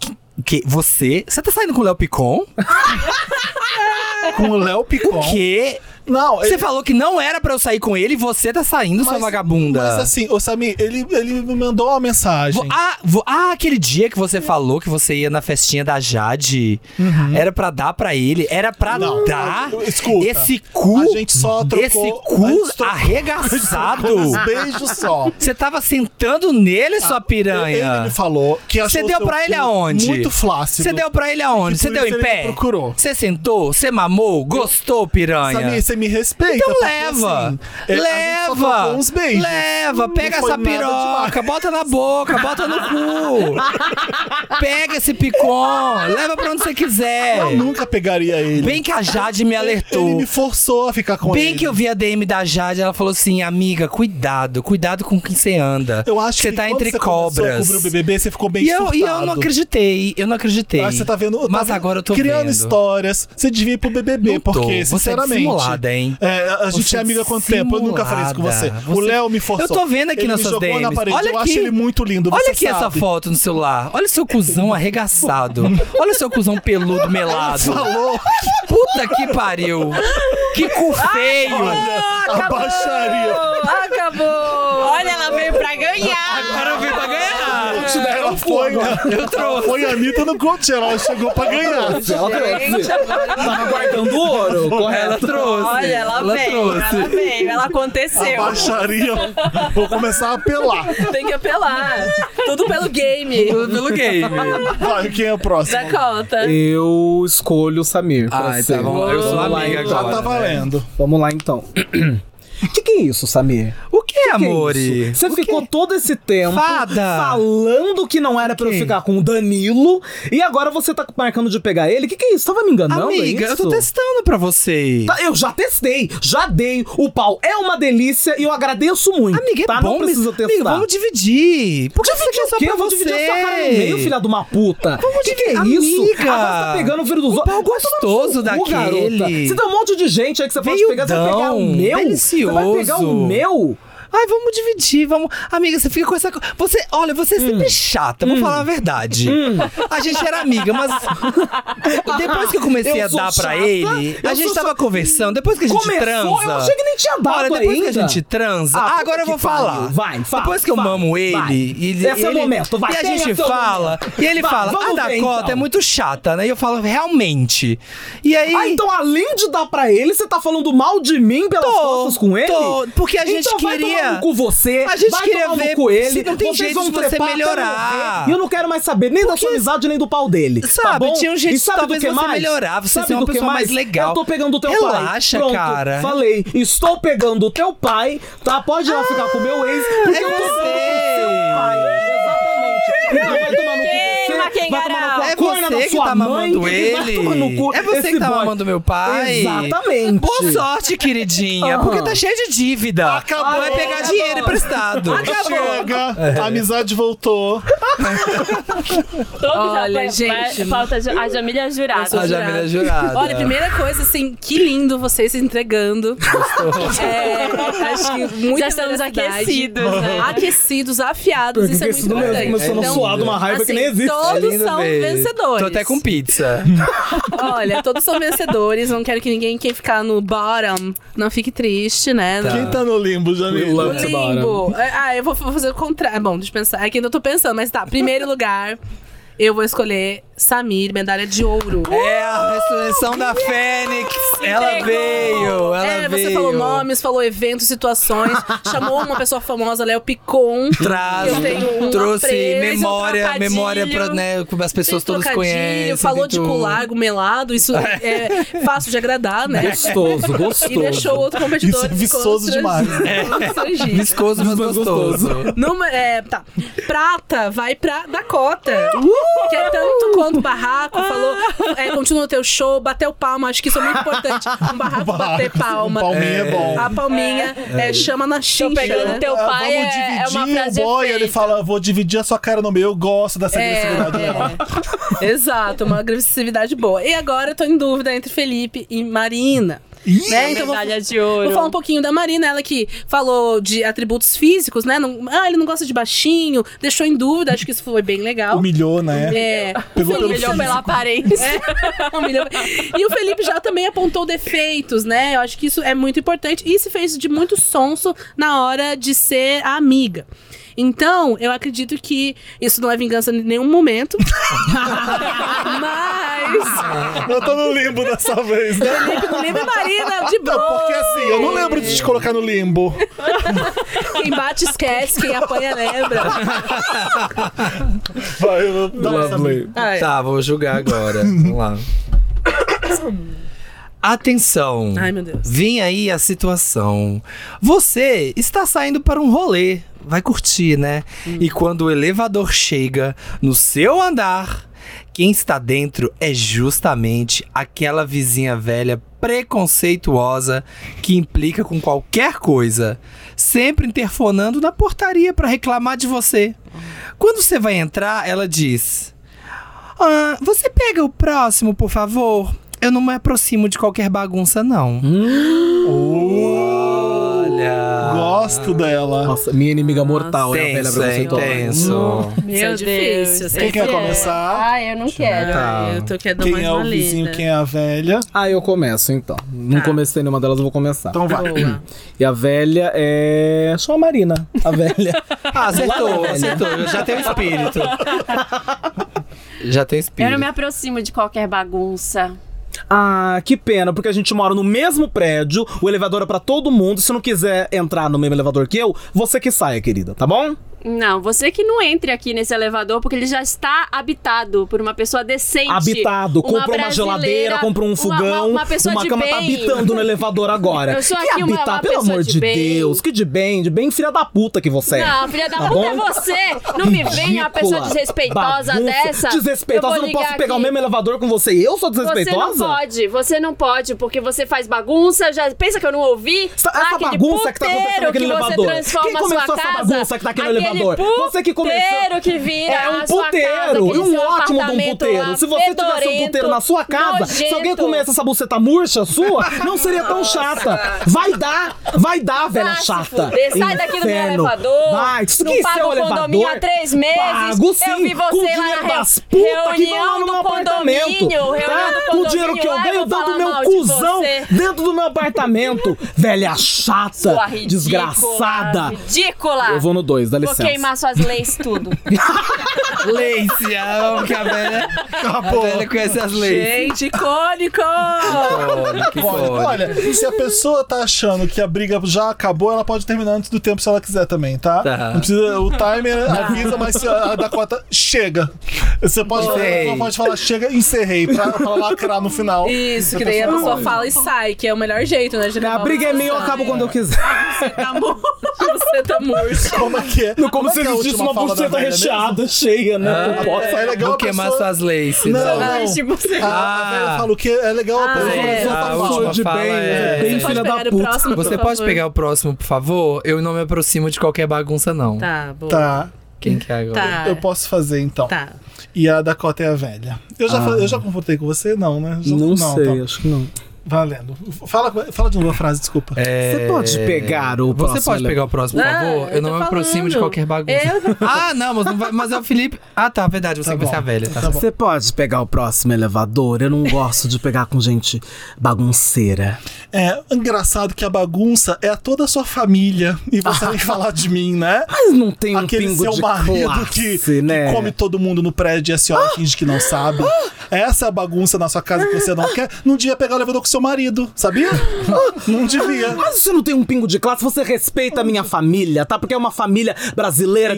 Speaker 4: Que, que- você? Você tá saindo com o Léo Picon?
Speaker 1: Com o Léo Picon.
Speaker 4: Que?
Speaker 1: Não,
Speaker 4: Você
Speaker 1: ele-
Speaker 4: falou que não era pra eu sair com ele e você tá saindo, sua vagabunda.
Speaker 1: Mas assim, ô Samir, ele, ele me mandou uma mensagem.
Speaker 4: Vo- ah, vo- ah, aquele dia que você falou que você ia na festinha da Jade, era pra dar pra ele, era pra
Speaker 1: Não,
Speaker 4: dar
Speaker 1: eu- escuta,
Speaker 4: esse cu,
Speaker 1: a gente só trocou-
Speaker 4: esse
Speaker 1: a
Speaker 4: cu
Speaker 1: gente trocou-
Speaker 4: arregaçado.
Speaker 1: Um beijo só.
Speaker 4: Você tava sentando nele, sua
Speaker 1: Ah, Ele
Speaker 4: piranha.
Speaker 1: me falou que achou
Speaker 4: Você deu
Speaker 1: seu
Speaker 4: pra ele
Speaker 1: cu
Speaker 4: aonde?
Speaker 1: Muito flácido.
Speaker 4: Você deu pra ele aonde?
Speaker 1: E
Speaker 4: Você
Speaker 1: por
Speaker 4: deu
Speaker 1: isso
Speaker 4: em
Speaker 1: ele
Speaker 4: pé?
Speaker 1: me procurou.
Speaker 4: Você sentou? Você mamou? Gostou, piranha?
Speaker 1: Samir, você me respeita.
Speaker 4: Então
Speaker 1: porque,
Speaker 4: leva!
Speaker 1: assim, é, a gente só
Speaker 4: leva!
Speaker 1: trocou uns beijos.
Speaker 4: Leva!
Speaker 1: Não
Speaker 4: Pega
Speaker 1: foi
Speaker 4: essa
Speaker 1: nada
Speaker 4: piroca, bota na boca, bota no cu! Pega esse picom, leva pra onde você quiser!
Speaker 1: Eu nunca pegaria ele.
Speaker 4: É. Bem que a Jade me
Speaker 1: Ele
Speaker 4: alertou.
Speaker 1: me forçou a ficar com ele.
Speaker 4: Bem que eu vi a DM da Jade, ela falou assim: amiga, cuidado, cuidado com quem você anda.
Speaker 1: Eu acho
Speaker 4: você
Speaker 1: que
Speaker 4: tá
Speaker 1: quando
Speaker 4: entre
Speaker 1: você começou a
Speaker 4: cobras.
Speaker 1: cobrir o BBB, você ficou bem
Speaker 4: E eu,
Speaker 1: surtado.
Speaker 4: e eu não acreditei, eu não acreditei.
Speaker 1: Aí você tá vendo. eu
Speaker 4: Mas
Speaker 1: tava
Speaker 4: agora eu tô
Speaker 1: criando
Speaker 4: vendo.
Speaker 1: histórias. Você devia ir pro BBB,
Speaker 4: Não tô.
Speaker 1: porque,
Speaker 4: Você é
Speaker 1: sinceramente.
Speaker 4: dissimulada, hein?
Speaker 1: é, a gente
Speaker 4: Você
Speaker 1: é amiga há quanto tempo? Eu nunca falei isso com você.
Speaker 4: dissimulada.
Speaker 1: O
Speaker 4: Você-
Speaker 1: Léo me forçou.
Speaker 4: Eu tô vendo aqui
Speaker 1: ele
Speaker 4: nas
Speaker 1: me
Speaker 4: suas
Speaker 1: jogou
Speaker 4: DMs.
Speaker 1: na parede.
Speaker 4: Olha
Speaker 1: eu
Speaker 4: aqui.
Speaker 1: acho ele muito lindo.
Speaker 4: Olha
Speaker 1: você
Speaker 4: aqui essa
Speaker 1: sabe.
Speaker 4: foto no celular. Olha o seu cuzão arregaçado. Olha o seu cuzão peludo, melado.
Speaker 1: Falou.
Speaker 4: Puta que pariu. Que cu feio.
Speaker 1: Olha, a baixaria.
Speaker 6: Acabou! Olha, ela veio pra ganhar!
Speaker 4: Agora eu vim pra ganhar.
Speaker 1: Isso daí Ela foi, né?
Speaker 4: Ah, Eu trouxe.
Speaker 1: Foi a Anitta no coach, ela chegou pra ganhar.
Speaker 7: é Ela trouxe. Tava guardando ouro,
Speaker 4: Ela
Speaker 7: correto?
Speaker 4: trouxe.
Speaker 6: Olha, ela, veio,
Speaker 4: trouxe.
Speaker 6: ela veio, ela
Speaker 1: A
Speaker 6: aconteceu.
Speaker 1: baixaria. Vou começar a apelar.
Speaker 6: Tem que apelar. Tudo pelo game.
Speaker 4: Tudo pelo game.
Speaker 1: Vai, quem é o próximo?
Speaker 6: Da conta.
Speaker 7: Eu escolho o Samir. pra
Speaker 4: Ai,
Speaker 7: ser.
Speaker 4: tá bom. Eu sou
Speaker 7: Vamos lá,
Speaker 4: amiga né?
Speaker 7: então.
Speaker 1: Já
Speaker 4: agora.
Speaker 1: tá valendo.
Speaker 7: Vamos lá então. O que, que é isso, Samir?
Speaker 4: O que, é, amore?
Speaker 7: Você ficou todo esse tempo
Speaker 4: Fada.
Speaker 7: falando que não era pra eu
Speaker 4: quê?
Speaker 7: ficar com o Danilo e agora você tá marcando de pegar ele? O que, que é isso? Tava me enganando? é
Speaker 4: Amiga, eu tô
Speaker 7: isso?
Speaker 4: testando pra você.
Speaker 7: Tá, eu já testei, já dei. O pau é uma delícia e eu agradeço muito.
Speaker 4: Amiga, é
Speaker 7: tá?
Speaker 4: bom.
Speaker 7: não precisa
Speaker 4: mas-
Speaker 7: testar.
Speaker 4: Amiga, vamos dividir. Por que você
Speaker 7: Dividir
Speaker 4: quer só
Speaker 7: o quê?
Speaker 4: pra
Speaker 7: Eu vou
Speaker 4: você?
Speaker 7: dividir a um sua cara no meio, filha de uma puta.
Speaker 4: Vamos
Speaker 7: que que é
Speaker 4: dividir,
Speaker 7: isso?
Speaker 4: amiga.
Speaker 7: Agora você tá pegando o filho dos
Speaker 4: O
Speaker 7: outros.
Speaker 4: pau
Speaker 7: Vai
Speaker 4: gostoso
Speaker 7: tomar no seu cu,
Speaker 4: daquele.
Speaker 7: garota. Você tem um monte de gente aí que você pode pegar. Você vai pegar o
Speaker 4: Veiudão,
Speaker 7: meu? Você vai pegar
Speaker 4: delicioso.
Speaker 7: o meu?
Speaker 4: Ai, vamos dividir, vamos. Amiga, você fica com essa. co- Você, olha, você é
Speaker 7: Hum.
Speaker 4: sempre chata, vou falar a verdade. A gente era amiga, mas. Depois que eu comecei
Speaker 7: Eu
Speaker 4: a
Speaker 7: sou
Speaker 4: dar pra
Speaker 7: chata,
Speaker 4: ele,
Speaker 7: eu
Speaker 4: a gente
Speaker 7: sou
Speaker 4: tava
Speaker 7: chata.
Speaker 4: conversando, depois que a gente
Speaker 7: Começou,
Speaker 4: transa.
Speaker 7: eu achei que nem tinha dado
Speaker 4: Olha, depois que a
Speaker 7: ainda.
Speaker 4: gente transa.
Speaker 7: Ah,
Speaker 4: Ah,
Speaker 7: puta
Speaker 4: agora eu
Speaker 7: que
Speaker 4: vou falar.
Speaker 7: pariu. Vai, fala,
Speaker 4: Depois que eu
Speaker 7: fala,
Speaker 4: mamo ele,
Speaker 7: vai.
Speaker 4: e ele.
Speaker 7: Esse é o
Speaker 4: ele-
Speaker 7: momento, vai,
Speaker 4: E a
Speaker 7: tem
Speaker 4: gente
Speaker 7: esse é o
Speaker 4: fala,
Speaker 7: momento.
Speaker 4: e ele
Speaker 7: Vai,
Speaker 4: fala,
Speaker 7: vamos
Speaker 4: a Dakota
Speaker 7: ver,
Speaker 4: é
Speaker 7: então."
Speaker 4: muito chata, né? E eu falo, realmente. E aí.
Speaker 7: Ah, então além de dar pra ele, você tá falando mal de mim pelas
Speaker 4: Tô,
Speaker 7: costas com ele?
Speaker 4: tô, porque a gente
Speaker 7: então Vai
Speaker 4: queria-
Speaker 7: tomar no cu você,
Speaker 4: A gente
Speaker 7: vai
Speaker 4: queria
Speaker 7: tomar no
Speaker 4: ver
Speaker 7: cu ele,
Speaker 4: se não tem
Speaker 7: vocês
Speaker 4: jeito
Speaker 7: vão
Speaker 4: de você
Speaker 7: trepar até
Speaker 4: melhorar.
Speaker 7: morrer. E eu não quero mais saber nem da sua amizade, nem do pau dele. tá
Speaker 4: Sabe,
Speaker 7: bom?
Speaker 4: tinha um jeito
Speaker 7: E sabe
Speaker 4: talvez
Speaker 7: do que
Speaker 4: você
Speaker 7: mais?
Speaker 4: melhorar, você
Speaker 7: sabe
Speaker 4: ser uma
Speaker 7: do que
Speaker 4: pessoa mais legal.
Speaker 7: Eu tô pegando o teu pai.
Speaker 4: Relaxa,
Speaker 7: Pronto,
Speaker 4: cara.
Speaker 7: falei. Estou pegando o teu pai, tá? Pode ir lá ficar com o meu ex, porque
Speaker 4: é
Speaker 7: eu tô pegando o
Speaker 4: você.
Speaker 7: teu pai. Exatamente. Então vai tomar no cu
Speaker 2: Queima,
Speaker 7: você, vai tomar no cu
Speaker 2: Kengarau.
Speaker 4: É
Speaker 7: corna da
Speaker 4: você que
Speaker 7: sua
Speaker 4: tá
Speaker 7: mãe,
Speaker 4: mamando
Speaker 7: e vai
Speaker 4: ele.
Speaker 7: tomar no cu
Speaker 4: É você
Speaker 7: esse
Speaker 4: que tá
Speaker 7: boy.
Speaker 4: mamando meu pai.
Speaker 7: Exatamente.
Speaker 4: Boa sorte, queridinha,
Speaker 7: Aham.
Speaker 4: porque tá cheio de dívida.
Speaker 1: Acabou.
Speaker 4: Vai pegar dinheiro emprestado.
Speaker 1: Chega, a amizade voltou.
Speaker 2: Todo
Speaker 6: Olha,
Speaker 2: já foi-
Speaker 6: gente.
Speaker 2: vai- Falta a Jamília jurada.
Speaker 4: A Jamila é Jurada.
Speaker 6: Olha, primeira coisa, assim, que lindo vocês se entregando. é, acho que muito
Speaker 2: Já estamos aquecidos, né?
Speaker 6: Aquecidos, afiados,
Speaker 7: Porque
Speaker 6: isso é muito
Speaker 7: esse número
Speaker 6: importante.
Speaker 7: começou a
Speaker 6: Então,
Speaker 7: suar de uma raiva que
Speaker 6: assim,
Speaker 7: nem existe.
Speaker 4: É
Speaker 6: Todos
Speaker 4: lindo
Speaker 6: são
Speaker 4: ver.
Speaker 6: vencedores.
Speaker 4: Tô até com pizza.
Speaker 6: Olha, todos são vencedores. Não quero que ninguém, quem ficar no bottom, não fique triste, né?
Speaker 4: Tá.
Speaker 1: Quem tá no limbo, Jamila?
Speaker 6: No limbo. É, Ah, eu vou vou fazer o contrário. Bom, deixa eu pensar. É que ainda tô pensando, mas tá. Primeiro lugar, eu vou escolher Samir, medalha de ouro.
Speaker 4: É a ressurreição da Fênix. Ela
Speaker 2: Entregou.
Speaker 4: veio, ela
Speaker 6: é,
Speaker 4: veio.
Speaker 6: você falou nomes, falou eventos, situações, chamou uma pessoa famosa, Léo Picon.
Speaker 4: Traz,
Speaker 6: Eu tenho um
Speaker 4: trouxe
Speaker 6: apreço,
Speaker 4: memória,
Speaker 2: um
Speaker 4: memória pra,
Speaker 2: trocadilho.
Speaker 4: né, que as pessoas
Speaker 6: Tem
Speaker 4: todas
Speaker 6: trocadilho,
Speaker 4: conhecem.
Speaker 6: Falou
Speaker 4: tem
Speaker 6: de
Speaker 4: tudo.
Speaker 6: colar, melado, isso é fácil de agradar, né?
Speaker 7: Gostoso, gostoso.
Speaker 6: E deixou o outro competidor.
Speaker 1: Isso é
Speaker 6: ficou
Speaker 1: viçoso demais.
Speaker 6: constrangido.
Speaker 4: Viscoso, mas
Speaker 7: Mas
Speaker 4: gostoso.
Speaker 7: gostoso.
Speaker 6: Numa, é, tá. Prata vai pra Dakota. Que é tanto quanto barraco, falou. É, continua o teu show, bateu palma. Acho que isso é muito importante. Um barraco, bater palma.
Speaker 1: Um palminha é bom.
Speaker 6: A palminha é, chama na
Speaker 2: Tô
Speaker 6: xincha,
Speaker 2: pegando
Speaker 6: né?
Speaker 2: teu
Speaker 1: Ah,
Speaker 2: pai,
Speaker 1: vamos
Speaker 2: é, é uma
Speaker 1: dividir
Speaker 2: frase
Speaker 1: o boy. Ele
Speaker 2: perfeita.
Speaker 1: fala, vou dividir a sua cara no meu. Eu gosto dessa agressividade.
Speaker 6: É, é. Exato, uma agressividade boa. E agora eu tô em dúvida entre Felipe e Marina.
Speaker 1: Ih,
Speaker 6: né? Então vou,
Speaker 2: Medalha de ouro.
Speaker 6: vou falar um pouquinho da Marina, ela que falou de atributos físicos, né? Não- ah, ele não gosta de baixinho, deixou em dúvida, acho que isso foi bem legal.
Speaker 1: Humilhou, né?
Speaker 6: É,
Speaker 1: Pegou pelo
Speaker 2: Melhor
Speaker 1: físico.
Speaker 2: pela aparência.
Speaker 6: É, humilhou. E o Felipe já também apontou defeitos, né? Eu acho que isso é muito importante e se fez de muito sonso na hora de ser a amiga. Então, eu acredito que isso não é vingança em nenhum momento. Mas.
Speaker 1: Eu tô no limbo dessa vez, né?
Speaker 6: Felipe no livro e Marina de boa.
Speaker 1: Não, porque assim, eu não lembro de te colocar no limbo.
Speaker 6: Quem bate esquece, quem apanha lembra.
Speaker 1: Vai, eu- dá pra saber.
Speaker 6: Ai,
Speaker 4: Tá, vou julgar agora. Vamos lá. Atenção.
Speaker 6: Ai, meu Deus.
Speaker 4: Vem aí a situação. Você está saindo para um rolê. Vai curtir, né? E
Speaker 6: Hum.
Speaker 4: quando o elevador chega no seu andar, quem está dentro é justamente aquela vizinha velha preconceituosa que implica com qualquer coisa, sempre interfonando na portaria para reclamar de você.
Speaker 6: Hum.
Speaker 4: Quando você vai entrar, ela diz: "Ah, Você pega o próximo, por favor? Eu não me aproximo de qualquer bagunça, não. Olha.
Speaker 1: Gosto dela.
Speaker 7: Nossa, minha inimiga
Speaker 1: Ah,
Speaker 7: mortal é a velha
Speaker 4: Tenso, hein?
Speaker 7: preconceituosa. Hum.
Speaker 4: Tenso.
Speaker 2: Meu
Speaker 6: Isso é difícil,
Speaker 2: Deus.
Speaker 6: assim.
Speaker 1: Quem quer começar?
Speaker 2: Ah, eu não quero.
Speaker 4: Tá.
Speaker 6: Eu tô querendo
Speaker 1: Quem
Speaker 6: mais
Speaker 1: é o
Speaker 6: uma
Speaker 1: vizinho,
Speaker 6: lida.
Speaker 1: quem é a velha?
Speaker 7: Ah, eu começo então. Não comecei nenhuma delas, eu vou começar.
Speaker 1: Então vai.
Speaker 6: Boa.
Speaker 7: E a velha é. Só a Marina. A velha.
Speaker 4: Ah, acertou, acertou. Eu Já tem o espírito. Já tem
Speaker 2: Eu não
Speaker 4: espírito.
Speaker 2: me aproximo de qualquer bagunça.
Speaker 7: ah, que pena, porque a gente mora no mesmo prédio, o elevador é pra todo mundo. Se não quiser entrar no mesmo elevador que eu, você que saia, querida, tá bom?
Speaker 2: Não, você que não entre aqui nesse elevador, porque ele já está habitado por uma pessoa decente.
Speaker 7: Habitado,
Speaker 2: Uma
Speaker 7: compra uma geladeira,
Speaker 2: brasileira,
Speaker 7: compra um fogão,
Speaker 2: Uma, uma, uma pessoa de
Speaker 7: cama
Speaker 2: bem.
Speaker 7: tá habitando no elevador agora.
Speaker 2: Eu sou
Speaker 7: que
Speaker 2: aqui uma-
Speaker 7: habitar,
Speaker 2: uma
Speaker 7: pelo
Speaker 2: pessoa
Speaker 7: amor
Speaker 2: de
Speaker 7: de
Speaker 2: bem.
Speaker 7: Deus, que de bem, de bem filha da puta que você é.
Speaker 2: Não, filha da
Speaker 7: Tá
Speaker 2: puta é
Speaker 7: bom?
Speaker 2: você! Não me venha uma pessoa
Speaker 7: Ridícula,
Speaker 2: desrespeitosa
Speaker 7: bagunça,
Speaker 2: dessa!
Speaker 7: Desrespeitosa, eu
Speaker 2: vou
Speaker 7: não posso
Speaker 2: ligar
Speaker 7: pegar o
Speaker 2: aqui.
Speaker 7: mesmo elevador com você e eu sou
Speaker 2: Você
Speaker 7: desrespeitosa?
Speaker 2: não pode, você não pode, porque você faz bagunça, já pensa que eu não ouvi?
Speaker 7: Essa, essa
Speaker 2: Ah, aquele
Speaker 7: é bagunça que tá acontecendo
Speaker 2: puteiro
Speaker 7: naquele
Speaker 2: que
Speaker 7: elevador.
Speaker 2: Você transforma
Speaker 7: Quem
Speaker 2: a sua
Speaker 7: começou essa
Speaker 2: casa,
Speaker 7: bagunça que tá aqui no
Speaker 2: aquele
Speaker 7: elevador? Você que começou.
Speaker 2: puteiro que vira
Speaker 7: É um
Speaker 2: a sua casa,
Speaker 7: puteiro,
Speaker 2: aquele
Speaker 7: e um
Speaker 2: seu
Speaker 7: ótimo de um
Speaker 2: apartamento
Speaker 7: puteiro.
Speaker 2: lá,
Speaker 7: Se você tivesse um
Speaker 2: fedorento,
Speaker 7: puteiro na sua casa, se alguém
Speaker 2: nojento.
Speaker 7: comesse essa buceta murcha sua, não seria tão chata. Vai dar, vai dar, velha
Speaker 2: Vai se
Speaker 7: chata.
Speaker 2: fuder, Sai daqui do meu
Speaker 7: Inferno.
Speaker 2: elevador.
Speaker 7: Vai, isso
Speaker 2: não
Speaker 7: que
Speaker 2: pago
Speaker 7: isso é um
Speaker 2: o condomínio
Speaker 7: elevador.
Speaker 2: há três meses.
Speaker 7: Pago sim,
Speaker 2: eu vi você
Speaker 7: com o
Speaker 2: lá
Speaker 7: dinheiro
Speaker 2: na re-
Speaker 7: das putas que vão lá
Speaker 2: reunião
Speaker 7: no
Speaker 2: do
Speaker 7: meu apartamento.
Speaker 2: condomínio, reunião
Speaker 7: tá?
Speaker 2: do
Speaker 7: Com o dinheiro que eu
Speaker 2: condomínio,
Speaker 7: ganho
Speaker 2: lá vou
Speaker 7: dando meu
Speaker 2: falar mal de
Speaker 7: cuzão
Speaker 2: você.
Speaker 7: dentro do meu apartamento. Velha chata,
Speaker 2: Sua ridícula,
Speaker 7: desgraçada.
Speaker 2: Ridícula.
Speaker 7: Eu vou no 2, dá
Speaker 2: Vou
Speaker 7: licença.
Speaker 2: queimar suas leis tudo.
Speaker 4: Lace, ah, que a velha,
Speaker 1: Acabou.
Speaker 4: a velha conhece as leis.
Speaker 6: Gente, icônico!
Speaker 4: Olha, que
Speaker 1: Olha,
Speaker 4: foda.
Speaker 1: olha, se a pessoa tá achando que a briga já acabou, ela pode terminar antes do tempo se ela quiser também, tá?
Speaker 4: Tá.
Speaker 1: Não precisa, o timer avisa, mas se a a Dakota chega. Você pode, falar,
Speaker 4: Encerrei.
Speaker 1: ela pode falar, chega, encerrei, pra, pra lacrar no final.
Speaker 6: Isso, que daí a
Speaker 1: Tá
Speaker 6: pessoa fala e sai, que é o melhor jeito, né?
Speaker 7: A briga é minha, eu acabo quando eu quiser.
Speaker 6: Tá murcho, você tá murcho.
Speaker 1: Como é que é?
Speaker 7: Não como
Speaker 1: é
Speaker 7: se
Speaker 1: que é a
Speaker 7: existisse
Speaker 1: última
Speaker 7: uma
Speaker 1: fala da
Speaker 7: buceta
Speaker 1: velha
Speaker 7: recheada, cheia, né?
Speaker 1: mesmo?
Speaker 7: Com poça.
Speaker 1: É, é legal
Speaker 4: Vou
Speaker 1: a
Speaker 4: queimar
Speaker 1: pessoa-
Speaker 4: suas laces.
Speaker 1: Não, Ah,
Speaker 4: ó.
Speaker 1: não.
Speaker 2: tipo, você-
Speaker 1: A, a velha fala o que é legal a pessoa
Speaker 6: é.
Speaker 1: resolve
Speaker 4: Ah,
Speaker 1: a
Speaker 4: a
Speaker 1: fala.
Speaker 4: última
Speaker 7: de
Speaker 4: fala
Speaker 7: bem, né?
Speaker 4: é-
Speaker 7: bem
Speaker 6: Você
Speaker 7: filha
Speaker 6: pode
Speaker 7: da
Speaker 6: pegar o
Speaker 7: puta.
Speaker 6: próximo,
Speaker 4: Você
Speaker 6: por
Speaker 4: pode
Speaker 6: favor?
Speaker 1: um-
Speaker 4: pegar o próximo, por favor? Eu não me aproximo de qualquer bagunça, não.
Speaker 6: Tá, boa.
Speaker 1: Tá,
Speaker 4: Quem que é agora?
Speaker 6: Tá.
Speaker 1: eu posso fazer então.
Speaker 6: Tá.
Speaker 1: E a Dakota é a velha. Eu já, falei- eu já confrontei com você? Não, né? Já-
Speaker 7: Não sei,
Speaker 1: tá.
Speaker 7: acho que não.
Speaker 1: Valendo. Fala, fala de novo a frase, desculpa.
Speaker 4: É,
Speaker 7: Você pode pegar o
Speaker 4: Você
Speaker 7: próximo
Speaker 4: pode
Speaker 7: elefante?
Speaker 4: pegar o próximo, por
Speaker 6: Ah,
Speaker 4: favor? Eu,
Speaker 6: eu
Speaker 4: não
Speaker 6: tô
Speaker 4: me aproximo de
Speaker 6: falando.
Speaker 4: qualquer bagunça. Ah, não, mas, não vai- mas é o Felipe. Ah, tá, verdade, você
Speaker 1: Tá
Speaker 4: que vai
Speaker 1: bom.
Speaker 4: ser a velha, tá?
Speaker 1: Tá bom.
Speaker 7: Você pode pegar o próximo elevador? Eu não gosto de pegar com gente bagunceira.
Speaker 1: É engraçado que a bagunça é a toda a sua família. E você vem falar de mim, né?
Speaker 7: Mas não tem um
Speaker 1: Aquele
Speaker 7: pingo
Speaker 1: seu
Speaker 7: de
Speaker 1: marido que,
Speaker 7: classe,
Speaker 1: que
Speaker 7: né? Ah!
Speaker 1: come todo mundo no prédio e a senhora finge que não sabe. Essa é a bagunça na sua casa que você não quer. Não devia pegar o elevador com seu marido, sabia?
Speaker 7: Ah!
Speaker 1: Não devia.
Speaker 7: Mas você não tem um pingo de classe, você respeita a minha família, tá? Porque é uma família brasileira
Speaker 1: Hum. Entendi.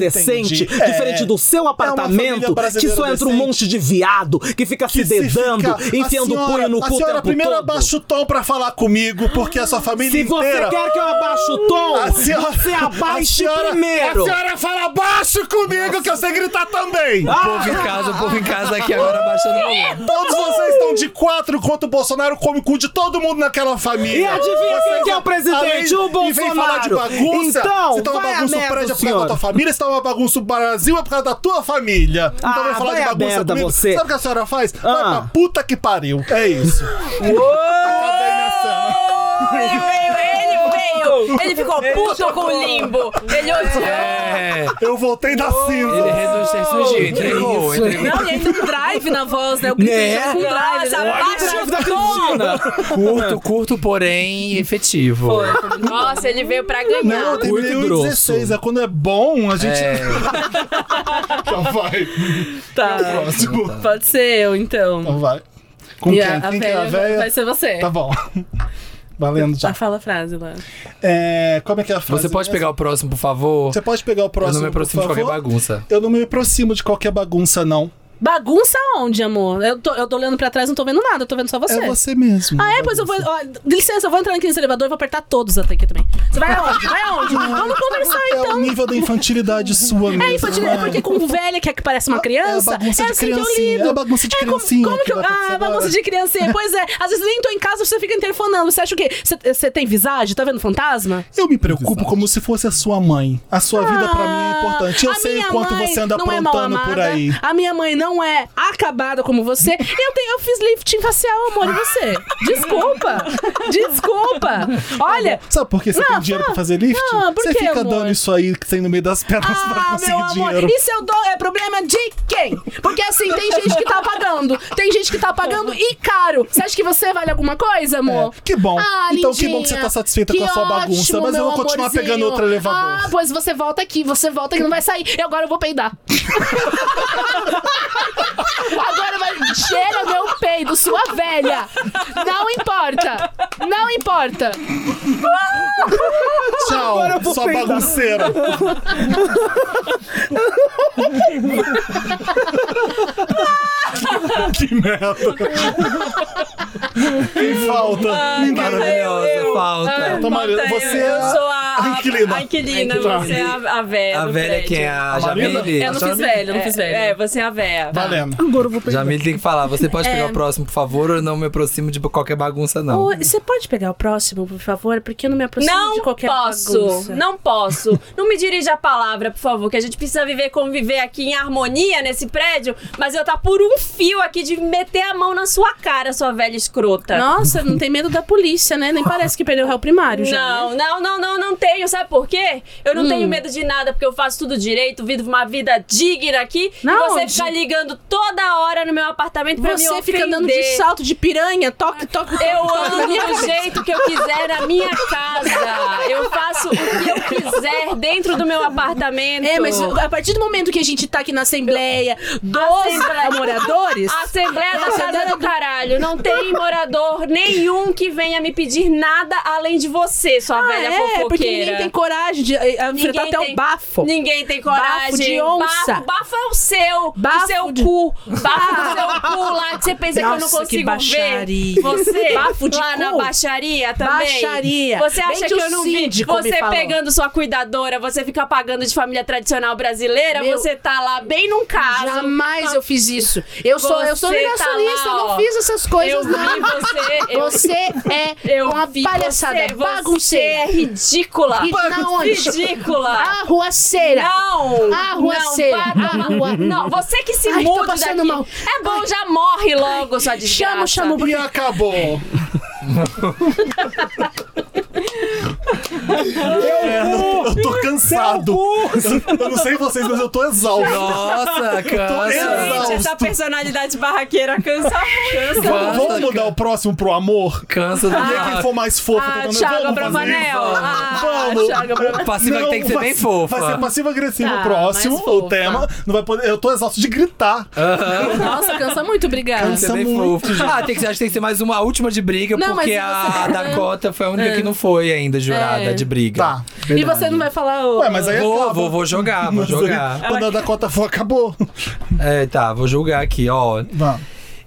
Speaker 7: decente,
Speaker 1: É.
Speaker 7: diferente do seu
Speaker 1: família
Speaker 7: apartamento, que
Speaker 1: brasileira
Speaker 7: só entra um
Speaker 1: decente.
Speaker 7: monte de viado, que fica
Speaker 1: se
Speaker 7: se dedando,
Speaker 1: fica-
Speaker 7: enfiando
Speaker 1: a
Speaker 7: o punho
Speaker 1: senhora-
Speaker 7: no cu
Speaker 1: A senhora
Speaker 7: o tempo
Speaker 1: primeiro
Speaker 7: todo. Ah!
Speaker 1: abaixa o tom pra falar comigo, porque a sua família
Speaker 7: Se você
Speaker 1: inteira...
Speaker 7: quer que eu abaixe o tom,
Speaker 1: A senhora-
Speaker 7: você
Speaker 1: a
Speaker 7: abaixe
Speaker 1: senhora-
Speaker 7: primeiro.
Speaker 1: A senhora fala baixo comigo que eu sei gritar também.
Speaker 7: Ah,
Speaker 4: O povo em casa, o povo em casa aqui agora baixando o volume.
Speaker 1: Todos vocês estão de quatro contra o Bolsonaro, come o cu de todo mundo naquela família.
Speaker 7: E adivinha
Speaker 1: Vocês,
Speaker 7: quem que é o
Speaker 1: além-
Speaker 7: presidente? O
Speaker 1: E vem
Speaker 7: Bolsonaro.
Speaker 1: falar de bagunça.
Speaker 7: Então,
Speaker 1: se tá uma
Speaker 7: vai a
Speaker 1: bagunça
Speaker 7: merda,
Speaker 1: o prédio é por causa da
Speaker 7: senhora.
Speaker 1: tua família, se tá uma bagunça o Brasil é por causa da tua família. então
Speaker 7: Ah,
Speaker 1: vem falar
Speaker 7: vai
Speaker 1: de
Speaker 7: a
Speaker 1: bagunça
Speaker 7: merda,
Speaker 1: comigo.
Speaker 7: você.
Speaker 1: Sabe o que a senhora faz? Vai
Speaker 7: Ah.
Speaker 1: pra puta que pariu. É isso. Acabei nessa.
Speaker 2: Ele veio, ele veio. Ele ficou puto com o limbo. Ele odiou.
Speaker 4: É.
Speaker 1: Eu voltei da cinza.
Speaker 4: Ele ressurgiu, entregou, entregou.
Speaker 6: Não, e ainda um drive na voz, né? Eu gritei
Speaker 7: Né?
Speaker 6: com drive.
Speaker 2: Nossa,
Speaker 6: né?
Speaker 2: abaixa o tom.
Speaker 4: Curto, curto, porém efetivo.
Speaker 2: Nossa, ele veio pra ganhar.
Speaker 1: Não, eu terminei
Speaker 7: é Muito
Speaker 1: o
Speaker 7: grosso. É.
Speaker 1: 16. É quando é bom, a gente.
Speaker 4: É,
Speaker 1: então vai.
Speaker 6: Tá.
Speaker 1: Próximo.
Speaker 6: Pode ser eu, então.
Speaker 1: assim, Então vai. Com
Speaker 6: E
Speaker 1: quem?
Speaker 6: a, a
Speaker 1: quem que é a
Speaker 6: velha
Speaker 1: velha?
Speaker 6: vai ser você.
Speaker 1: Tá bom. Valendo
Speaker 6: Já
Speaker 1: já.
Speaker 6: fala a frase lá.
Speaker 1: É, como é que é a frase?
Speaker 4: Você pode pegar o próximo, por favor?
Speaker 1: Você pode pegar o
Speaker 4: Eu
Speaker 1: próximo.
Speaker 4: não me aproximo de
Speaker 1: por
Speaker 4: qualquer
Speaker 1: favor?
Speaker 4: bagunça.
Speaker 1: Eu não me aproximo de qualquer bagunça, não.
Speaker 6: Bagunça onde, amor? Eu tô, eu tô olhando pra trás, não tô vendo nada, eu tô vendo só você.
Speaker 1: É você mesmo.
Speaker 6: Ah, é? Pois eu vou. Ó, dê licença, eu vou entrar aqui nesse elevador e vou apertar todos até aqui também. Você vai aonde? Vai aonde? Vamos conversar
Speaker 1: É
Speaker 6: então.
Speaker 1: o nível da infantilidade sua mesmo.
Speaker 6: É infantil, é
Speaker 1: né?
Speaker 6: porque com velha que é que parece uma
Speaker 1: É
Speaker 6: criança.
Speaker 1: a bagunça de
Speaker 6: assim que eu
Speaker 1: criancinha,
Speaker 6: lido.
Speaker 1: é a bagunça de
Speaker 6: como-
Speaker 1: criancinha
Speaker 6: Como,
Speaker 1: que
Speaker 6: que eu.
Speaker 1: vai acontecer
Speaker 6: Ah, bagunça
Speaker 1: agora.
Speaker 6: de criancinha. Pois é, às vezes nem tô em casa, você fica interfonando. Você acha o quê? Você- Você tem visagem? Tá vendo fantasma?
Speaker 1: Ah, Eu me preocupo como se fosse a sua mãe. A sua vida pra mim é importante. Eu
Speaker 6: Ah, A
Speaker 1: sei
Speaker 6: minha
Speaker 1: o quanto
Speaker 6: mãe
Speaker 1: você anda
Speaker 6: não é mal
Speaker 1: aprontando por
Speaker 6: amada,
Speaker 1: aí.
Speaker 6: A minha mãe não é acabada como você. Eu, tenho, eu fiz lifting facial, amor, e você? Desculpa! Desculpa! Olha,
Speaker 1: Sabe por que você tem
Speaker 6: Não,
Speaker 1: dinheiro
Speaker 6: fala-
Speaker 1: pra fazer lift?
Speaker 6: Não, por
Speaker 1: você
Speaker 6: quê,
Speaker 1: fica
Speaker 6: amor?
Speaker 1: dando isso aí que tem no meio das pernas pra
Speaker 6: Ah,
Speaker 1: conseguir
Speaker 6: meu amor,
Speaker 1: dinheiro.
Speaker 6: isso eu dou, é problema de quem? Porque assim, tem gente que tá pagando. Tem gente que tá pagando e caro. Você acha que você vale alguma coisa, amor?
Speaker 1: É, que bom.
Speaker 9: Ah,
Speaker 1: então que
Speaker 9: lindinha.
Speaker 1: bom que você tá satisfeita com a
Speaker 9: Que
Speaker 1: sua bagunça,
Speaker 9: ótimo,
Speaker 1: mas eu vou
Speaker 9: meu
Speaker 1: continuar
Speaker 9: amorzinho.
Speaker 1: pegando outro elevador.
Speaker 9: Ah, pois você volta aqui, você volta que não vai sair. E agora eu vou peidar.
Speaker 5: Agora vai. Cheira meu peido, sua velha. Não importa. Não importa.
Speaker 1: Tchau, sua bagunceira. que merda. Quem falta?
Speaker 4: Maravilhosa,
Speaker 6: Ah,
Speaker 4: falta.
Speaker 1: Então, Marina,
Speaker 2: Falta Ah, eu,
Speaker 1: você é
Speaker 2: eu
Speaker 1: a-
Speaker 2: sou a,
Speaker 1: a inquilina.
Speaker 2: a inquilina, você é a, a velha.
Speaker 4: A
Speaker 2: do
Speaker 4: velha
Speaker 2: prédio.
Speaker 4: que é a
Speaker 1: Marina?
Speaker 4: Jamile.
Speaker 6: Eu não é. fiz velho, eu não fiz velho.
Speaker 2: É, é, você é a véia.
Speaker 1: Valendo.
Speaker 9: Tá.
Speaker 7: Agora eu vou pegar.
Speaker 4: Jamile tem que falar, você
Speaker 6: É.
Speaker 4: pode pegar o próximo, por favor, ou eu não me aproximo de qualquer bagunça, não.
Speaker 6: Ô, Você pode pegar o próximo, por favor? Porque eu não me aproximo
Speaker 2: Não
Speaker 6: de qualquer
Speaker 2: posso,
Speaker 6: bagunça.
Speaker 2: não posso. Não me dirija a palavra, por favor, que a gente precisa viver, conviver aqui em harmonia nesse prédio, mas eu tá por um fio aqui de meter a mão na sua cara, sua velha escrota.
Speaker 6: Nossa, não tem medo da polícia, né? Nem parece que perdeu o réu primário já. né?
Speaker 2: Não,
Speaker 6: Hum.
Speaker 2: não, não, não, não tenho. Sabe por quê? Eu não tenho medo de nada, porque eu faço tudo direito, vivo uma vida digna aqui.
Speaker 6: Não,
Speaker 2: e você
Speaker 6: de-
Speaker 2: ficar ligando toda hora no meu apartamento pra me
Speaker 6: Você
Speaker 2: ofender.
Speaker 6: fica andando de salto de piranha, toque, toque. toque,
Speaker 2: Eu
Speaker 6: toque na
Speaker 2: ando
Speaker 6: minha
Speaker 2: do
Speaker 6: cabeça.
Speaker 2: jeito que eu quiser na minha casa. Eu faço o que eu quiser dentro do meu apartamento.
Speaker 6: É, mas a partir do momento que a gente tá aqui na Assembleia, 12
Speaker 2: Assembleia.
Speaker 6: moradores.
Speaker 2: Assembleia da
Speaker 6: Nossa,
Speaker 2: Casa é do
Speaker 6: do-
Speaker 2: Caralho. Não tem morador nenhum que venha me pedir nada além de você, sua
Speaker 6: Ah,
Speaker 2: velha
Speaker 6: é,
Speaker 2: fofoqueira.
Speaker 6: porque ninguém tem coragem de eh, enfrentar até o bafo.
Speaker 2: Ninguém tem coragem.
Speaker 6: Bafo de onça.
Speaker 2: Bafo, bafo é o seu.
Speaker 6: Bafo
Speaker 2: o seu
Speaker 6: de-
Speaker 2: cu. Bafo do seu cu lá que você pensa que eu não
Speaker 6: Nossa, que
Speaker 2: consigo
Speaker 6: baixaria.
Speaker 2: ver. Você
Speaker 6: Bafo de
Speaker 2: lá
Speaker 6: cu.
Speaker 2: na baixaria também.
Speaker 6: Baixaria.
Speaker 2: Você
Speaker 6: Bem
Speaker 2: acha
Speaker 6: que
Speaker 2: que,
Speaker 6: o
Speaker 2: eu não vi?
Speaker 6: síndico me
Speaker 2: Você
Speaker 6: falou.
Speaker 2: pegando sua cuidadora, você fica pagando de família tradicional brasileira,
Speaker 5: Meu-
Speaker 2: você tá lá bem num caso.
Speaker 5: Jamais eu fiz isso. Eu sou, eu sou
Speaker 2: Você tá
Speaker 5: negacionista,
Speaker 2: lá,
Speaker 5: eu
Speaker 2: ó.
Speaker 5: não fiz essas coisas,
Speaker 2: Eu
Speaker 5: não.
Speaker 2: vi você. Eu,
Speaker 5: Você é
Speaker 2: eu
Speaker 5: uma
Speaker 2: vi
Speaker 5: palhaçada
Speaker 2: você. Você é
Speaker 5: bagunceira.
Speaker 2: ridícula.
Speaker 5: E na onde?
Speaker 2: Tá.
Speaker 6: Ah,
Speaker 2: Ridícula.
Speaker 5: Arruaceira.
Speaker 2: Não!
Speaker 5: Arruaceira.
Speaker 2: Não, para.
Speaker 5: Arrua-
Speaker 2: Não, você que se
Speaker 5: Ai, tô
Speaker 2: muda
Speaker 5: passando
Speaker 2: daqui.
Speaker 5: mal.
Speaker 2: É bom, já morre logo, sua desgraça.
Speaker 6: Chama, chama o
Speaker 1: E acabou. É, eu, eu tô cansado. Eu, eu não sei vocês, mas eu tô exausto.
Speaker 4: Nossa, cansa.
Speaker 1: exausto.
Speaker 2: Gente, essa personalidade barraqueira cansa muito. Cansa.
Speaker 1: Vamos mudar o próximo pro amor?
Speaker 4: Cansa do
Speaker 1: E aí, quem é for mais fofo,
Speaker 2: Ah,
Speaker 1: tá dando-
Speaker 2: Thiago
Speaker 1: vamos fazer isso?
Speaker 2: Abravanel. Ah,
Speaker 1: Vamos.
Speaker 2: Thiago Abravanel.
Speaker 4: Passiva
Speaker 1: Não,
Speaker 4: tem é que ser
Speaker 1: vai
Speaker 4: bem
Speaker 1: ser-
Speaker 4: fofa.
Speaker 1: Vai ser passivo agressivo
Speaker 5: Tá,
Speaker 1: o próximo,
Speaker 5: mais
Speaker 1: o
Speaker 5: fofa.
Speaker 1: tema. Não vai poder, eu tô exausto de gritar.
Speaker 4: Tá.
Speaker 6: Nossa, cansa muito, obrigada.
Speaker 1: Cansa.
Speaker 4: Você é bem
Speaker 1: muito,
Speaker 4: fofo. Ah, tem que, ser- acho que tem que ser mais uma a última de briga,
Speaker 6: Não,
Speaker 4: porque
Speaker 6: mas
Speaker 4: a
Speaker 6: você- tá
Speaker 4: Dakota foi a única que não foi ainda jurada
Speaker 6: É.
Speaker 4: de briga.
Speaker 1: Tá.
Speaker 6: E você não vai falar. ô,
Speaker 1: Ué, mas aí
Speaker 4: Vou,
Speaker 1: acaba.
Speaker 4: vou, vou jogar, vou
Speaker 1: Mas aí,
Speaker 4: jogar.
Speaker 1: Quando a Dakota for, acabou.
Speaker 4: É, tá, vou julgar aqui, ó.
Speaker 1: Vá.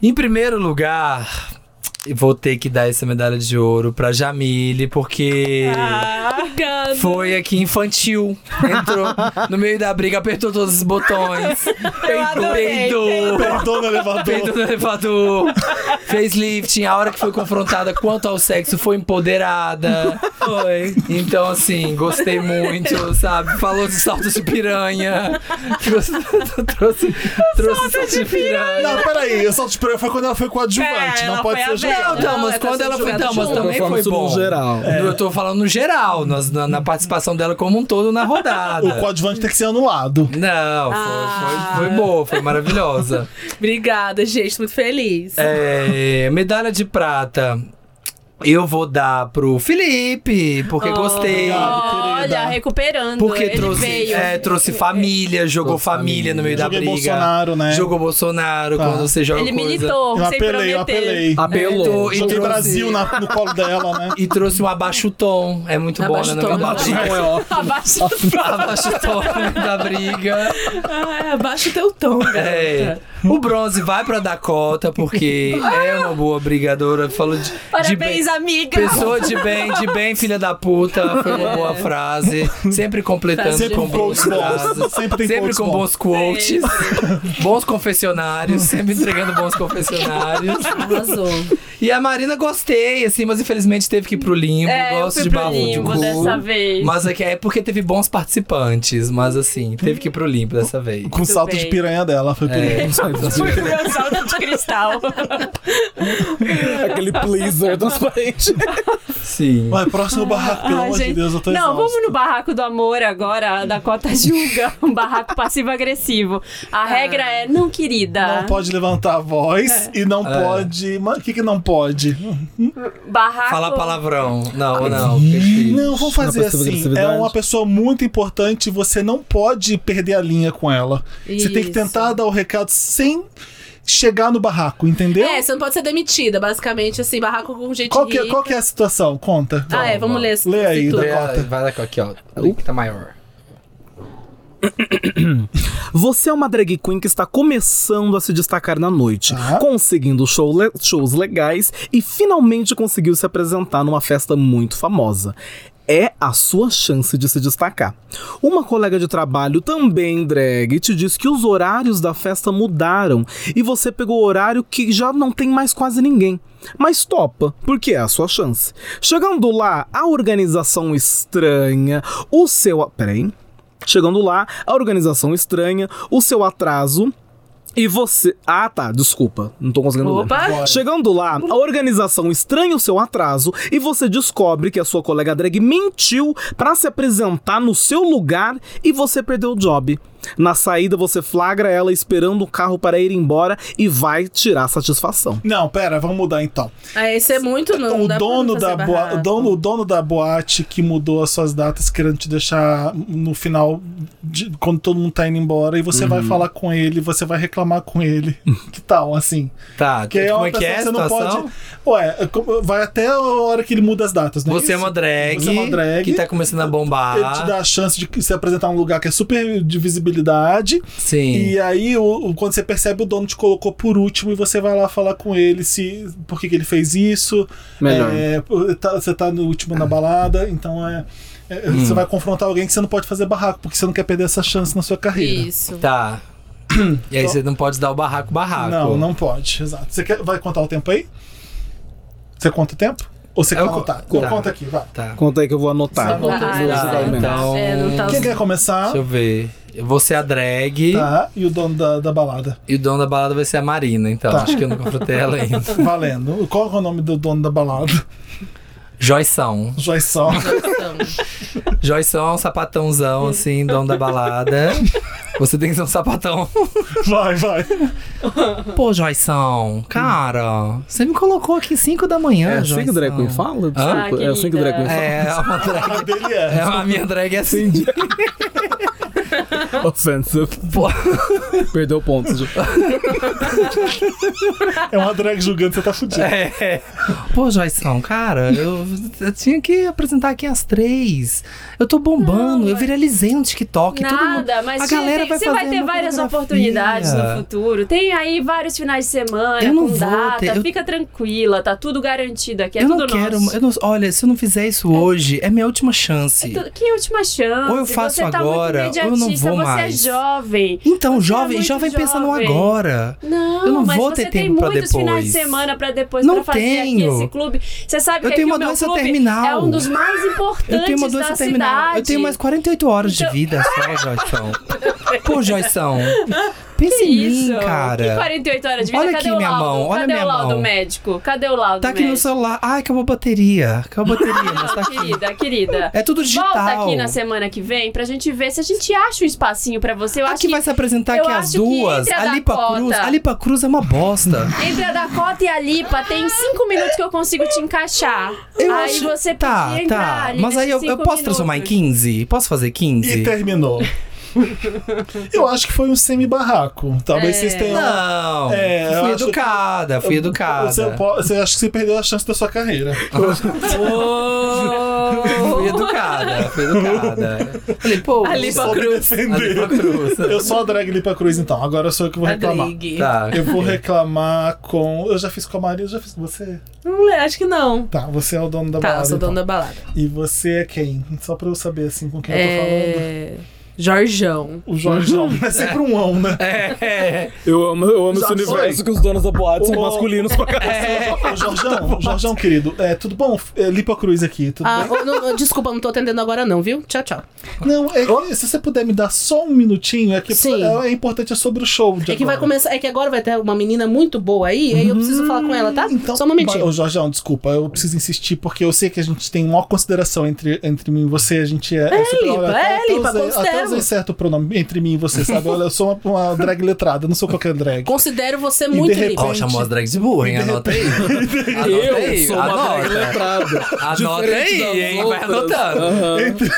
Speaker 4: Em primeiro lugar, vou ter que dar essa medalha de ouro pra Jamile, porque
Speaker 6: Ah,
Speaker 2: Cansa.
Speaker 4: foi aqui infantil. Entrou no meio da briga, apertou todos os botões.
Speaker 2: adorei,
Speaker 4: peidou.
Speaker 1: Perdão no
Speaker 4: Peidou
Speaker 1: elevador.
Speaker 4: no elevador, fez lifting, a hora que foi confrontada quanto ao sexo foi empoderada. Foi. Então, assim, gostei muito, sabe? Falou de salto de piranha. Trouxe, trouxe, trouxe salto de piranha.
Speaker 1: Não, peraí, eu só te esperei. Foi quando ela foi coadjuvante,
Speaker 2: É,
Speaker 1: não
Speaker 2: ela
Speaker 1: pode
Speaker 2: foi
Speaker 1: ser
Speaker 2: a
Speaker 1: jogada.
Speaker 4: Não, Damas,
Speaker 6: ela tá
Speaker 4: quando
Speaker 6: sendo
Speaker 4: ela foi
Speaker 6: julgada
Speaker 4: Damas
Speaker 6: junto.
Speaker 4: também
Speaker 7: Eu tô falando
Speaker 4: foi
Speaker 7: isso no
Speaker 4: bom.
Speaker 7: geral.
Speaker 4: No- Eu tô falando no geral, nas- na, na participação dela como um todo na rodada.
Speaker 1: O coadjuvante tem que ser anulado.
Speaker 4: Não, foi, foi, foi boa, foi maravilhosa.
Speaker 6: Obrigada, gente, tô muito feliz.
Speaker 4: É, medalha de prata. Eu vou dar pro Felipe, porque gostei.
Speaker 2: Olha,
Speaker 1: querida.
Speaker 2: recuperando.
Speaker 4: Porque
Speaker 2: Oh, ele
Speaker 4: trouxe,
Speaker 2: veio.
Speaker 4: é, trouxe família, jogou família, no meio da
Speaker 1: Joguei
Speaker 4: briga.
Speaker 1: Bolsonaro, né?
Speaker 4: Jogou Bolsonaro
Speaker 1: Tá.
Speaker 4: quando você joga
Speaker 2: Ele
Speaker 4: coisa.
Speaker 2: militou, né?
Speaker 1: Eu
Speaker 2: sem
Speaker 1: apelei, eu
Speaker 2: prometer.
Speaker 1: apelei.
Speaker 4: Apelou. E
Speaker 1: Joguei
Speaker 4: trouxe-
Speaker 1: Brasil na- no colo dela, né?
Speaker 4: E trouxe um abaixo tom. É muito bom, né?
Speaker 6: Abaixo
Speaker 4: na
Speaker 6: tom.
Speaker 4: verdade?
Speaker 2: Abaixo do
Speaker 4: abaixo o tom da briga.
Speaker 6: Ah, abaixa o teu tom,
Speaker 4: É. O bronze vai pra Dakota, porque é uma boa brigadora. Falou de, de bem.
Speaker 2: Parabéns, amiga.
Speaker 4: Pessoa de bem, de bem, filha da puta. Foi uma boa frase. É. Sempre completando
Speaker 1: Sempre
Speaker 4: com
Speaker 1: um quote
Speaker 4: bons
Speaker 1: bom.
Speaker 4: frases.
Speaker 1: Sempre tem quotes
Speaker 4: com bons É. quotes. Bons confessionários. Sempre entregando bons confessionários.
Speaker 6: Arrasou.
Speaker 4: E a Marina gostei, assim, mas infelizmente teve que ir pro limbo.
Speaker 2: É, eu
Speaker 4: Gosto
Speaker 2: fui
Speaker 4: de
Speaker 2: pro
Speaker 4: barro de
Speaker 2: limbo
Speaker 4: cu.
Speaker 2: dessa vez.
Speaker 4: Mas é que é porque teve bons participantes. Mas assim, teve que ir pro limbo dessa vez.
Speaker 1: Com o salto de
Speaker 2: bem.
Speaker 1: piranha dela, foi por
Speaker 4: É.
Speaker 1: isso.
Speaker 2: Fui com meu salto de cristal.
Speaker 7: É, Aquele pleaser transparente.
Speaker 4: Sim.
Speaker 1: Vai, próximo barraco, pelo
Speaker 2: Ai,
Speaker 1: amor de
Speaker 2: gente.
Speaker 1: Deus, eu tô
Speaker 2: Não,
Speaker 1: exausto.
Speaker 2: vamos no barraco do amor agora, da cota julga. Um barraco passivo-agressivo. A regra é, não, querida.
Speaker 1: Não pode levantar a voz e não
Speaker 4: É.
Speaker 1: pode. Mas o que, que não pode?
Speaker 2: Barraco.
Speaker 4: Fala palavrão. Não, não. fica difícil.
Speaker 1: Não, vamos fazer
Speaker 7: passiva
Speaker 1: assim. É
Speaker 7: agressividade.
Speaker 1: uma pessoa muito importante, você não pode perder a linha com ela. Você tem que
Speaker 6: Isso.
Speaker 1: tentar dar o recado sem chegar no barraco, entendeu?
Speaker 6: É, você não pode ser demitida, basicamente, assim, barraco com gente
Speaker 1: Qual que, é-
Speaker 6: rica.
Speaker 1: qual que é a situação? Conta.
Speaker 6: Ah, é, vamos ler. esse-
Speaker 1: Lê
Speaker 6: esse
Speaker 1: aí, né?
Speaker 6: tudo.
Speaker 1: Lê
Speaker 4: Vai,
Speaker 1: Corta.
Speaker 4: vai lá aqui, ó. O link tá maior.
Speaker 7: Você é uma drag queen que está começando a se destacar na noite,
Speaker 1: Ah.
Speaker 7: conseguindo show le- shows legais e finalmente conseguiu se apresentar numa festa muito famosa. É a sua chance de se destacar. Uma colega de trabalho, também drag, te diz que os horários da festa mudaram e você pegou o horário que já não tem mais quase ninguém. Mas topa, porque é a sua chance. Chegando lá, a organização estranha, o seu. a- Peraí. Chegando lá, a organização estranha, o seu atraso e você. Ah, tá, desculpa, não tô conseguindo ler.
Speaker 6: Opa!
Speaker 7: Chegando lá, a organização estranha o seu atraso e você descobre que a sua colega drag mentiu pra se apresentar no seu lugar e você perdeu o job. Na saída, você flagra ela esperando o carro para ir embora e vai tirar satisfação.
Speaker 1: Não, pera, vamos mudar então.
Speaker 6: Ah, esse é muito, não
Speaker 1: o
Speaker 6: dá pra
Speaker 1: Então, dono
Speaker 6: fazer
Speaker 1: da boa,
Speaker 6: barraco.
Speaker 1: o dono, o dono da boate que mudou as suas datas querendo te deixar no final de- quando todo mundo tá indo embora e você vai
Speaker 4: Uhum.
Speaker 1: falar com ele, você vai reclamar com ele. que tal assim?
Speaker 4: Tá,
Speaker 1: Que é
Speaker 4: como
Speaker 1: uma
Speaker 4: é que
Speaker 1: pessoa
Speaker 4: é
Speaker 1: que
Speaker 4: a
Speaker 1: você não
Speaker 4: situação?
Speaker 1: pode. Ué, é como- vai até a hora que ele muda as datas, né?
Speaker 4: Você é uma drag,
Speaker 1: Você é uma drag.
Speaker 4: que tá começando a
Speaker 1: Ele te
Speaker 4: bombar.
Speaker 1: dá a chance de se apresentar num lugar que é super de visibilidade.
Speaker 4: Sim.
Speaker 1: E aí, o, o- quando você percebe, o dono te colocou por último e você vai lá falar com ele se por que, que ele fez isso.
Speaker 7: Melhor.
Speaker 1: É, tá- você tá no último na balada, então é. é,
Speaker 4: Hum.
Speaker 1: Você vai confrontar alguém que você não pode fazer barraco, porque você não quer perder essa chance na sua carreira.
Speaker 6: Isso.
Speaker 4: Tá. E aí você não pode dar o barraco barraco.
Speaker 1: Não, não pode, exato. Você quer, vai contar o tempo aí? Você conta o tempo? Ou você quer
Speaker 4: Eu co-
Speaker 1: contar?
Speaker 4: tá.
Speaker 1: Conta aqui, vai.
Speaker 4: Tá. Então,
Speaker 7: Conta aí que eu vou anotar. É assim
Speaker 1: Você
Speaker 6: Ah,
Speaker 1: Vou ajudar
Speaker 6: não,
Speaker 1: mesmo.
Speaker 6: tá. É, não tá.
Speaker 1: Quem quer começar?
Speaker 4: Deixa eu ver. Eu vou ser a drag
Speaker 1: Tá, e o dono da, da balada.
Speaker 4: e o dono da balada vai ser a Marina, então.
Speaker 1: Tá.
Speaker 4: Acho que eu não confrontei ela ainda.
Speaker 1: Valendo. Qual é o nome do dono da balada?
Speaker 4: Joição.
Speaker 1: Joição.
Speaker 4: Joição é um sapatãozão, assim, dono da balada. Você tem que ser um sapatão.
Speaker 1: Vai, vai.
Speaker 4: Pô, Joição, cara, você me colocou aqui 5 da manhã,
Speaker 7: É assim que
Speaker 4: Joição.
Speaker 7: o Drag Queen fala?
Speaker 4: Hã?
Speaker 7: Desculpa, é assim que o
Speaker 2: querida.
Speaker 7: Drag Queen fala.
Speaker 4: É, uma drag,
Speaker 1: A dele é.
Speaker 4: é uma, a minha drag é assim.
Speaker 7: Offensive.
Speaker 4: Pô.
Speaker 7: Perdeu pontos. gente.
Speaker 1: É uma drag julgando, você tá fudido.
Speaker 4: É. Pô, Joição, cara, eu, eu tinha que apresentar aqui às três. Eu tô bombando, eu viralizei no TikTok. todo mundo...
Speaker 2: Nada, mas
Speaker 4: a
Speaker 2: você
Speaker 4: galera
Speaker 2: tem-
Speaker 4: vai
Speaker 2: você vai
Speaker 4: fazer
Speaker 2: ter
Speaker 4: uma
Speaker 2: várias
Speaker 4: coreografia.
Speaker 2: oportunidades
Speaker 4: É.
Speaker 2: no futuro. Tem aí vários finais de semana,
Speaker 4: Eu não
Speaker 2: com
Speaker 4: vou
Speaker 2: data.
Speaker 4: ter- eu-
Speaker 2: Fica tranquila, tá tudo garantido aqui. É
Speaker 4: eu
Speaker 2: tudo
Speaker 4: não quero.
Speaker 2: nosso.
Speaker 4: eu não- olha, se eu não fizer isso hoje, é minha última chance.
Speaker 2: Tu- Que última chance.
Speaker 4: Ou eu faço
Speaker 2: você tá
Speaker 4: agora,
Speaker 2: muito
Speaker 4: ou eu não
Speaker 2: imediatista,
Speaker 4: vou
Speaker 2: você
Speaker 4: mais.
Speaker 2: é jovem.
Speaker 4: Então,
Speaker 2: Você é
Speaker 4: jovem,
Speaker 2: muito
Speaker 4: jovem pensa no
Speaker 2: jovem.
Speaker 4: agora.
Speaker 2: Não,
Speaker 4: Eu não
Speaker 2: mas
Speaker 4: vou
Speaker 2: você
Speaker 4: ter
Speaker 2: tem
Speaker 4: tempo pra
Speaker 2: muitos finais de
Speaker 4: depois.
Speaker 2: semana pra depois
Speaker 4: Não
Speaker 2: pra fazer
Speaker 4: tenho.
Speaker 2: aqui esse clube. Você sabe
Speaker 4: Eu
Speaker 2: que
Speaker 4: tenho
Speaker 2: aqui
Speaker 4: uma
Speaker 2: o meu
Speaker 4: doença
Speaker 2: clube
Speaker 4: terminal.
Speaker 2: é um dos mais importantes
Speaker 4: Eu tenho uma doença
Speaker 2: da
Speaker 4: terminal.
Speaker 2: cidade.
Speaker 4: Eu tenho mais 48 horas
Speaker 2: Então-
Speaker 4: de vida só, Joyção. Pô, Joyção.
Speaker 2: Que
Speaker 4: Pensa em
Speaker 2: isso?
Speaker 4: mim,
Speaker 2: Que
Speaker 4: cara.
Speaker 2: 48 horas de vida?
Speaker 4: Olha
Speaker 2: Cadê
Speaker 4: aqui
Speaker 2: o
Speaker 4: minha
Speaker 2: laudo?
Speaker 4: mão, olha
Speaker 2: Cadê
Speaker 4: minha
Speaker 2: o laudo
Speaker 4: mão.
Speaker 2: médico? Cadê o laudo
Speaker 4: Tá aqui
Speaker 2: médico?
Speaker 4: no celular. Ai, acabou a bateria. Acabou a bateria, mas tá aqui.
Speaker 2: Querida, querida.
Speaker 4: É tudo digital.
Speaker 2: Volta aqui na semana que vem pra gente ver se a gente acha um espacinho pra você. Eu
Speaker 4: A
Speaker 2: acho
Speaker 4: que vai se apresentar
Speaker 2: eu
Speaker 4: Tá aqui às
Speaker 2: acho que
Speaker 4: duas.
Speaker 2: entre a
Speaker 4: A Lipa
Speaker 2: Dakota.
Speaker 4: Cruz. A Lipa Cruz é uma bosta.
Speaker 2: Entre a Dakota e a Lipa, tem cinco minutos que eu consigo te encaixar.
Speaker 4: Eu
Speaker 2: aí
Speaker 4: acho-
Speaker 2: você
Speaker 4: Tá,
Speaker 2: podia entrar
Speaker 4: tá.
Speaker 2: ali
Speaker 4: Mas
Speaker 2: nesses
Speaker 4: aí eu, eu
Speaker 2: cinco
Speaker 4: posso transformar em
Speaker 2: minutos.
Speaker 4: 15? Posso fazer
Speaker 1: E
Speaker 4: 15?
Speaker 1: terminou. Eu acho que foi um semi-barraco.
Speaker 6: É.
Speaker 1: Talvez vocês tenham.
Speaker 4: Não.
Speaker 1: É, eu
Speaker 4: fui
Speaker 1: acho-
Speaker 4: educada, fui educada.
Speaker 1: Você, po- você acha que você perdeu a chance da sua carreira.
Speaker 4: Fui educada, fui educada. Falei, pô,
Speaker 6: A
Speaker 1: Eu
Speaker 6: Lipa
Speaker 1: soube
Speaker 6: Cruz.
Speaker 1: defender.
Speaker 4: Lipa Cruz.
Speaker 1: Eu sou a drag Lipa Cruz, então. Agora sou eu que vou reclamar.
Speaker 6: Rodrigue.
Speaker 4: Tá.
Speaker 1: Eu vou reclamar com. Eu já fiz com a Maria, eu já fiz com você.
Speaker 6: Não lê, acho que não.
Speaker 1: Tá, você é o dono da
Speaker 6: Tá, eu
Speaker 1: balada.
Speaker 6: sou
Speaker 1: então.
Speaker 6: dono da balada.
Speaker 1: E você é quem? Só pra eu saber assim com quem eu tô falando.
Speaker 6: É. Jorjão.
Speaker 1: O Jorjão. É sempre um ão, né?
Speaker 4: É,
Speaker 3: Eu amo, eu amo esse
Speaker 1: Já foi.
Speaker 3: universo que os donos da boate são
Speaker 1: Ô.
Speaker 3: masculinos pra caralho.
Speaker 4: É.
Speaker 1: Ô, Jorjão, Jorjão, querido. É, tudo bom? É, Lipa Cruz aqui, tudo
Speaker 6: Ah,
Speaker 1: bem?
Speaker 6: ô, não, ô, desculpa, não tô atendendo agora, não, viu? Tchau, tchau.
Speaker 1: Não, é que se você puder me dar só um minutinho, é que
Speaker 6: Sim.
Speaker 1: é, é importante, é sobre o show. De
Speaker 6: É que vai
Speaker 1: agora.
Speaker 6: começar. É que agora vai ter uma menina muito boa aí, aí eu preciso falar com ela, tá?
Speaker 1: Então,
Speaker 6: Só um momentinho.
Speaker 1: Ô, Jorjão, desculpa, eu preciso insistir, porque eu sei que a gente tem maior consideração entre, entre mim e você. A gente é. É,
Speaker 6: Lipa, é, Lipa,
Speaker 1: até, usei, até
Speaker 6: considero.
Speaker 1: usei certo o pronome entre mim e você, sabe? Olha, eu sou uma, uma drag letrada, eu não sou qualquer drag.
Speaker 6: Considero você
Speaker 1: de
Speaker 6: muito
Speaker 1: repente-
Speaker 6: livre.
Speaker 4: Ó, chamou as drags de burro, hein? Anota aí. Anota aí,
Speaker 7: Eu sou uma drag
Speaker 4: anota.
Speaker 7: letrada.
Speaker 4: Anota aí,
Speaker 7: Diferente das
Speaker 4: hein? Vai
Speaker 7: outras.
Speaker 4: anotando.
Speaker 6: Ah.
Speaker 7: Aham.
Speaker 1: Entre-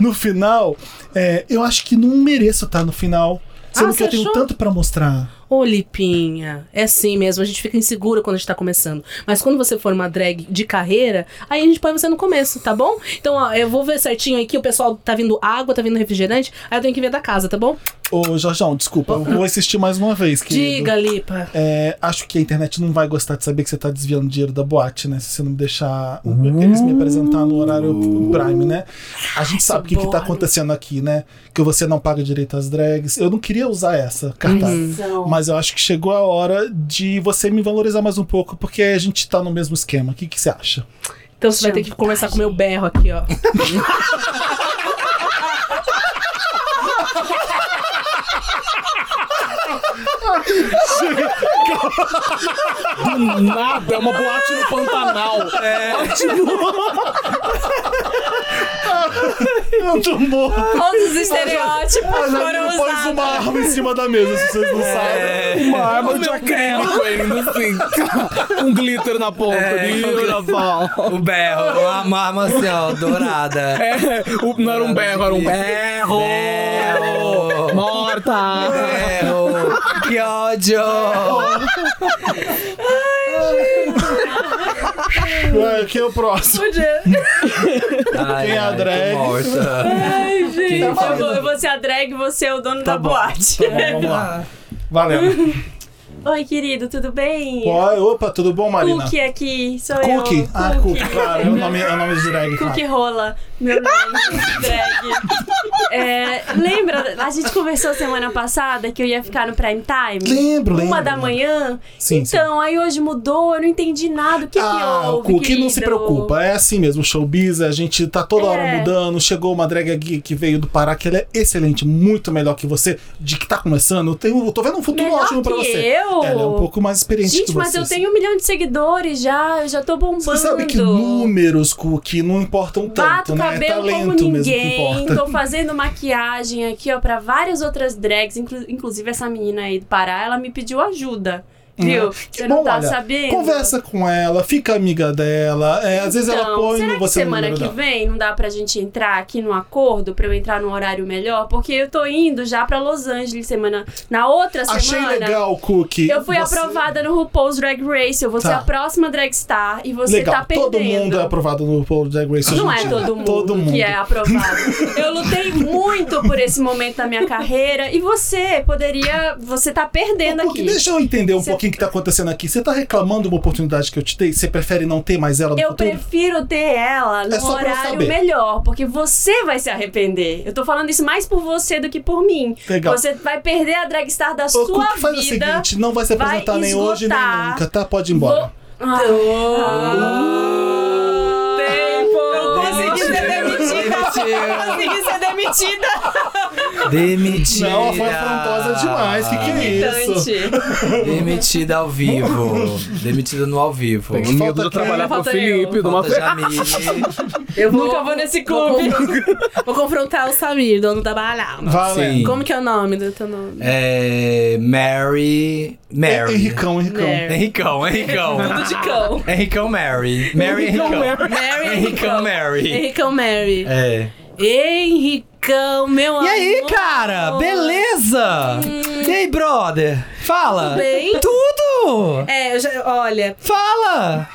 Speaker 1: no final, é, eu acho que não mereço estar no final. Sendo
Speaker 6: Ah,
Speaker 1: que eu
Speaker 6: você
Speaker 1: tenho
Speaker 6: achou?
Speaker 1: tanto pra mostrar.
Speaker 6: Ô, Lipinha, é assim mesmo, a gente fica insegura quando a gente tá começando. Mas quando você for uma drag de carreira, aí a gente põe você no começo, tá bom? Então, ó, eu vou ver certinho aqui, o pessoal tá vindo água, tá vindo refrigerante, aí eu tenho que ver da casa, tá bom?
Speaker 1: Ô, Jorjão, desculpa, eu vou insistir mais uma vez, querido.
Speaker 6: Diga, Lipa.
Speaker 1: É, acho que a internet não vai gostar de saber que você tá desviando dinheiro da boate, né? Se você não me deixar eles me apresentar no horário Prime, né? A gente sabe o que, que tá acontecendo aqui, né? Que você não paga direito às drags. Eu não queria usar essa cartaz. Mas eu acho que chegou a hora de você me valorizar mais um pouco, porque a gente tá no mesmo esquema. O que, que você acha?
Speaker 6: Então você vai ter que conversar com o meu berro aqui, ó.
Speaker 3: Do nada, é uma boate no Pantanal.
Speaker 4: É,
Speaker 1: Eu tô morto.
Speaker 2: Todos os estereótipos
Speaker 1: Mas a
Speaker 2: foram
Speaker 1: menina
Speaker 6: é
Speaker 1: pôs uma
Speaker 2: usados.
Speaker 1: arma em cima da mesa, se vocês não
Speaker 4: É.
Speaker 1: sabem.
Speaker 3: Uma arma de acrílico ainda, assim. Com glitter na ponta.
Speaker 4: É,
Speaker 3: Beautiful.
Speaker 4: O berro, uma uma arma assim, ó, dourada.
Speaker 3: É, o- não era um berro, era um berro.
Speaker 4: Berro.
Speaker 3: Morta.
Speaker 4: Berro. Que ódio!
Speaker 1: Ué, Quem é o próximo?
Speaker 4: Ai,
Speaker 1: Quem é a
Speaker 4: ai, tô
Speaker 1: drag?
Speaker 4: morta.
Speaker 2: Ai, gente,
Speaker 4: Quem
Speaker 2: eu
Speaker 4: fala?
Speaker 2: vou, eu vou ser a drag e você é o dono
Speaker 4: Tá
Speaker 2: da
Speaker 1: bom.
Speaker 2: boate.
Speaker 1: Vamos lá. Valendo.
Speaker 2: Oi, querido, tudo bem?
Speaker 1: Oi, Opa, tudo bom, Marina?
Speaker 2: Cookie aqui, sou eu.
Speaker 1: Cookie. Ah, Cookie, claro. É o nome, é o nome de drag, claro.
Speaker 2: Cookie rola, meu nome, drag. É, lembra, a gente conversou semana passada que eu ia ficar no prime time?
Speaker 1: Lembro, lembro.
Speaker 2: é Uma da manhã?
Speaker 1: Sim,
Speaker 2: então, aí hoje mudou, eu não entendi nada. O que, que
Speaker 1: Ah, o
Speaker 2: houve?
Speaker 1: Cookie não se
Speaker 2: querido?
Speaker 1: preocupa. É assim mesmo, o showbiz, a gente tá toda hora
Speaker 2: É.
Speaker 1: mudando. Chegou uma drag aqui que veio do Pará, que ela é excelente, muito melhor que você, de que tá começando. Eu, tenho, eu tô vendo um futuro
Speaker 2: Melhor
Speaker 1: ótimo pra
Speaker 2: que
Speaker 1: você.
Speaker 2: eu?
Speaker 1: Ela é um pouco mais experiente que
Speaker 2: Gente,
Speaker 1: você.
Speaker 2: mas eu tenho um milhão de seguidores já, eu já tô bombando.
Speaker 1: Você sabe que números, Cookie, não importam tanto,
Speaker 2: Bato
Speaker 1: né? É
Speaker 2: cabelo
Speaker 1: talento
Speaker 2: como
Speaker 1: mesmo que
Speaker 2: ninguém.
Speaker 1: importa.
Speaker 2: Tô fazendo maquiagem aqui, ó, pra várias outras drags. inclu- inclusive, essa menina aí do Pará, ela me pediu ajuda. Viu?
Speaker 1: Uhum. Que
Speaker 2: Você
Speaker 1: bom,
Speaker 2: não tá
Speaker 1: olha,
Speaker 2: sabendo?
Speaker 1: Conversa com ela, fica amiga dela. é, às vezes ela
Speaker 2: Então,
Speaker 1: põe
Speaker 2: será
Speaker 1: no
Speaker 2: que
Speaker 1: você no
Speaker 2: semana
Speaker 1: número
Speaker 2: que
Speaker 1: dela.
Speaker 2: vem não dá pra gente entrar aqui num acordo pra eu entrar num horário melhor? Porque eu tô indo já pra Los Angeles semana. Na outra
Speaker 1: Achei
Speaker 2: semana.
Speaker 1: legal, Cookie.
Speaker 2: Eu fui
Speaker 1: Você-
Speaker 2: aprovada no RuPaul's Drag Race. Eu vou ser
Speaker 1: Tá.
Speaker 2: a próxima drag star e você
Speaker 1: legal.
Speaker 2: tá perdendo.
Speaker 1: Todo mundo é aprovado no Paul Drag Race
Speaker 2: Não
Speaker 1: hoje
Speaker 2: é
Speaker 1: em dia.
Speaker 2: todo mundo,
Speaker 1: Todo mundo.
Speaker 2: que é aprovado. Eu lutei muito por esse momento da minha carreira e você poderia. Você tá perdendo
Speaker 1: Ô, Cookie,
Speaker 2: aqui.
Speaker 1: deixa eu entender um
Speaker 2: Você-
Speaker 1: pouquinho o que tá acontecendo aqui. Você tá reclamando de uma oportunidade que eu te dei? Você prefere não ter mais ela no
Speaker 2: Eu
Speaker 1: futuro?
Speaker 2: prefiro ter ela num
Speaker 1: É só pra eu
Speaker 2: horário
Speaker 1: saber.
Speaker 2: melhor, porque você vai se arrepender. Eu tô falando isso mais por você do que por mim.
Speaker 1: Legal.
Speaker 2: Você vai perder a drag star da
Speaker 1: Ô,
Speaker 2: sua
Speaker 1: Cookie, faz o
Speaker 2: vida.
Speaker 1: seguinte, não vai se
Speaker 2: vai
Speaker 1: apresentar nem
Speaker 2: esgotar.
Speaker 1: hoje nem nunca, tá? Pode ir embora.
Speaker 2: Ah. Tempo! Ah, Eu consegui ser demitida! Consegui ser demitida!
Speaker 4: Demitida.
Speaker 1: Não, ela foi afrontosa demais. Que que é isso?
Speaker 2: Irritante.
Speaker 4: Demitida ao vivo. Demitida no ao vivo.
Speaker 3: O medo de trabalhar com o
Speaker 2: Falta
Speaker 3: Felipe
Speaker 2: eu.
Speaker 3: numa
Speaker 4: Falta
Speaker 3: fe...
Speaker 4: Jamile.
Speaker 6: Eu vou,
Speaker 2: Nunca vou nesse clube.
Speaker 6: vou confrontar o Samir, dono da balada.
Speaker 1: Valendo.
Speaker 4: Sim.
Speaker 6: Como que é o nome do teu nome?
Speaker 4: É, Mary. Mary.
Speaker 1: Henricão, Henricão.
Speaker 6: Mary.
Speaker 4: Henricão, Henricão.
Speaker 2: Tudo de cão.
Speaker 4: Henricão Mary. Mary Henricão.
Speaker 6: Mary
Speaker 4: Henricão Mary.
Speaker 6: Henricão Mary.
Speaker 4: É.
Speaker 6: Henricão, meu
Speaker 4: E
Speaker 6: amor.
Speaker 4: aí, cara? Beleza? E aí, brother? Fala.
Speaker 6: Hum. Tudo bem?
Speaker 4: Tudo!
Speaker 6: É, eu já, olha,
Speaker 4: Fala!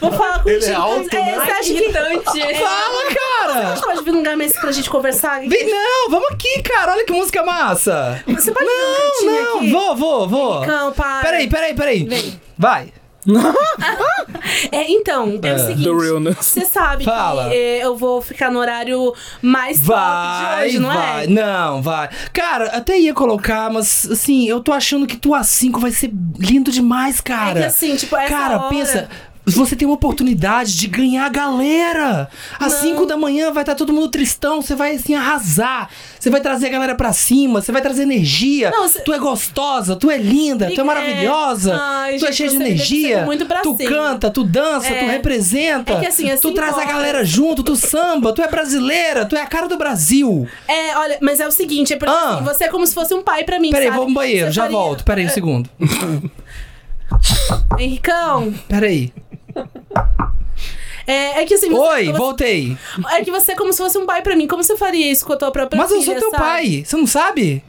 Speaker 6: vou falar com
Speaker 1: Ele é alto,
Speaker 6: é,
Speaker 1: né?
Speaker 6: Você acha que É.
Speaker 2: Irritante.
Speaker 4: Fala, cara!
Speaker 6: você pode vir num lugar mais pra gente conversar?
Speaker 4: Vem, não, vamos aqui, cara. Olha que música massa.
Speaker 6: Você pode vir num
Speaker 4: Não,
Speaker 6: cantinho
Speaker 4: não,
Speaker 6: aqui?
Speaker 4: vou, vou, vou.
Speaker 6: Henricão, para.
Speaker 4: Peraí, peraí, peraí. Vai.
Speaker 6: É, então, é, o seguinte.
Speaker 3: The realness.
Speaker 6: Você sabe
Speaker 4: Fala.
Speaker 6: que eh, eu vou ficar no horário mais top de
Speaker 4: Vai,
Speaker 6: hoje, não
Speaker 4: vai.
Speaker 6: é?
Speaker 4: Não, vai. Cara, até ia colocar, mas assim, eu tô achando que tu A5 vai ser lindo demais, cara.
Speaker 6: É que assim, tipo, essa
Speaker 4: cara,
Speaker 6: hora-
Speaker 4: pensa. Você tem uma oportunidade de ganhar a galera. Às 5 da manhã vai estar todo mundo tristão, você vai assim arrasar. Você vai trazer a galera pra cima, você vai trazer energia.
Speaker 6: Não, cê-
Speaker 4: Tu é gostosa, tu é linda, tu é
Speaker 6: É.
Speaker 4: maravilhosa.
Speaker 6: Ai,
Speaker 4: tu é
Speaker 6: gente,
Speaker 4: cheia de
Speaker 6: você me deixa
Speaker 4: energia.
Speaker 6: muito pra
Speaker 4: tu
Speaker 6: cima.
Speaker 4: canta, tu dança,
Speaker 6: É.
Speaker 4: tu representa.
Speaker 6: É que assim, às
Speaker 4: tu
Speaker 6: cinco
Speaker 4: traz a
Speaker 6: horas-
Speaker 4: galera junto, tu samba, tu é brasileira, tu é a cara do Brasil.
Speaker 6: É, olha, mas é o seguinte, é porque
Speaker 4: Ah.
Speaker 6: assim, você é como se fosse um pai pra mim,
Speaker 4: Peraí,
Speaker 6: sabe?
Speaker 4: vou no banheiro,
Speaker 6: Você
Speaker 4: já
Speaker 6: faria-
Speaker 4: volto. Peraí, um segundo.
Speaker 6: Henricão,
Speaker 4: Peraí.
Speaker 10: É, é que assim. você-
Speaker 4: Oi,
Speaker 10: você-
Speaker 4: voltei.
Speaker 10: É que você é como se fosse um pai pra mim. Como você faria isso com a tua própria
Speaker 4: Mas
Speaker 10: filha?
Speaker 4: eu sou teu
Speaker 10: sabe?
Speaker 4: pai. Você não sabe?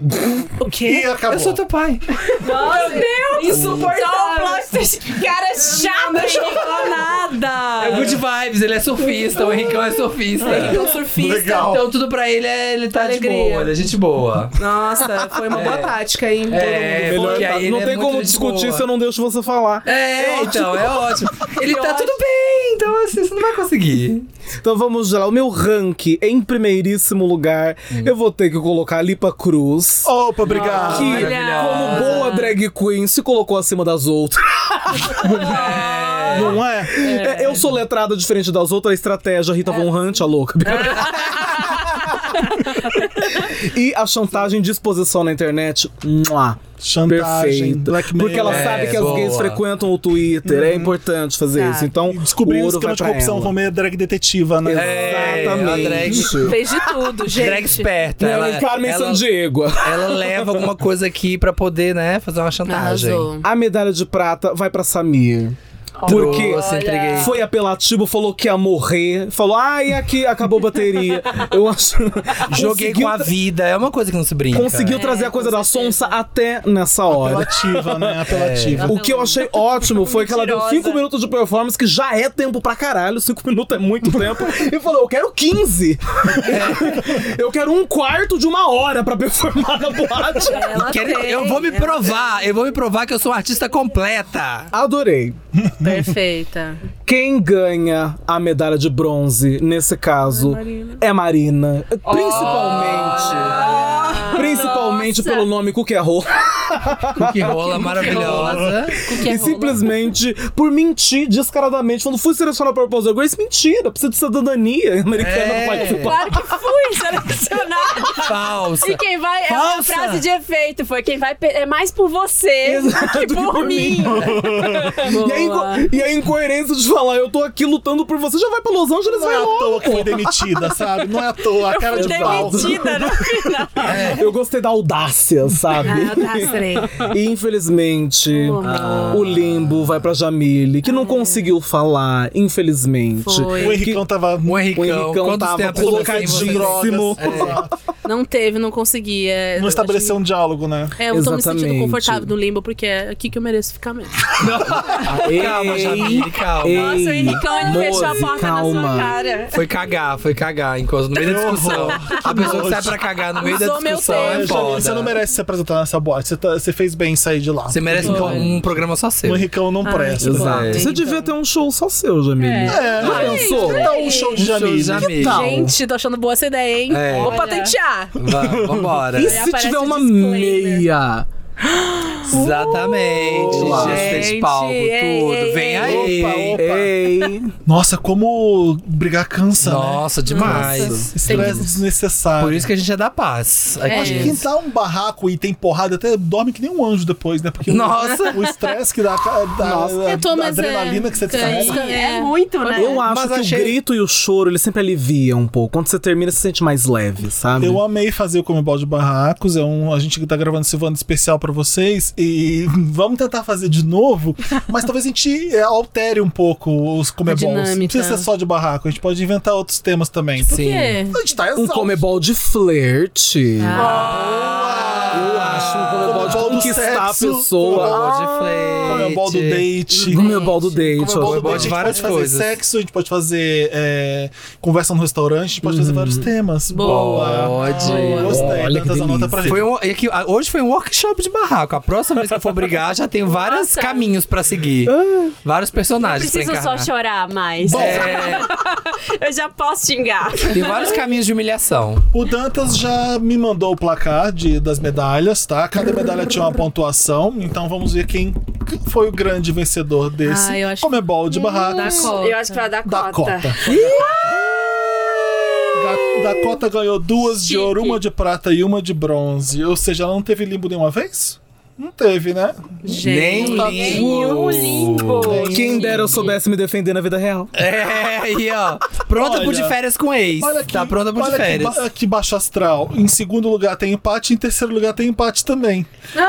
Speaker 10: O
Speaker 1: E
Speaker 10: quê?
Speaker 1: acabou.
Speaker 4: Eu sou teu pai.
Speaker 2: Nossa, meu Deus!
Speaker 10: Insuportável.
Speaker 6: é
Speaker 2: cara chato, não chegou
Speaker 4: É o
Speaker 2: nada.
Speaker 4: Good Vibes, ele é surfista, o Henricão é surfista.
Speaker 2: Então, surfista.
Speaker 1: Legal.
Speaker 4: Então tudo pra ele é. Ele tá de
Speaker 2: Alegria.
Speaker 4: boa, ele é gente boa.
Speaker 10: Nossa, foi uma boa tática, hein?
Speaker 4: É,
Speaker 7: Melhor
Speaker 4: porque
Speaker 7: tá-
Speaker 4: aí ele
Speaker 7: não
Speaker 4: é
Speaker 7: tem
Speaker 4: muito
Speaker 7: como
Speaker 4: gente
Speaker 7: discutir
Speaker 4: boa.
Speaker 7: se eu não deixo você falar.
Speaker 4: É, então, é ótimo. Ele tá tudo bem, então assim, você não vai conseguir.
Speaker 7: Então vamos lá. O meu rank em primeiríssimo lugar, eu vou ter que colocar a Lipa Cruz.
Speaker 1: Opa, obrigado.
Speaker 4: Ah,
Speaker 7: Que,
Speaker 4: Maravilhosa.
Speaker 7: como boa drag queen, se colocou acima das outras.
Speaker 1: Não é?
Speaker 7: É, eu sou letrada diferente das outras, a estratégia Rita Von Hunt, a louca. e a chantagem de exposição na internet, mua,
Speaker 1: Chantagem,
Speaker 7: perfeito.
Speaker 1: blackmail.
Speaker 7: Porque ela
Speaker 4: É,
Speaker 7: sabe que
Speaker 4: boa. Uhum.
Speaker 7: as gays frequentam o Twitter, é importante fazer
Speaker 4: Tá.
Speaker 7: isso. Então,
Speaker 1: Descobriu
Speaker 7: o
Speaker 1: um
Speaker 7: ouro
Speaker 1: esquema
Speaker 7: vai
Speaker 1: de
Speaker 7: pra
Speaker 1: corrupção
Speaker 7: ela.
Speaker 1: como é drag detetiva, né?
Speaker 4: É, a drag,
Speaker 7: Exatamente. é
Speaker 6: Fez de tudo, gente.
Speaker 4: drag esperta. Ela,
Speaker 7: Carmen
Speaker 4: ela,
Speaker 7: Sandiego.
Speaker 4: ela leva alguma coisa aqui pra poder, né, fazer uma chantagem.
Speaker 6: Arrasou.
Speaker 7: A medalha de prata vai pra Samir. Porque
Speaker 4: Trouxe, entreguei.
Speaker 7: foi apelativo, falou que ia morrer, falou, ai, aqui acabou a bateria. Eu acho.
Speaker 4: Joguei
Speaker 7: Conseguiu
Speaker 4: com a
Speaker 7: tra-
Speaker 4: vida, é uma coisa que não se brinca.
Speaker 7: Conseguiu trazer a coisa da sonsa até nessa hora.
Speaker 1: Apelativa, né? Apelativa.
Speaker 7: O que eu achei ótimo foi que ela deu
Speaker 2: Mentirosa.
Speaker 7: 5 minutos de performance, que já é tempo pra caralho, 5 minutos é muito tempo, e falou: Eu quero 15. Eu quero um quarto de uma hora pra performar na boate.
Speaker 2: Ela
Speaker 4: Quer-
Speaker 2: tem,
Speaker 4: eu vou me
Speaker 2: ela-
Speaker 4: provar, eu vou me provar que eu sou uma artista completa.
Speaker 7: Adorei.
Speaker 6: Perfeita.
Speaker 7: Quem ganha a medalha de bronze, nesse caso, é Marina. Principalmente. principalmente
Speaker 2: nossa.
Speaker 7: pelo nome Cookie Roll.
Speaker 4: Que rola maravilhosa.
Speaker 7: E simplesmente, por mentir descaradamente, quando fui selecionar pra Proposal Grace, mentira, precisa de cidadania americana,
Speaker 4: É.
Speaker 7: não pode ser.
Speaker 2: Claro que fui selecionada.
Speaker 4: Falsa.
Speaker 2: E quem vai. É uma
Speaker 4: Falsa.
Speaker 2: frase de efeito. Foi quem vai. pe- É mais por você
Speaker 7: Exato,
Speaker 2: que
Speaker 7: que
Speaker 2: por
Speaker 7: por
Speaker 2: mim.
Speaker 7: E a, inco- e a incoerência de falar, eu tô aqui lutando por você, já vai pra Los Angeles,
Speaker 1: Não
Speaker 7: vai
Speaker 1: é à
Speaker 7: logo.
Speaker 1: toa que foi demitida, sabe? Não é à toa, a cara de pau.
Speaker 2: Demitida no final.
Speaker 6: É.
Speaker 7: Eu gostei da audácia, sabe?
Speaker 6: Ah, tá, serei.
Speaker 7: E infelizmente, o limbo vai pra Jamile, que não conseguiu falar, infelizmente.
Speaker 6: É. Foi.
Speaker 1: O Henricão tava.
Speaker 4: O Um Henricão,
Speaker 7: O Henricão
Speaker 4: quantos
Speaker 7: tava
Speaker 4: tempos
Speaker 7: colocadinho.
Speaker 4: você-
Speaker 1: Drogas.
Speaker 6: Não teve, não conseguia.
Speaker 1: Não estabeleceu um diálogo, né?
Speaker 6: É, eu tô me sentindo
Speaker 7: Exatamente.
Speaker 6: confortável no limbo, porque é aqui que eu mereço ficar mesmo.
Speaker 4: Calma, Jamile, calma.
Speaker 2: Nossa, o Henricão ele fechou a
Speaker 7: Mose,
Speaker 2: porta na sua
Speaker 7: calma.
Speaker 2: cara.
Speaker 4: Foi cagar, foi cagar, enquanto no meio da discussão. A pessoa que sai pra cagar no meio da
Speaker 6: Usou meu
Speaker 4: discussão
Speaker 6: tempo.
Speaker 4: é foda.
Speaker 1: Jamile, Você não merece se apresentar nessa boate. Você, tá- você fez bem em sair de lá.
Speaker 4: Você merece um, um programa só seu.
Speaker 1: O Henricão não presta.
Speaker 7: Exato.
Speaker 4: É.
Speaker 7: Você devia ter um show só seu, Jamile.
Speaker 1: É,
Speaker 7: Já pensou?
Speaker 1: Dá um show de
Speaker 4: Um show
Speaker 1: Jamile.
Speaker 4: de Jamile.
Speaker 1: Que tal?
Speaker 6: Gente, tô achando boa essa ideia, hein?
Speaker 4: É.
Speaker 6: Vou
Speaker 4: Olha.
Speaker 6: patentear.
Speaker 4: Vá, vambora.
Speaker 7: E
Speaker 6: Aí
Speaker 7: se
Speaker 6: aparece
Speaker 7: tiver
Speaker 6: o
Speaker 7: uma
Speaker 6: disclaimer.
Speaker 7: meia?
Speaker 4: Exatamente.
Speaker 7: Olá.
Speaker 4: Gente,
Speaker 6: Gente,
Speaker 4: palco,
Speaker 2: é
Speaker 6: ei,
Speaker 4: tudo.
Speaker 6: ei,
Speaker 4: Vem
Speaker 6: ei.
Speaker 4: aí.
Speaker 1: Opa, né? opa.
Speaker 7: Ei.
Speaker 1: Nossa, como brigar cansa, né?
Speaker 4: Nossa, demais.
Speaker 1: Estresse desnecessário.
Speaker 4: Por isso que a gente é da paz. Aqui.
Speaker 1: Quem tá um barraco e tem porrada até dorme que nem um anjo depois, né? Porque o-
Speaker 4: Nossa.
Speaker 1: o estresse que dá, da
Speaker 6: Eu tô, mas
Speaker 1: adrenalina
Speaker 6: é,
Speaker 1: que você tá
Speaker 6: ganhei.
Speaker 1: descarrega.
Speaker 2: É muito, né?
Speaker 7: Eu acho
Speaker 4: Mas
Speaker 7: que
Speaker 4: achei-
Speaker 7: o grito e o choro, eles sempre aliviam um pouco. Quando você termina, você se sente mais leve, sabe?
Speaker 1: Eu amei fazer o Comebol de Barracos. É um, a gente tá gravando esse Wanda especial pra vocês. E vamos tentar fazer de novo. Mas talvez a gente é, altere um pouco os Comebols. Não
Speaker 6: dinâmica.
Speaker 1: precisa ser só de barraco. A gente pode inventar outros temas também.
Speaker 6: Por quê?
Speaker 1: A gente tá
Speaker 7: Um
Speaker 1: exausto.
Speaker 7: comebol de flerte. Eu
Speaker 1: Ah,
Speaker 7: acho um comebol de
Speaker 1: Comebol do
Speaker 7: conquistar a
Speaker 1: sexo,
Speaker 7: pessoa.
Speaker 4: Comebol de flerte.
Speaker 1: Comebol do date.
Speaker 7: Comebol é do date.
Speaker 1: Comebol do
Speaker 7: ó.
Speaker 1: date, a
Speaker 4: várias
Speaker 1: gente pode fazer
Speaker 4: coisas.
Speaker 1: sexo, a gente pode fazer é, conversa no restaurante, a gente pode fazer vários temas.
Speaker 4: Pode.
Speaker 1: Gostei,
Speaker 7: Olha que
Speaker 1: tantas anota pra gente.
Speaker 4: Foi um- é que, ah, hoje foi um workshop de barraco. A próxima vez que eu for brigar, já tem vários
Speaker 2: Nossa.
Speaker 4: caminhos pra seguir.
Speaker 1: Ah.
Speaker 4: Vários personagens pra
Speaker 2: Preciso só um
Speaker 4: encarnar.
Speaker 2: chorar mais.
Speaker 4: É,
Speaker 2: Eu já posso xingar.
Speaker 4: tem vários caminhos de humilhação.
Speaker 1: O Dantas já me mandou o placar de, das medalhas, tá? Cada medalha tinha uma pontuação, então vamos ver quem foi o grande vencedor desse
Speaker 6: Ah, eu acho-
Speaker 1: Comebol de Barracos.
Speaker 6: Cota.
Speaker 2: Eu acho que vai dar
Speaker 1: Da
Speaker 2: cota.
Speaker 1: Cota. Da Dakota ganhou duas de ouro, uma de prata e uma de bronze. Ou seja, ela não teve limbo nenhuma vez? Não teve, né?
Speaker 4: Nem
Speaker 1: tá
Speaker 4: limbo.
Speaker 7: Quem dera eu soubesse me defender na vida real.
Speaker 4: É, aí, ó. Pronta pro
Speaker 1: Olha.
Speaker 4: de férias com ex.
Speaker 1: Olha que,
Speaker 4: tá pronta pro de
Speaker 1: olha que
Speaker 4: férias.
Speaker 1: ba- que baixo astral. Em segundo lugar tem
Speaker 2: Ah,
Speaker 1: empate, em terceiro lugar tem empate também.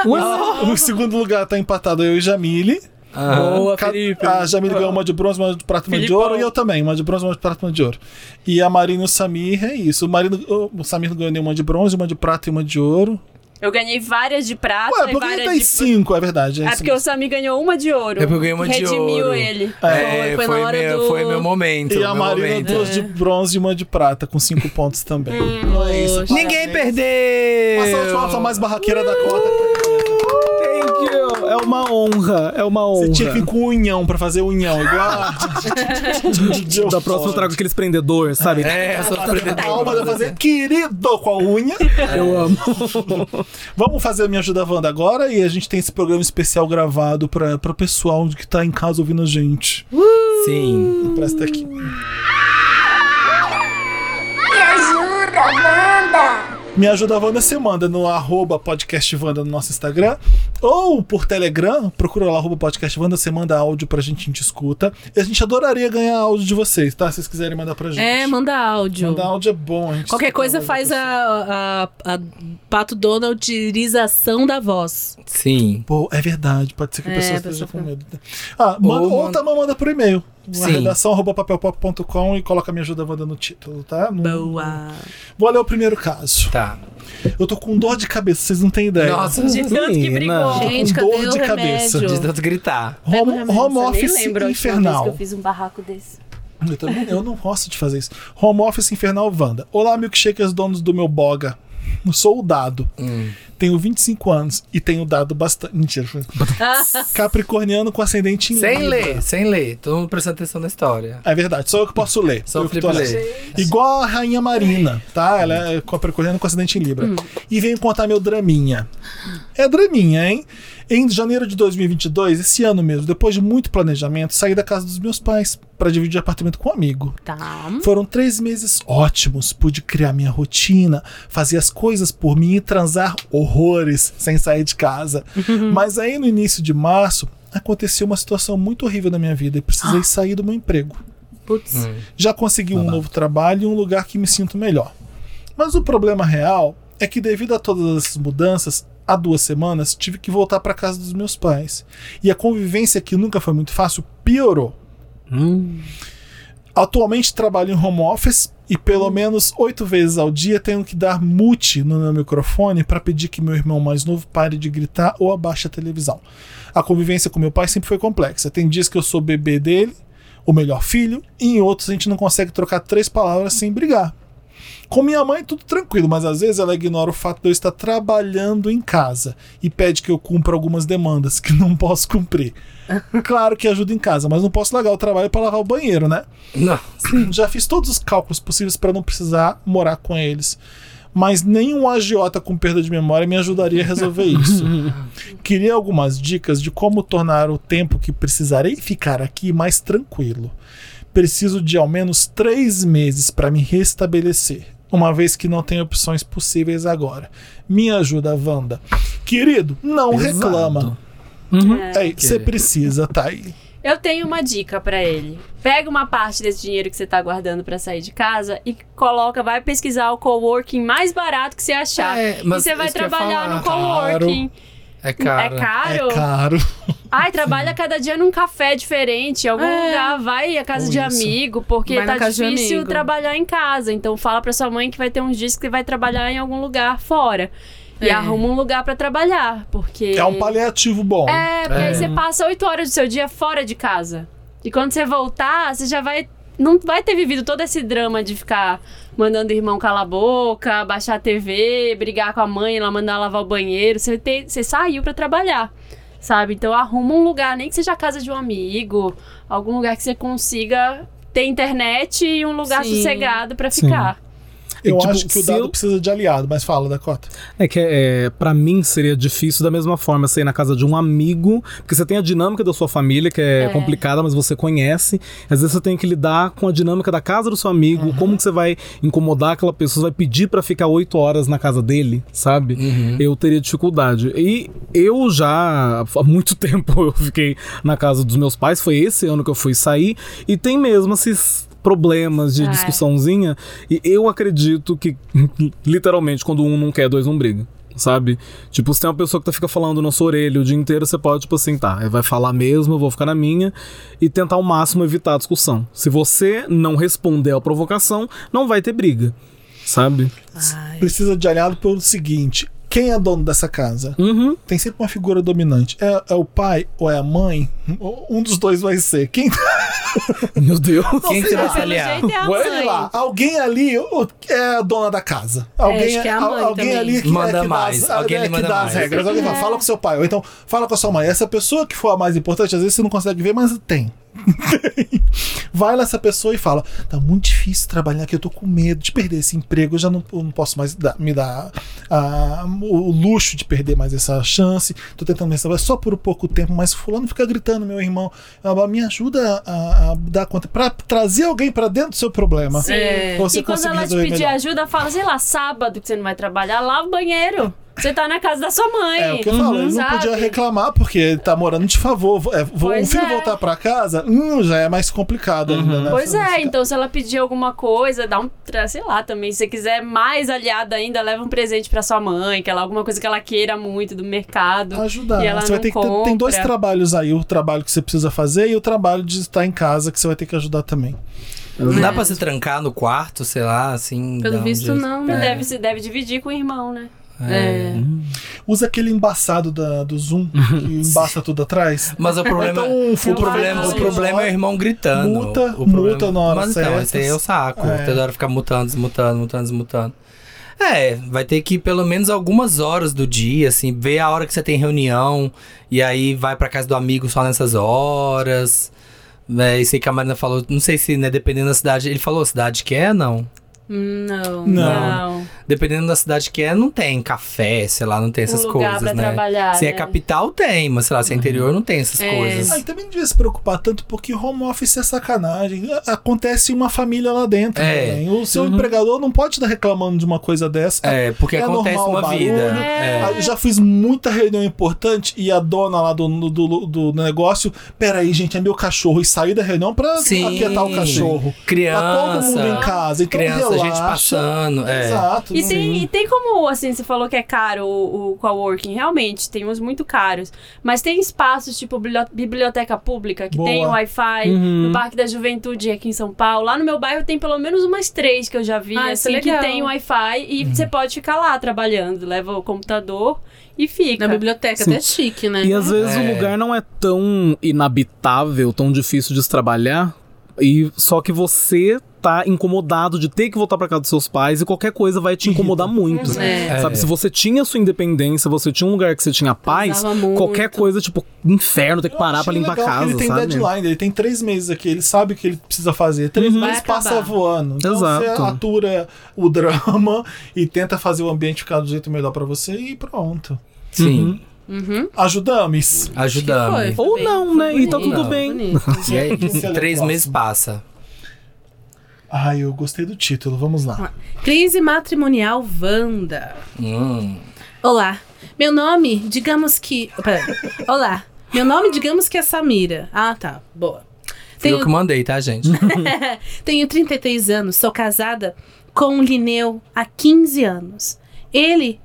Speaker 1: O, o segundo lugar tá empatado eu e Jamile.
Speaker 4: Ah.
Speaker 6: Boa,
Speaker 1: Ca-
Speaker 6: Felipe.
Speaker 1: A Jamile ganhou uma de bronze, uma de prata, uma de
Speaker 6: Felipão.
Speaker 1: ouro. E eu também, uma de bronze, uma de prata, uma de ouro. E a Marina e o Samir, é isso. O, Marino, o Samir não ganhou nenhuma de bronze, uma de prata e uma de ouro.
Speaker 2: Eu ganhei várias de prata
Speaker 1: Ué, porque
Speaker 2: e
Speaker 1: ele
Speaker 2: Ah,
Speaker 4: tá
Speaker 2: várias
Speaker 1: tem
Speaker 2: de...
Speaker 1: cinco, é verdade. É,
Speaker 2: É
Speaker 1: isso
Speaker 2: porque o Sami ganhou uma de ouro.
Speaker 4: É porque eu ganhei uma de
Speaker 2: Redimiu
Speaker 4: ouro.
Speaker 2: ele.
Speaker 4: É,
Speaker 6: Foi
Speaker 4: foi,
Speaker 6: na hora
Speaker 4: meu,
Speaker 6: do-
Speaker 4: foi meu momento.
Speaker 1: E a
Speaker 4: É meu
Speaker 1: Marina,
Speaker 4: momento.
Speaker 1: duas de bronze e uma de prata, com cinco pontos também.
Speaker 2: Hum.
Speaker 1: é isso.
Speaker 2: Poxa.
Speaker 4: Ninguém perdeu!
Speaker 1: Essa última opção mais barraqueira da cota.
Speaker 3: Thank you. É uma honra, é uma honra.
Speaker 1: Você tinha que vir com um unhão pra fazer unhão, igual a...
Speaker 3: Da próxima eu trago aqueles prendedor, sabe?
Speaker 4: É, eu sou
Speaker 1: Tá A
Speaker 4: aprendedor.
Speaker 1: alma vai fazer querido com a unha.
Speaker 3: É. Eu amo.
Speaker 1: Vamos fazer a Me Ajuda Wanda agora e a gente tem esse programa especial gravado pra, pra pessoal que tá em casa ouvindo a gente.
Speaker 4: Sim.
Speaker 1: Presta aqui.
Speaker 11: Me ajuda, Wanda!
Speaker 1: Me ajuda Wanda, você manda no arroba podcast Wanda no nosso Instagram ou por Telegram, procura lá arroba podcast Wanda, você manda áudio pra gente, a gente escuta. E a gente adoraria ganhar áudio de vocês, tá? Se vocês quiserem mandar pra gente.
Speaker 6: É, manda áudio.
Speaker 1: Mandar áudio é bom, a gente
Speaker 6: Qualquer
Speaker 1: escuta
Speaker 6: coisa
Speaker 1: mais
Speaker 6: faz
Speaker 1: vocês.
Speaker 6: a, a, a Pato Donaldirização da voz.
Speaker 4: Sim.
Speaker 1: Pô, é verdade, pode ser que a
Speaker 6: É,
Speaker 1: pessoa
Speaker 6: a
Speaker 1: esteja
Speaker 6: pessoa
Speaker 1: com
Speaker 6: fica-
Speaker 1: medo. Ah, manda, ou,
Speaker 4: manda-
Speaker 1: também manda por e-mail. Na
Speaker 4: Sim.
Speaker 1: redação arroba papelpop.com e coloca Me Ajuda Wanda no título, tá? Não-
Speaker 6: Boa.
Speaker 1: Vou ler o primeiro caso.
Speaker 4: Tá.
Speaker 1: Eu tô com dor de cabeça, vocês não têm ideia.
Speaker 4: Nossa,
Speaker 2: De tanto que brigou.
Speaker 6: Gente, cadê
Speaker 1: dor
Speaker 6: o
Speaker 1: de
Speaker 6: remédio?
Speaker 1: cabeça.
Speaker 4: de tanto gritar.
Speaker 1: Home,
Speaker 2: Eu
Speaker 1: home
Speaker 2: nem
Speaker 1: office
Speaker 2: lembro a última vez que
Speaker 1: infernal.
Speaker 2: eu fiz um barraco desse.
Speaker 1: Eu, também, eu não gosto de fazer isso. Home Office Infernal Wanda. Olá, milkshakers donos do meu boga. Sou o dado.
Speaker 4: Hum.
Speaker 1: Tenho 25 anos e tenho dado bastante. Mentira. Capricorniano com ascendente em
Speaker 4: Sem
Speaker 1: Libra.
Speaker 4: ler, sem ler. Todo mundo prestando atenção na história.
Speaker 1: É verdade, só eu que posso ler.
Speaker 4: Só
Speaker 1: eu
Speaker 4: o
Speaker 1: que
Speaker 4: Felipe
Speaker 1: tô lendo.
Speaker 4: lê.
Speaker 1: Igual a Rainha Marina, tá? Ela é capricorniana com acidente em Libra. E veio contar meu draminha. É draminha, hein? Em janeiro de 2022, esse ano mesmo, depois de muito planejamento, saí da casa dos meus pais pra dividir apartamento com um amigo.
Speaker 6: Tá.
Speaker 1: Foram três meses ótimos. Pude criar minha rotina, fazer as coisas por mim e transar horrores sem sair de casa. Mas aí no início de março aconteceu uma situação muito horrível na minha vida e precisei sair do meu emprego.
Speaker 6: Putz.
Speaker 1: Já consegui um novo trabalho e um lugar que me sinto melhor. Mas o problema real é que, devido a todas essas mudanças, há duas semanas tive que voltar para casa dos meus pais. E a convivência, que nunca foi muito fácil, piorou. Atualmente trabalho em home office e pelo menos oito vezes ao dia tenho que dar mute no meu microfone para pedir que meu irmão mais novo pare de gritar ou abaixe a televisão. A convivência com meu pai sempre foi complexa. Tem dias que eu sou bebê dele, o melhor filho, e em outros a gente não consegue trocar três palavras sem brigar. Com minha mãe, tudo tranquilo, mas às vezes ela ignora o fato de eu estar trabalhando em casa e pede que eu cumpra algumas demandas que não posso cumprir. Claro que ajuda em casa, mas não posso largar o trabalho para lavar o banheiro, né?
Speaker 4: Não.
Speaker 1: Já fiz todos os cálculos possíveis para não precisar morar com eles. Mas nenhum agiota com perda de memória me ajudaria a resolver isso. Queria algumas dicas de como tornar o tempo que precisarei ficar aqui mais tranquilo. Preciso de ao menos três meses para me restabelecer, uma vez que não tenho opções possíveis agora. Me ajuda, Wanda. Querido, não
Speaker 4: Pesado.
Speaker 1: reclama. É, você
Speaker 4: Querido.
Speaker 1: precisa, tá aí.
Speaker 2: Eu tenho uma dica pra ele. Pega uma parte desse dinheiro que você tá guardando pra sair de casa e coloca, vai pesquisar o coworking mais barato que você achar.
Speaker 4: É,
Speaker 2: e
Speaker 4: mas
Speaker 2: você vai
Speaker 4: isso que eu ia
Speaker 2: trabalhar
Speaker 4: falar.
Speaker 2: no coworking.
Speaker 4: É caro.
Speaker 2: É caro?
Speaker 1: É caro.
Speaker 2: Ai, trabalha cada dia num café diferente, em algum
Speaker 6: É.
Speaker 2: lugar, vai à casa
Speaker 1: Ou
Speaker 2: de
Speaker 1: isso.
Speaker 2: amigo, porque
Speaker 6: Vai na
Speaker 2: tá
Speaker 6: casa de
Speaker 2: difícil
Speaker 6: amigo.
Speaker 2: trabalhar em casa. Então fala pra sua mãe que vai ter uns dias que você vai trabalhar em algum lugar fora. E
Speaker 6: É.
Speaker 2: arruma um lugar pra trabalhar, porque
Speaker 1: É um paliativo bom.
Speaker 2: É, porque
Speaker 4: É.
Speaker 2: aí você passa oito horas do seu dia fora de casa. E quando você voltar, você já vai. Não vai ter vivido todo esse drama de ficar mandando irmão calar a boca, baixar a TV, brigar com a mãe, ela mandar lavar o banheiro. Você, tem- você saiu pra trabalhar, sabe? Então arruma um lugar, nem que seja a casa de um amigo, algum lugar que você consiga ter internet e um lugar
Speaker 6: Sim.
Speaker 2: sossegado pra ficar.
Speaker 1: Eu
Speaker 3: E, tipo,
Speaker 1: acho que o
Speaker 3: se
Speaker 1: dado
Speaker 3: eu-
Speaker 1: precisa de aliado, mas fala, Dakota.
Speaker 3: É que é, para mim seria difícil da mesma forma você ir na casa de um amigo, porque você tem a dinâmica da sua família, que é,
Speaker 2: É.
Speaker 3: complicada, mas você conhece. Às vezes você tem que lidar com a dinâmica da casa do seu amigo, como que você vai incomodar aquela pessoa, você vai pedir pra ficar oito horas na casa dele, sabe? Eu teria dificuldade. E eu já, há muito tempo, eu fiquei na casa dos meus pais, foi esse ano que eu fui sair, e tem mesmo esses problemas de
Speaker 2: Ah, é.
Speaker 3: discussãozinha, e eu acredito que, literalmente, quando um não quer, dois não brigam. sabe? Tipo, se tem uma pessoa que tá, fica falando na sua orelha o dia inteiro, você pode, tipo assim, tá, vai falar mesmo, eu vou ficar na minha e tentar ao máximo evitar a discussão. Se você não responder à provocação, não vai ter briga, sabe?
Speaker 1: Precisa de aliado pelo seguinte: quem é dono dessa casa?
Speaker 3: Uhum.
Speaker 1: Tem sempre uma figura dominante. É, é o pai ou é a mãe? Um dos dois vai ser. Quem tá
Speaker 3: Meu Deus.
Speaker 4: Quem que você vai se
Speaker 2: Pelo
Speaker 4: aliar?
Speaker 2: jeito é a
Speaker 1: Olha
Speaker 2: mãe.
Speaker 1: lá, alguém ali o- é a dona da casa. Alguém,
Speaker 2: acho que é a mãe
Speaker 1: al- alguém
Speaker 2: também.
Speaker 1: ali que,
Speaker 4: Manda
Speaker 1: é, que
Speaker 4: mais,
Speaker 1: dá, as-
Speaker 4: alguém
Speaker 1: é,
Speaker 4: lhe
Speaker 1: que
Speaker 4: manda
Speaker 1: dá as
Speaker 4: mais.
Speaker 1: regras. Alguém fala, fala com seu pai. Ou então, fala com a sua mãe. Essa pessoa que for a mais importante, às vezes você não consegue ver, mas tem. Tem. Vai lá essa pessoa e fala: tá muito difícil trabalhar aqui, eu tô com medo de perder esse emprego, eu já não, eu não posso mais dar- me dar ah, o luxo de perder mais essa chance. Tô tentando restaurar só por um pouco tempo, mas fulano fica gritando, meu irmão. Ela me ajuda a, a dar conta, pra trazer alguém pra dentro do seu problema.
Speaker 2: É.
Speaker 1: Pra você
Speaker 2: e quando
Speaker 1: conseguir
Speaker 2: ela te
Speaker 1: resolver
Speaker 2: pedir
Speaker 1: melhor.
Speaker 2: ajuda, fala, sei lá, sábado que você não vai trabalhar, lava o banheiro. Você tá na casa da sua mãe. Uhum.
Speaker 1: É o que eu falo, ele não
Speaker 2: sabe?
Speaker 1: podia reclamar porque tá morando de favor. É, vo- um
Speaker 2: Pois
Speaker 1: filho
Speaker 2: é.
Speaker 1: voltar pra casa, hum, já é mais complicado ainda, né?
Speaker 2: Pois
Speaker 1: Nesse
Speaker 2: é,
Speaker 1: caso.
Speaker 2: então se ela pedir alguma coisa, dá um, tra- sei lá, também, se você quiser mais aliada ainda, leva um presente pra sua mãe, que ela alguma coisa que ela queira muito do mercado.
Speaker 1: Ajudar.
Speaker 2: E ela
Speaker 1: Você vai
Speaker 2: não
Speaker 1: ter que ter- tem dois
Speaker 2: compra.
Speaker 1: trabalhos aí, o trabalho que você precisa fazer e o trabalho de estar em casa que você vai ter que ajudar também.
Speaker 4: Não dá pra se trancar no quarto, sei lá, assim.
Speaker 5: Pelo
Speaker 4: dar um
Speaker 5: visto,
Speaker 4: jeito.
Speaker 5: não,
Speaker 2: Você
Speaker 5: né?
Speaker 2: deve, se deve dividir com o irmão, né?
Speaker 4: É.
Speaker 1: Usa aquele embaçado da- do Zoom que embaça tudo atrás.
Speaker 4: Mas o problema, é-
Speaker 1: Então,
Speaker 4: o problema,
Speaker 2: vai-
Speaker 4: o problema é o irmão gritando.
Speaker 1: Multa,
Speaker 4: o problema,
Speaker 1: multa na hora
Speaker 4: Mas então,
Speaker 1: certa.
Speaker 4: esse aí é o saco.
Speaker 1: É.
Speaker 4: Toda hora ficar mutando, desmutando, mutando, desmutando. É, vai ter que ir pelo menos algumas horas do dia, assim, ver a hora que você tem reunião, e aí vai pra casa do amigo só nessas horas. Né, isso aí que a Marina falou, não sei se, né, dependendo da cidade. Ele falou a cidade que é, não?
Speaker 6: Não.
Speaker 2: Não.
Speaker 4: Dependendo da cidade que é, não tem café, sei lá, não tem essas
Speaker 2: um lugar
Speaker 4: coisas,
Speaker 2: pra
Speaker 4: né?
Speaker 2: trabalhar.
Speaker 4: Se é
Speaker 2: né?
Speaker 4: capital, tem, mas sei lá, se é interior, não tem essas
Speaker 2: É.
Speaker 4: coisas.
Speaker 1: Aí Ah, também não devia se preocupar tanto porque home office é sacanagem. A- Acontece uma família lá dentro.
Speaker 4: É.
Speaker 1: também. O seu empregador não pode estar reclamando de uma coisa dessa.
Speaker 4: É, porque
Speaker 1: É
Speaker 4: acontece
Speaker 1: normal o
Speaker 4: uma
Speaker 1: barulho.
Speaker 4: vida.
Speaker 2: É.
Speaker 1: Ah, eu já fiz muita reunião importante e a dona lá do, do, do negócio, peraí, gente, é meu cachorro. E saiu da reunião pra
Speaker 4: Sim.
Speaker 1: aquietar o cachorro. Tá todo mundo em
Speaker 4: Criança.
Speaker 1: casa, então
Speaker 4: criança,
Speaker 1: relaxa.
Speaker 4: gente passando. É.
Speaker 1: Exato.
Speaker 2: E
Speaker 1: não-
Speaker 2: tem, e tem como, assim, você falou que é caro o, o coworking. Realmente, tem uns muito caros. Mas tem espaços, tipo biblio- biblioteca pública, que
Speaker 1: Boa. Uhum.
Speaker 2: tem Wi-Fi, no Parque da Juventude aqui em São Paulo. Lá no meu bairro tem pelo menos umas três que eu já vi,
Speaker 5: Ah, isso
Speaker 2: assim,
Speaker 5: é
Speaker 2: que
Speaker 5: legal.
Speaker 2: tem Wi-Fi. E
Speaker 1: Uhum.
Speaker 2: você pode ficar lá trabalhando. Leva o computador e fica.
Speaker 5: Na biblioteca,
Speaker 6: é
Speaker 3: Sim.
Speaker 5: até chique, né?
Speaker 3: E às vezes
Speaker 4: É.
Speaker 3: o lugar não é tão inabitável, tão difícil de se trabalhar, e só que você tá incomodado de ter que voltar pra casa dos seus pais e qualquer coisa vai te incomodar muito.
Speaker 5: É.
Speaker 3: Sabe,
Speaker 4: Uhum. É.
Speaker 3: se você tinha sua independência, você tinha um lugar que você tinha paz,
Speaker 5: Usava muito.
Speaker 3: qualquer coisa, tipo, inferno, ter que parar
Speaker 1: Achei
Speaker 3: pra limpar a
Speaker 1: legal que
Speaker 3: casa,
Speaker 1: Ele tem
Speaker 3: sabe?
Speaker 1: deadline, ele tem três meses aqui, ele sabe o que ele precisa fazer. Três
Speaker 3: Uhum.
Speaker 1: meses
Speaker 5: Vai acabar.
Speaker 1: passa voando. Então você
Speaker 3: Exato.
Speaker 1: atura o drama e tenta fazer o ambiente ficar do jeito melhor pra você e pronto.
Speaker 4: Sim,
Speaker 6: Uhum.
Speaker 1: Ajudamos.
Speaker 4: ajudamos.
Speaker 3: Ou não, né? E tá
Speaker 4: bonito.
Speaker 3: tudo
Speaker 4: Não.
Speaker 3: bem.
Speaker 4: E aí, três
Speaker 1: Próximo.
Speaker 4: meses passa.
Speaker 1: Ai, eu gostei do título, vamos lá.
Speaker 6: Crise matrimonial Wanda.
Speaker 4: Hum.
Speaker 6: Olá. Meu nome, digamos que. Pera. Olá. Meu nome, digamos que é Samira. Ah, tá. Boa.
Speaker 4: Fui
Speaker 6: Tenho,
Speaker 4: Eu que mandei, tá, gente?
Speaker 6: tenho 33 anos, sou casada com o Lineu há 15 anos. Ele.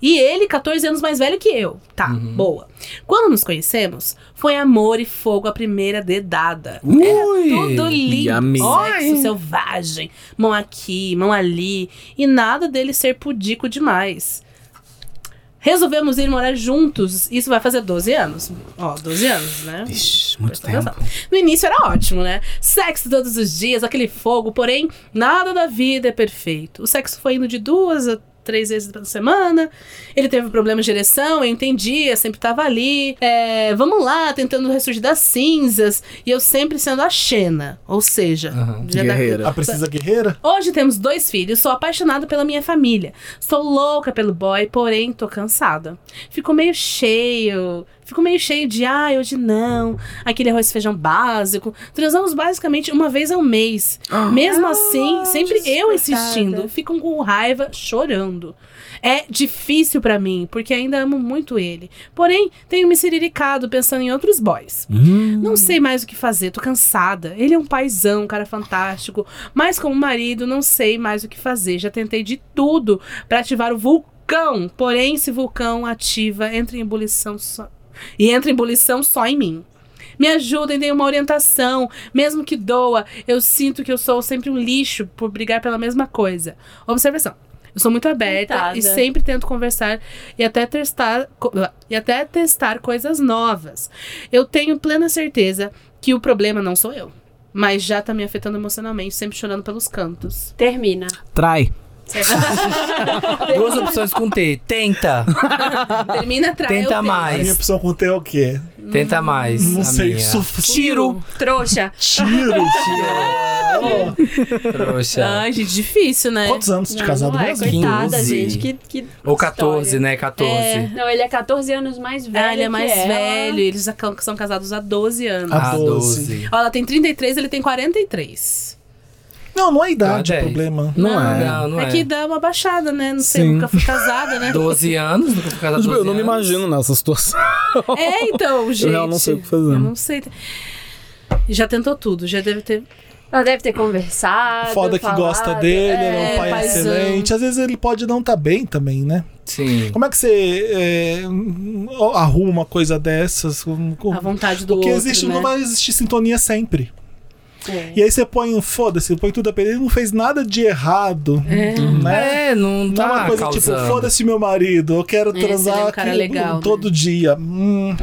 Speaker 6: E ele, 14 anos mais velho que eu. Tá, boa. Quando nos conhecemos, foi amor e fogo a primeira dedada.
Speaker 4: Ui!
Speaker 6: Tudo lindo,
Speaker 3: Yummy.
Speaker 6: sexo selvagem, mão aqui, mão ali, e nada dele ser pudico demais. Resolvemos ir morar juntos, isso vai fazer 12 anos. Ó, 12 anos, né?
Speaker 3: Ixi, muito
Speaker 6: Presta
Speaker 3: tempo.
Speaker 6: atenção. No início era ótimo, né? Sexo todos os dias, aquele fogo, porém, nada da vida é perfeito. O sexo foi indo de duas a três vezes pela semana. Ele teve problemas de ereção, eu entendia, sempre tava ali. É, vamos lá, tentando ressurgir das cinzas. E eu sempre sendo a Xena, ou seja,
Speaker 4: Aham.
Speaker 6: já dá-
Speaker 3: Guerreira.
Speaker 1: A Precisa Guerreira?
Speaker 6: Hoje temos dois filhos, sou apaixonada pela minha família. Sou louca pelo boy, porém tô cansada. Fico meio cheio. Fico meio cheio de, ai, hoje não. Aquele arroz e feijão básico. Transamos basicamente uma vez ao mês. Mesmo assim, sempre eu insistindo. Ficam com raiva, chorando. É difícil pra mim, porque ainda amo muito ele. Porém, tenho me siriricado pensando em outros boys. Não sei mais o que fazer, tô cansada. Ele é um paizão, um cara fantástico. Mas como marido, não sei mais o que fazer. Já tentei de tudo pra ativar o vulcão vulcão, porém esse vulcão ativa, entra em ebulição só. E entra em ebulição só em mim. Me ajudem, deem uma orientação. Mesmo que doa, eu sinto que eu sou sempre um lixo por brigar pela mesma coisa. Observação. Eu sou muito aberta
Speaker 2: Coitada.
Speaker 6: e sempre tento conversar e até testar co- e até testar coisas novas. Eu tenho plena certeza que o problema não sou eu, mas já tá me afetando emocionalmente, sempre chorando pelos cantos.
Speaker 2: Termina.
Speaker 3: Trai.
Speaker 4: Duas opções com T. Tenta.
Speaker 6: Termina atrás.
Speaker 4: Tenta
Speaker 1: A minha
Speaker 4: mais.
Speaker 1: opção com T é o quê?
Speaker 4: Tenta mais.
Speaker 1: Não
Speaker 4: a
Speaker 1: sei,
Speaker 4: minha.
Speaker 1: sou
Speaker 4: Tiro.
Speaker 2: Trouxa.
Speaker 1: tiro.
Speaker 4: Trouxa.
Speaker 6: Ai, gente, difícil, né?
Speaker 1: Quantos anos de
Speaker 2: Não,
Speaker 1: casado
Speaker 2: não é,
Speaker 1: mesmo?
Speaker 2: Coitada,
Speaker 4: 15.
Speaker 2: gente. Que, que
Speaker 4: Ou 14,
Speaker 2: história.
Speaker 4: né? 14.
Speaker 6: É.
Speaker 2: Não, ele é 14 anos mais velho.
Speaker 6: Ah, ele é
Speaker 2: que
Speaker 6: mais
Speaker 2: ela.
Speaker 6: velho. Eles aca- são casados há 12 anos.
Speaker 1: Ah.
Speaker 4: A 12.
Speaker 6: Ó, ela tem 33, ele tem 43.
Speaker 1: Não, não é a idade
Speaker 4: Ah,
Speaker 1: o
Speaker 4: dez.
Speaker 1: problema.
Speaker 3: Não, é.
Speaker 4: Não, não
Speaker 6: é,
Speaker 4: é.
Speaker 6: que dá uma baixada, né? Não sei,
Speaker 3: Sim.
Speaker 6: nunca fui casada, né?
Speaker 4: 12 anos, nunca fui casado
Speaker 3: Tipo,
Speaker 4: 12
Speaker 3: eu não me
Speaker 4: anos.
Speaker 3: imagino nessa situação.
Speaker 6: É, então, gente.
Speaker 3: real não sei o que fazer.
Speaker 6: Eu não sei. Já tentou tudo, já deve ter.
Speaker 2: Ela deve ter conversado.
Speaker 1: Foda que
Speaker 2: falado.
Speaker 1: gosta dele, ele é
Speaker 2: É,
Speaker 1: um pai
Speaker 2: paizão.
Speaker 1: excelente. Às vezes ele pode não estar bem também, né?
Speaker 4: Sim.
Speaker 1: Como é que você é, arruma uma coisa dessas? Com- com-
Speaker 6: A vontade do
Speaker 1: Porque
Speaker 6: outro,
Speaker 1: existe,
Speaker 6: né?
Speaker 1: não vai existir sintonia sempre.
Speaker 2: É.
Speaker 1: E aí você põe, um foda-se, põe tudo a perder, ele não fez nada de errado, né?
Speaker 4: É, não
Speaker 1: Não é
Speaker 4: tá
Speaker 1: uma coisa
Speaker 4: causando.
Speaker 1: tipo, foda-se meu marido, eu quero
Speaker 6: ele é um
Speaker 1: transar
Speaker 6: cara
Speaker 1: aqui,
Speaker 6: legal,
Speaker 1: hum,
Speaker 6: né?
Speaker 1: todo dia. Hum,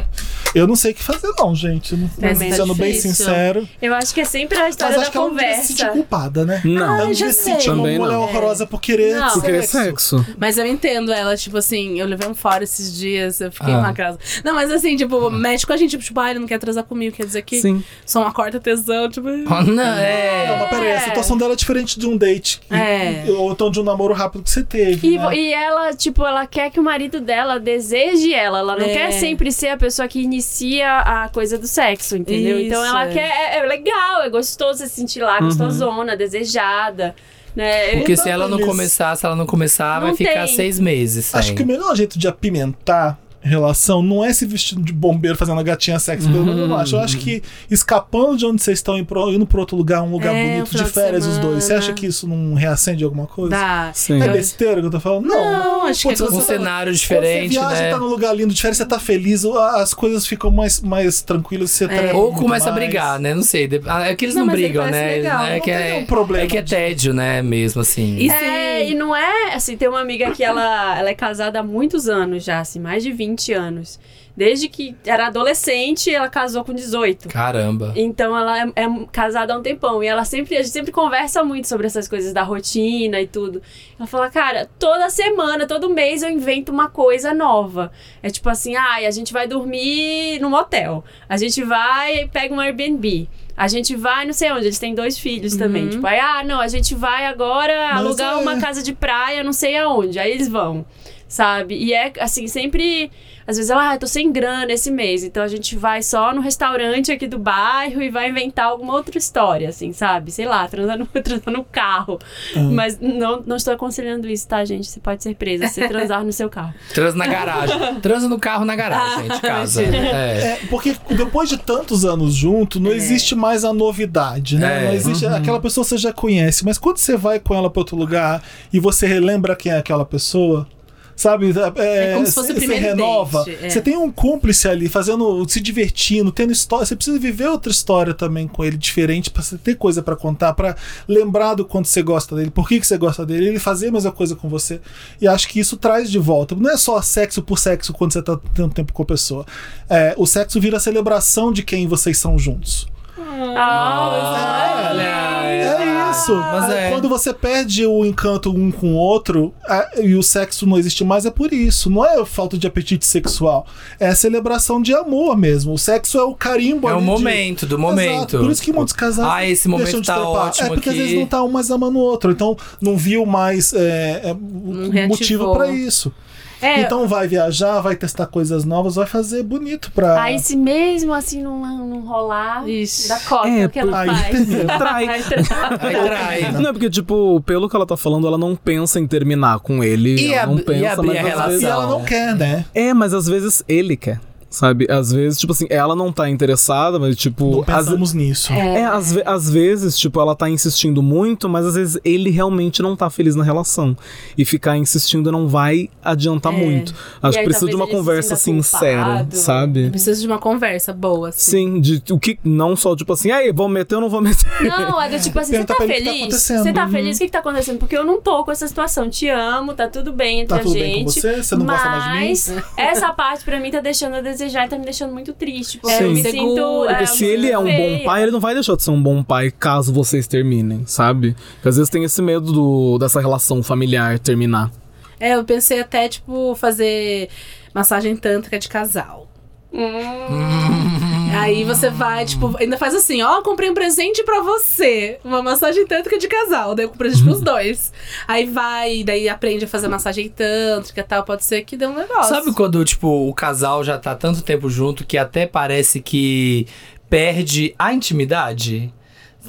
Speaker 1: eu não sei o que fazer não, gente. Não-
Speaker 2: Também tá
Speaker 1: sendo bem
Speaker 2: difícil.
Speaker 1: sincero.
Speaker 2: Eu acho que é sempre a
Speaker 1: Mas
Speaker 2: história
Speaker 1: acho
Speaker 2: da
Speaker 1: que ela não devia se sentir
Speaker 2: conversa.
Speaker 1: culpada, né?
Speaker 3: Não.
Speaker 1: Ela não devia se sentir uma
Speaker 3: Também
Speaker 1: mulher
Speaker 3: não. é
Speaker 1: horrorosa por querer
Speaker 2: Não.
Speaker 3: Por querer sexo.
Speaker 6: Mas eu entendo ela, tipo assim, eu levei um fora esses dias, eu fiquei
Speaker 4: Ah.
Speaker 6: numa casa. Não, mas assim, tipo, mexe com a gente, tipo, ah, ele não quer transar comigo, quer dizer que
Speaker 3: Sim.
Speaker 6: só uma corta tesão, tipo.
Speaker 4: Oh, não, é.
Speaker 1: Não, mas peraí, a situação dela é diferente de um date.
Speaker 6: É.
Speaker 1: Ou então de um namoro rápido que você teve.
Speaker 2: E,
Speaker 1: né?
Speaker 2: vo- e ela, tipo, ela quer que o marido dela deseje ela. Ela não
Speaker 6: É.
Speaker 2: quer sempre ser a pessoa que inicia a coisa do sexo, entendeu? então
Speaker 6: Isso,
Speaker 2: ela
Speaker 6: é.
Speaker 2: quer. É, é legal, é gostoso se sentir lá,
Speaker 1: Uhum.
Speaker 2: gostosona, desejada. Né?
Speaker 4: Porque
Speaker 1: Eu
Speaker 4: se
Speaker 1: tô
Speaker 4: ela não
Speaker 1: feliz.
Speaker 4: começar, se ela não começar,
Speaker 2: Não
Speaker 4: vai ficar
Speaker 2: tem.
Speaker 4: seis meses.
Speaker 1: Acho que o melhor jeito de apimentar relação não é se vestindo de bombeiro fazendo a gatinha sexo, pelo menos eu
Speaker 3: Uhum.
Speaker 1: não acho. Eu acho que escapando de onde vocês estão e pro- indo pra outro lugar, um lugar
Speaker 6: É, um
Speaker 1: bonito de
Speaker 6: final de
Speaker 1: férias, os dois. Você
Speaker 6: semana.
Speaker 1: acha que isso não reacende alguma coisa?
Speaker 6: Dá.
Speaker 3: Sim.
Speaker 1: É besteira que eu tô falando? Não.
Speaker 6: Não, acho que é
Speaker 1: Putz,
Speaker 4: Um
Speaker 1: você-
Speaker 4: cenário
Speaker 1: Quando
Speaker 4: diferente,
Speaker 1: você viaja,
Speaker 4: né?
Speaker 1: tá num lugar lindo de férias, você tá feliz, a- as coisas ficam mais, mais tranquilas, você treme
Speaker 4: É. Ou
Speaker 1: muito
Speaker 4: começa a
Speaker 1: mais.
Speaker 4: brigar, né? Não sei. de- ah, É que eles
Speaker 6: Não,
Speaker 4: não,
Speaker 6: mas ele
Speaker 4: brigam,
Speaker 6: parece
Speaker 4: né?
Speaker 6: legal,
Speaker 4: é,
Speaker 1: não
Speaker 4: que
Speaker 1: tem
Speaker 4: é,
Speaker 1: um problema
Speaker 4: é que é
Speaker 1: de-
Speaker 4: tédio, né? Mesmo assim.
Speaker 6: E
Speaker 2: É,
Speaker 6: sim.
Speaker 2: e não é, assim, tem uma amiga que ela, ela é casada há muitos anos já, assim, mais de 20 anos. Desde que era adolescente, ela casou com 18.
Speaker 4: Caramba.
Speaker 2: Então ela é, é casada há um tempão e ela sempre, a gente sempre conversa muito sobre essas coisas da rotina e tudo. Ela fala, cara, toda semana, todo mês eu invento uma coisa nova. É tipo assim, ai, a gente vai dormir num hotel. A gente vai e pega um Airbnb. A gente vai, não sei onde, eles têm dois filhos também. Tipo, aí, ah, não, a gente vai agora
Speaker 1: Uhum. Mas
Speaker 2: alugar
Speaker 1: é-
Speaker 2: uma casa de praia, não sei aonde. Aí eles vão, sabe? E é assim, sempre. Às vezes ela, ah, eu tô sem grana esse mês, então a gente vai só no restaurante aqui do bairro e vai inventar alguma outra história, assim, sabe? Sei lá, transar no, transar no carro.
Speaker 1: Ah.
Speaker 2: Mas não, não estou aconselhando isso, tá, gente? Você pode ser presa se transar no seu carro.
Speaker 4: Transa na garagem. Transa no carro na garagem, de casa. É.
Speaker 1: É, porque depois de tantos anos junto, não existe mais a novidade, né?
Speaker 4: É.
Speaker 1: Não existe. Aquela pessoa você já conhece, mas quando você vai com ela pra outro lugar e você relembra quem é aquela pessoa. Sabe? É,
Speaker 6: É como se fosse o
Speaker 1: você
Speaker 6: primeiro
Speaker 1: renova.
Speaker 6: date, é.
Speaker 1: Você tem um cúmplice ali, fazendo, se divertindo, tendo história. Você precisa viver outra história também com ele, diferente, pra você ter coisa pra contar, pra lembrar do quanto você gosta dele, por que, que você gosta dele, ele fazer a mesma coisa com você. E acho que isso traz de volta. Não é só sexo por sexo quando você tá tendo tempo com a pessoa. É, o sexo vira a celebração de quem vocês são juntos.
Speaker 2: Ah,
Speaker 1: É, isso.
Speaker 4: Mas é.
Speaker 1: Quando você perde o encanto um com o outro a- e o sexo não existe mais, é por isso. Não é falta de apetite sexual. É a celebração de amor mesmo. O sexo é o carimbo
Speaker 4: É o
Speaker 1: ali de-
Speaker 4: momento, do
Speaker 1: Exato.
Speaker 4: momento.
Speaker 1: Por isso que muitos casais.
Speaker 4: Ah, esse momento
Speaker 1: deixam de
Speaker 4: tá
Speaker 1: trepar.
Speaker 4: ótimo
Speaker 1: É porque às
Speaker 4: aqui.
Speaker 1: vezes não tá um mais amando o outro. Então não viu mais é, é, um
Speaker 6: reativou.
Speaker 1: motivo pra isso.
Speaker 2: É,
Speaker 1: Então vai viajar, vai testar coisas novas, vai fazer bonito pra.
Speaker 2: aí se mesmo assim não, não rolar,
Speaker 6: Ixi.
Speaker 2: da cota,
Speaker 3: É,
Speaker 2: o que ela
Speaker 1: aí
Speaker 2: faz? tá
Speaker 3: Trai.
Speaker 2: Vai transar.
Speaker 4: Aí trai.
Speaker 3: Não, é porque, tipo, pelo que ela tá falando, ela não pensa em terminar com ele.
Speaker 4: E
Speaker 3: ela
Speaker 4: ab-
Speaker 3: não
Speaker 4: e
Speaker 3: pensa,
Speaker 4: abrir
Speaker 3: mas
Speaker 4: a é
Speaker 3: às
Speaker 4: relação?
Speaker 3: vezes-
Speaker 1: E ela não quer, né?
Speaker 3: É, mas às vezes ele quer.
Speaker 7: Sabe? Às vezes, tipo assim, ela não tá interessada, mas tipo.
Speaker 1: Não
Speaker 7: às-
Speaker 1: pensamos nisso.
Speaker 7: é, às, ve- às vezes, tipo, ela tá insistindo muito, mas às vezes ele realmente não tá feliz na relação. E ficar insistindo não vai adiantar
Speaker 2: É.
Speaker 7: muito. Acho
Speaker 2: aí
Speaker 7: que
Speaker 2: talvez
Speaker 7: precisa de uma
Speaker 2: ele se
Speaker 7: conversa
Speaker 2: sinta
Speaker 7: sincera,
Speaker 2: culpado.
Speaker 7: sabe?
Speaker 6: Preciso de uma conversa boa, assim.
Speaker 7: Sim, de o que. Não só, tipo assim, aí, vou meter ou não vou meter?
Speaker 2: Não, é do tipo assim, você
Speaker 1: Pergunta
Speaker 2: tá
Speaker 1: pra ele o que tá
Speaker 2: feliz?
Speaker 1: acontecendo.
Speaker 2: Você tá
Speaker 1: Uhum.
Speaker 2: feliz? O que, que tá acontecendo? Porque eu não tô com essa situação. Te amo, tá tudo bem entre
Speaker 1: Tá
Speaker 2: a
Speaker 1: tudo
Speaker 2: gente.
Speaker 1: bem com você? Você não
Speaker 2: mas
Speaker 1: gosta mais de mim?
Speaker 2: essa parte pra mim tá deixando a desejar e tá me deixando muito triste. Porque
Speaker 7: Sim.
Speaker 2: eu me
Speaker 6: Segura,
Speaker 2: sinto.
Speaker 6: porque
Speaker 7: Porque
Speaker 2: eu
Speaker 7: se
Speaker 2: me
Speaker 7: ele
Speaker 2: sinto
Speaker 7: é um
Speaker 2: feia.
Speaker 7: bom pai, ele não vai deixar de ser um bom pai caso vocês terminem, sabe? Porque às vezes tem esse medo do- dessa relação familiar terminar.
Speaker 6: É, eu pensei até, tipo, fazer massagem tântrica de casal.
Speaker 7: Hum.
Speaker 6: Aí você vai, tipo, ainda faz assim, ó, comprei um presente pra você. Uma massagem tântrica de casal. Daí eu comprei um presente
Speaker 7: Uhum.
Speaker 6: pros dois. Aí vai, daí aprende a fazer massagem tântrica e tal. Pode ser que dê um negócio.
Speaker 4: Sabe quando, tipo, o casal já tá tanto tempo junto que até parece que perde a intimidade?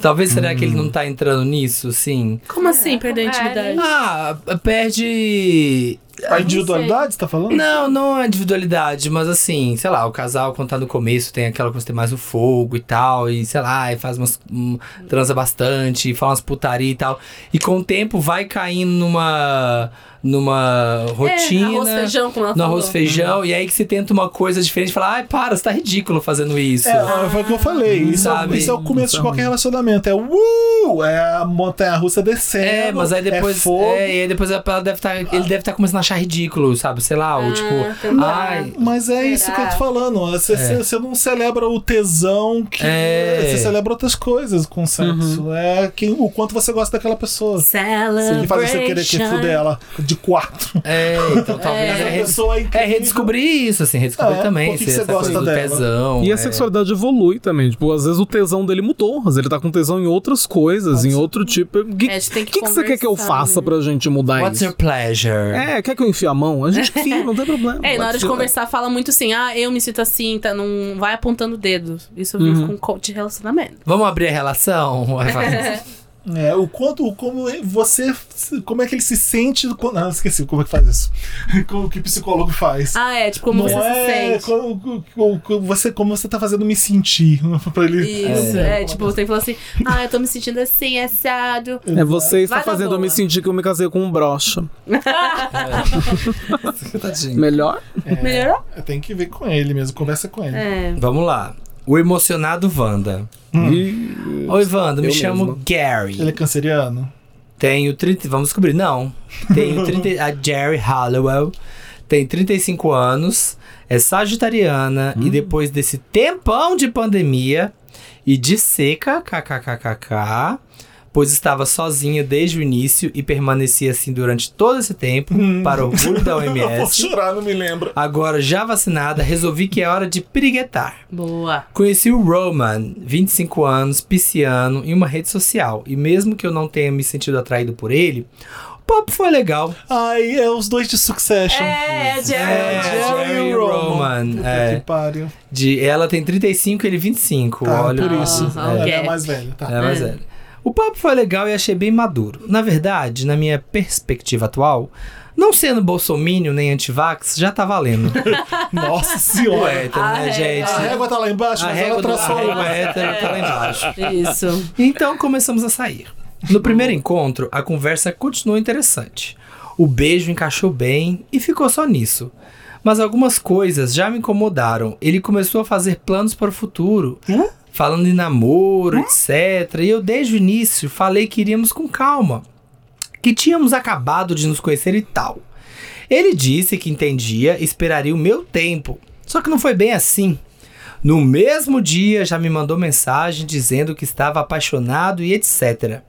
Speaker 4: Talvez será que ele não tá entrando nisso, sim?
Speaker 6: Como assim, perder a
Speaker 2: é,
Speaker 6: intimidade?
Speaker 2: né?
Speaker 4: Ah, perde.
Speaker 1: A individualidade, você tá falando?
Speaker 4: Não, não é individualidade, mas assim, sei lá, o casal, quando tá no começo, tem aquela coisa de ter mais o fogo e tal, e sei lá, e faz umas. hum, transa bastante, e fala umas putaria e tal. E com o tempo vai caindo numa. numa
Speaker 6: É,
Speaker 4: rotina.
Speaker 6: arroz feijão, como ela
Speaker 4: no
Speaker 6: falou.
Speaker 4: arroz e feijão, e aí que você tenta uma coisa diferente e fala, ai, para, você tá ridículo fazendo isso.
Speaker 1: É, foi o que eu falei. Isso,
Speaker 4: Sabe?
Speaker 1: é, isso é o começo de qualquer relacionamento. É uh! É a montanha russa descendo.
Speaker 4: É, mas aí
Speaker 1: É
Speaker 4: depois.
Speaker 1: fogo.
Speaker 4: É, e aí depois ela deve tá, ele deve estar começando a achar ridículo, sabe? Sei lá,
Speaker 6: Ah,
Speaker 4: ou tipo, ai.
Speaker 1: Mas é isso que eu tô falando. ó. Você você- você não celebra o tesão que.
Speaker 4: É. Uhum.
Speaker 1: Você celebra outras coisas com sexo. É quem, o quanto você gosta daquela pessoa.
Speaker 6: Celebration.
Speaker 1: Ele faz você querer que fuder ela de quatro.
Speaker 4: É, então talvez.
Speaker 1: Essa
Speaker 4: É,
Speaker 1: pessoa
Speaker 4: é
Speaker 1: é incrível.
Speaker 4: redescobrir isso, assim, redescobrir
Speaker 1: É,
Speaker 4: também.
Speaker 1: por
Speaker 4: esse-
Speaker 1: que que você
Speaker 4: essa
Speaker 1: gosta
Speaker 4: coisa do
Speaker 1: dela?
Speaker 4: tesão.
Speaker 7: E
Speaker 4: é.
Speaker 7: a sexualidade evolui também. Tipo, às vezes o tesão dele mudou. Às vezes ele tá com tesão em outras coisas, em outro tipo. O que,
Speaker 6: É, a gente tem que
Speaker 7: que, que você quer que eu
Speaker 6: conversar,
Speaker 7: faça
Speaker 6: né?
Speaker 7: pra gente mudar
Speaker 4: What's
Speaker 7: isso?
Speaker 4: your pleasure?
Speaker 7: É, quer que eu enfie a mão? A gente enfia, não tem problema.
Speaker 6: É, e na hora
Speaker 7: What's
Speaker 6: de
Speaker 7: your-
Speaker 6: conversar, fala muito assim, ah, eu me sinto assim, tá? Não vai apontando o dedo. Isso eu vi com coach de relacionamento.
Speaker 4: Vamos abrir a relação? Aí fala,
Speaker 1: É, o quanto, o como é- você, como é que ele se sente quando, ah, esqueci como é que faz isso, como que psicólogo faz.
Speaker 6: Ah, é, tipo, como
Speaker 1: Não
Speaker 6: você
Speaker 1: é
Speaker 6: se sente.
Speaker 1: como, como- como você, como você tá fazendo me sentir pra ele.
Speaker 6: Isso, é, tipo, você tem que falar assim, ah, eu tô me sentindo assim, assado.
Speaker 7: É, você está
Speaker 6: Vai na
Speaker 7: fazendo eu me
Speaker 6: boa.
Speaker 7: sentir que eu me casei com um brocha.
Speaker 4: Tadinho.
Speaker 7: Melhor?
Speaker 6: Melhorou?
Speaker 1: É, Tem que ver com ele mesmo, conversa com ele.
Speaker 6: É.
Speaker 4: Vamos lá. O emocionado Wanda.
Speaker 7: Ih,
Speaker 4: Oi, Wanda, me
Speaker 7: Eu
Speaker 4: chamo
Speaker 7: mesmo.
Speaker 4: Gary.
Speaker 1: Ele é canceriano?
Speaker 4: Tenho 30. Vamos descobrir. Não. Tenho 30. A Jerry Hallowell tem 35 anos, é sagitariana e depois desse tempão de pandemia e de seca, kkkk, pois estava sozinha desde o início e permanecia assim durante todo esse tempo, para orgulho da
Speaker 1: Eu vou
Speaker 4: OMS.
Speaker 1: chorar, não me lembra.
Speaker 4: Agora já vacinada, resolvi que é hora de piriguetar.
Speaker 6: Boa.
Speaker 4: Conheci o Roman, 25 anos, pisciano, em uma rede social. E mesmo que eu não tenha me sentido atraído por ele, o papo foi legal.
Speaker 1: Ai, é os dois de Succession.
Speaker 2: É, Jerry.
Speaker 4: Jerry Roman.
Speaker 1: Puta
Speaker 4: É,
Speaker 1: que pariu.
Speaker 4: de, ela tem 35 ele 25.
Speaker 1: Tá,
Speaker 4: olha
Speaker 1: por isso.
Speaker 6: Ah,
Speaker 1: Ela
Speaker 6: ok.
Speaker 1: é a mais velha, tá.
Speaker 4: É, mas é. O papo foi legal e achei bem maduro. Na verdade, na minha perspectiva atual, não sendo bolsomínio nem antivax, já tá valendo.
Speaker 1: Nossa senhora.
Speaker 4: Poeta, né, gente?
Speaker 1: A régua tá lá embaixo,
Speaker 4: A
Speaker 1: mas ela
Speaker 4: régua do a
Speaker 1: traçou
Speaker 4: régua hétero tá lá embaixo.
Speaker 6: Isso.
Speaker 4: Então começamos a sair. No primeiro encontro, a conversa continuou interessante. O beijo encaixou bem e ficou só nisso. Mas algumas coisas já me incomodaram. Ele começou a fazer planos para o futuro, falando de namoro, etc. E eu, desde o início, falei que iríamos com calma, que tínhamos acabado de nos conhecer e tal. Ele disse que entendia e esperaria o meu tempo. Só que não foi bem assim. No mesmo dia já me mandou mensagem dizendo que estava apaixonado e etc.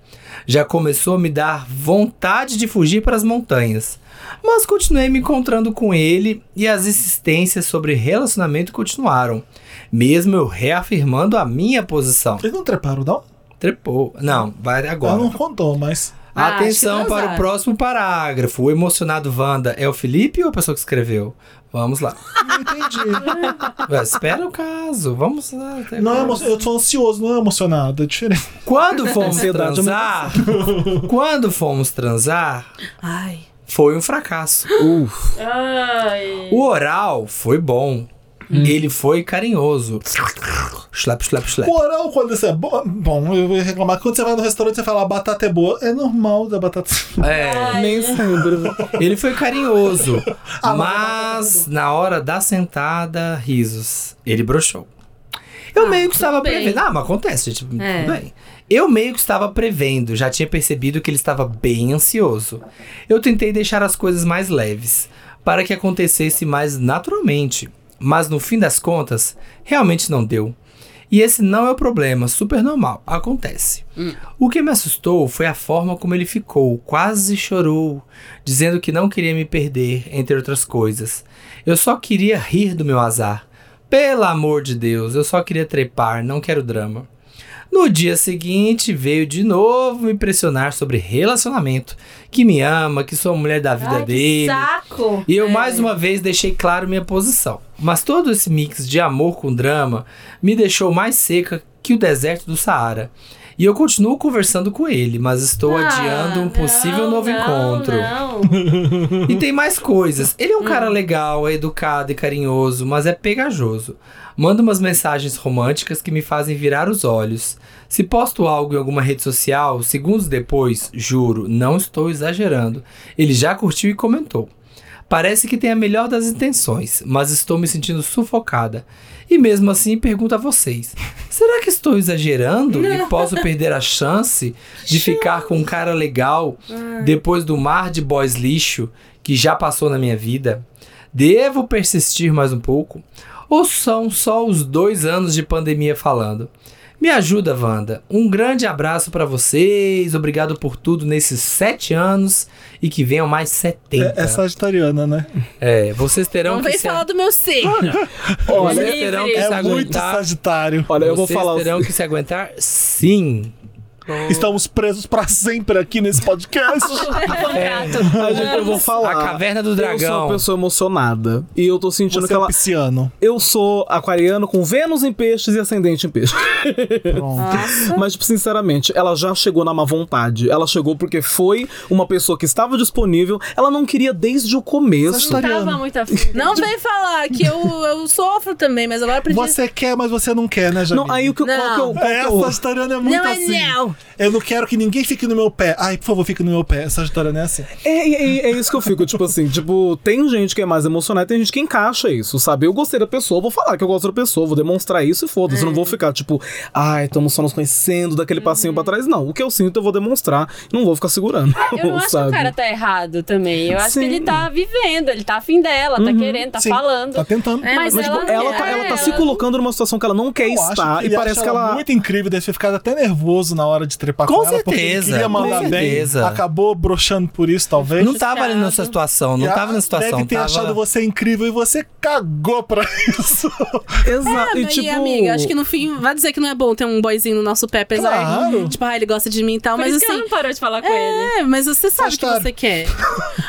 Speaker 4: Já começou a me dar vontade de fugir para as montanhas. Mas continuei me encontrando com ele e as insistências sobre relacionamento continuaram, mesmo eu reafirmando a minha posição.
Speaker 1: Eles não treparam, não?
Speaker 4: Trepou. Não, vai
Speaker 1: Ela não
Speaker 4: agora.
Speaker 1: contou, mas...
Speaker 6: Ah,
Speaker 4: Atenção
Speaker 6: acho que
Speaker 4: para o
Speaker 6: transaram.
Speaker 4: próximo parágrafo. O emocionado Wanda é o Felipe ou a pessoa que escreveu? Vamos lá.
Speaker 1: Não entendi.
Speaker 4: Ué, Espera o caso. Vamos lá. tá até
Speaker 1: não é
Speaker 4: agora.
Speaker 1: emo... Eu sou ansioso, não é emocionado. É diferente.
Speaker 4: Quando fomos
Speaker 7: Ansiedade
Speaker 4: transar, quando fomos transar,
Speaker 6: Ai.
Speaker 4: foi um fracasso.
Speaker 7: Uf.
Speaker 2: Ai.
Speaker 4: O oral foi bom. Ele foi carinhoso. Slap, slap, slap.
Speaker 1: Moral, quando você é bom, bom, eu ia reclamar que quando você vai no restaurante você fala a batata é boa. É normal da batata ser boa.
Speaker 4: É.
Speaker 7: Nem sempre.
Speaker 4: Ele foi carinhoso,
Speaker 2: Ah,
Speaker 4: mas na hora da sentada, risos. Ele broxou. Eu meio que estava
Speaker 2: bem.
Speaker 4: prevendo. Ah, mas acontece, gente.
Speaker 2: É.
Speaker 4: Tudo bem. Eu meio que estava prevendo, já tinha percebido que ele estava bem ansioso. Eu tentei deixar as coisas mais leves, para que acontecesse mais naturalmente. Mas no fim das contas, realmente não deu. E esse não é o problema, super normal, acontece. O que me assustou foi a forma como ele ficou, quase chorou, dizendo que não queria me perder, entre outras coisas. Eu só queria rir do meu azar. Pelo amor de Deus, eu só queria trepar, não quero drama. No dia seguinte, veio de novo me pressionar sobre relacionamento, que me ama, que sou a mulher
Speaker 7: tá
Speaker 4: da vida
Speaker 2: Ai, que
Speaker 4: dele.
Speaker 2: saco.
Speaker 4: E eu mais uma vez deixei claro minha posição. Mas todo esse mix de amor com drama me deixou mais seca que o deserto do Saara. E eu continuo conversando com ele, mas estou
Speaker 2: Ah,
Speaker 4: adiando um possível
Speaker 2: não,
Speaker 4: novo
Speaker 2: não,
Speaker 4: encontro.
Speaker 2: não. Hum.
Speaker 4: E tem mais coisas. Ele é um cara legal, é educado e carinhoso, mas é pegajoso. Manda umas mensagens românticas que me fazem virar os olhos. Se posto algo em alguma rede social, segundos depois, juro, não estou exagerando. Ele já curtiu e comentou. Parece que tem a melhor das intenções, mas estou me sentindo sufocada. E mesmo assim pergunto a vocês: será que estou exagerando e posso perder a chance de ficar com um cara legal depois do mar de boys lixo que já passou na minha vida? Devo persistir mais um pouco? Ou são só os dois anos de pandemia falando? Me ajuda, Wanda. Um grande abraço pra vocês. Obrigado por tudo nesses sete anos e que venham mais 70.
Speaker 1: É, é sagitariana, né?
Speaker 4: É, vocês terão
Speaker 6: Não
Speaker 4: que
Speaker 6: vem
Speaker 4: se
Speaker 6: falar do meu sim.
Speaker 4: Olha,
Speaker 2: Livre.
Speaker 4: vocês terão que
Speaker 2: É
Speaker 4: se
Speaker 1: É muito
Speaker 4: aguentar.
Speaker 1: sagitário.
Speaker 7: Olha, eu vou
Speaker 4: Vocês
Speaker 7: falar. o-
Speaker 4: terão que se aguentar sim.
Speaker 1: Estamos presos pra sempre aqui nesse podcast.
Speaker 6: É um
Speaker 7: Ah, gente, eu vou falar.
Speaker 4: A caverna do dragão.
Speaker 7: Eu sou uma pessoa emocionada. E eu tô sentindo
Speaker 1: Você
Speaker 7: que
Speaker 1: é um
Speaker 7: ela.
Speaker 1: pisciano.
Speaker 7: Eu sou aquariano com Vênus em peixes e ascendente em peixes. Mas, tipo, sinceramente, ela já chegou na má vontade. Ela chegou porque foi uma pessoa que estava disponível. Ela não queria desde o começo.
Speaker 1: tá
Speaker 2: Não tava muito afim.
Speaker 6: Não vem falar que eu, eu sofro também, mas agora eu aprendi.
Speaker 1: Você quer, mas você não quer, né, Jamila?
Speaker 7: Não, aí o que, qual que eu. Qual
Speaker 1: É,
Speaker 7: que
Speaker 1: a
Speaker 7: eu...
Speaker 1: Sagitariana é muito
Speaker 6: Não é
Speaker 1: assim.
Speaker 6: não.
Speaker 1: Eu não quero que ninguém fique no meu pé. Ai, por favor, fique no meu pé. A Sagitariana é assim.
Speaker 7: É, é, é, é isso que eu fico, tipo assim, tipo, tem gente que é mais emocionada e tem gente que encaixa isso, sabe? Eu gostei da pessoa, vou falar que eu gosto da pessoa, vou demonstrar isso e foda-se. Eu não vou ficar, tipo, ai, estamos só nos conhecendo daquele passinho pra trás. Não, o que eu sinto eu vou demonstrar, não vou ficar segurando.
Speaker 2: Eu não acho que
Speaker 7: sabe?
Speaker 2: o cara tá errado também. Eu acho
Speaker 7: Sim.
Speaker 2: que ele tá vivendo, ele tá afim dela, tá querendo, tá
Speaker 1: Uhum. Sim,
Speaker 2: falando.
Speaker 1: Tá tentando.
Speaker 2: É, mas,
Speaker 7: Mas, tipo,
Speaker 2: ela,
Speaker 7: ela, tá, ela tá se colocando numa situação que ela não quer
Speaker 1: Eu acho
Speaker 7: estar
Speaker 1: que
Speaker 7: e
Speaker 1: ele
Speaker 7: parece
Speaker 1: acha
Speaker 7: que
Speaker 1: ela
Speaker 7: ela.
Speaker 1: muito incrível, deve ter ficado até nervoso na hora de trepar com,
Speaker 4: Com
Speaker 1: ela, porque ele
Speaker 4: certeza,
Speaker 1: queria mandar
Speaker 4: com
Speaker 1: bem,
Speaker 4: certeza.
Speaker 1: acabou broxando por isso, talvez.
Speaker 4: Não tava ali nessa situação, não
Speaker 1: E a-
Speaker 4: tava na situação.
Speaker 1: Deve ter
Speaker 4: tava...
Speaker 1: achado você incrível e você cagou pra isso.
Speaker 7: Exato.
Speaker 6: É, né, E,
Speaker 7: e tipo.
Speaker 6: Ah, amiga, acho que no fim, vai dizer que não é bom ter um boyzinho no nosso pé, apesar
Speaker 1: Claro.
Speaker 6: tipo, ah, ele gosta de mim e tal,
Speaker 2: Por
Speaker 6: mas
Speaker 2: isso que
Speaker 6: assim,
Speaker 2: ela não parou de falar com ele.
Speaker 6: é, mas você sabe o que
Speaker 1: Sagitário.
Speaker 6: você quer.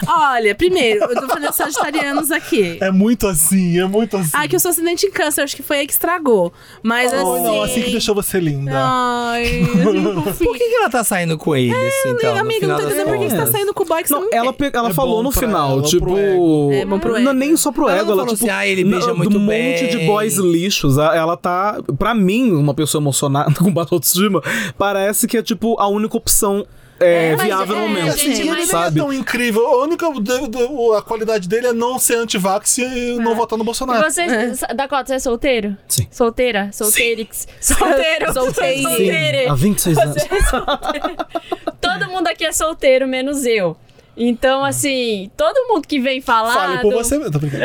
Speaker 6: Olha, primeiro, eu tô falando sagitarianos aqui.
Speaker 1: É muito assim, é muito assim.
Speaker 6: Ah, que eu sou acidente em câncer, acho que foi aí que estragou. Mas
Speaker 1: Ou
Speaker 6: assim.
Speaker 1: não, assim que deixou você linda.
Speaker 6: Ai, assim,
Speaker 4: Por que, que ela tá saindo com ele, assim, então? no
Speaker 6: amiga,
Speaker 4: final
Speaker 6: É, não tô
Speaker 4: das
Speaker 6: entendendo por que que você tá
Speaker 4: contas?
Speaker 6: saindo com o boy que você
Speaker 7: Não,
Speaker 6: não,
Speaker 7: ela,
Speaker 6: quer.
Speaker 7: pe- ela
Speaker 1: É
Speaker 7: falou
Speaker 1: bom
Speaker 7: no
Speaker 1: pra
Speaker 7: final,
Speaker 1: ela, pro
Speaker 7: tipo.
Speaker 1: ego.
Speaker 6: É bom pro
Speaker 7: Não,
Speaker 6: ego.
Speaker 7: nem só pro
Speaker 4: Ela
Speaker 7: ego,
Speaker 4: não
Speaker 7: ela
Speaker 4: falou
Speaker 7: tipo.
Speaker 4: assim, "Ah, ele beija
Speaker 7: na-
Speaker 4: muito
Speaker 7: do monte de
Speaker 4: bem."
Speaker 7: boys lixos. a- Ela tá. Pra mim, uma pessoa emocionada com baixa autoestima, parece que é, tipo, a única opção é,
Speaker 2: É, mas
Speaker 7: viável no
Speaker 2: é,
Speaker 7: momento.
Speaker 2: gente,
Speaker 1: ele nem é
Speaker 7: sabe?
Speaker 1: tão incrível. A única a qualidade dele é não ser antivax e não votar no Bolsonaro.
Speaker 2: E Ah. você, Dakota, você é solteiro?
Speaker 7: Sim.
Speaker 2: Solteira? Solteirix? Solteiro?
Speaker 6: Solteire.
Speaker 7: Sim, há
Speaker 2: Solteire.
Speaker 7: 26 anos.
Speaker 2: Todo mundo aqui é solteiro, menos eu. Então, assim, todo mundo que vem falar.
Speaker 1: Fale por
Speaker 2: do-
Speaker 1: você mesmo. Tô brincando.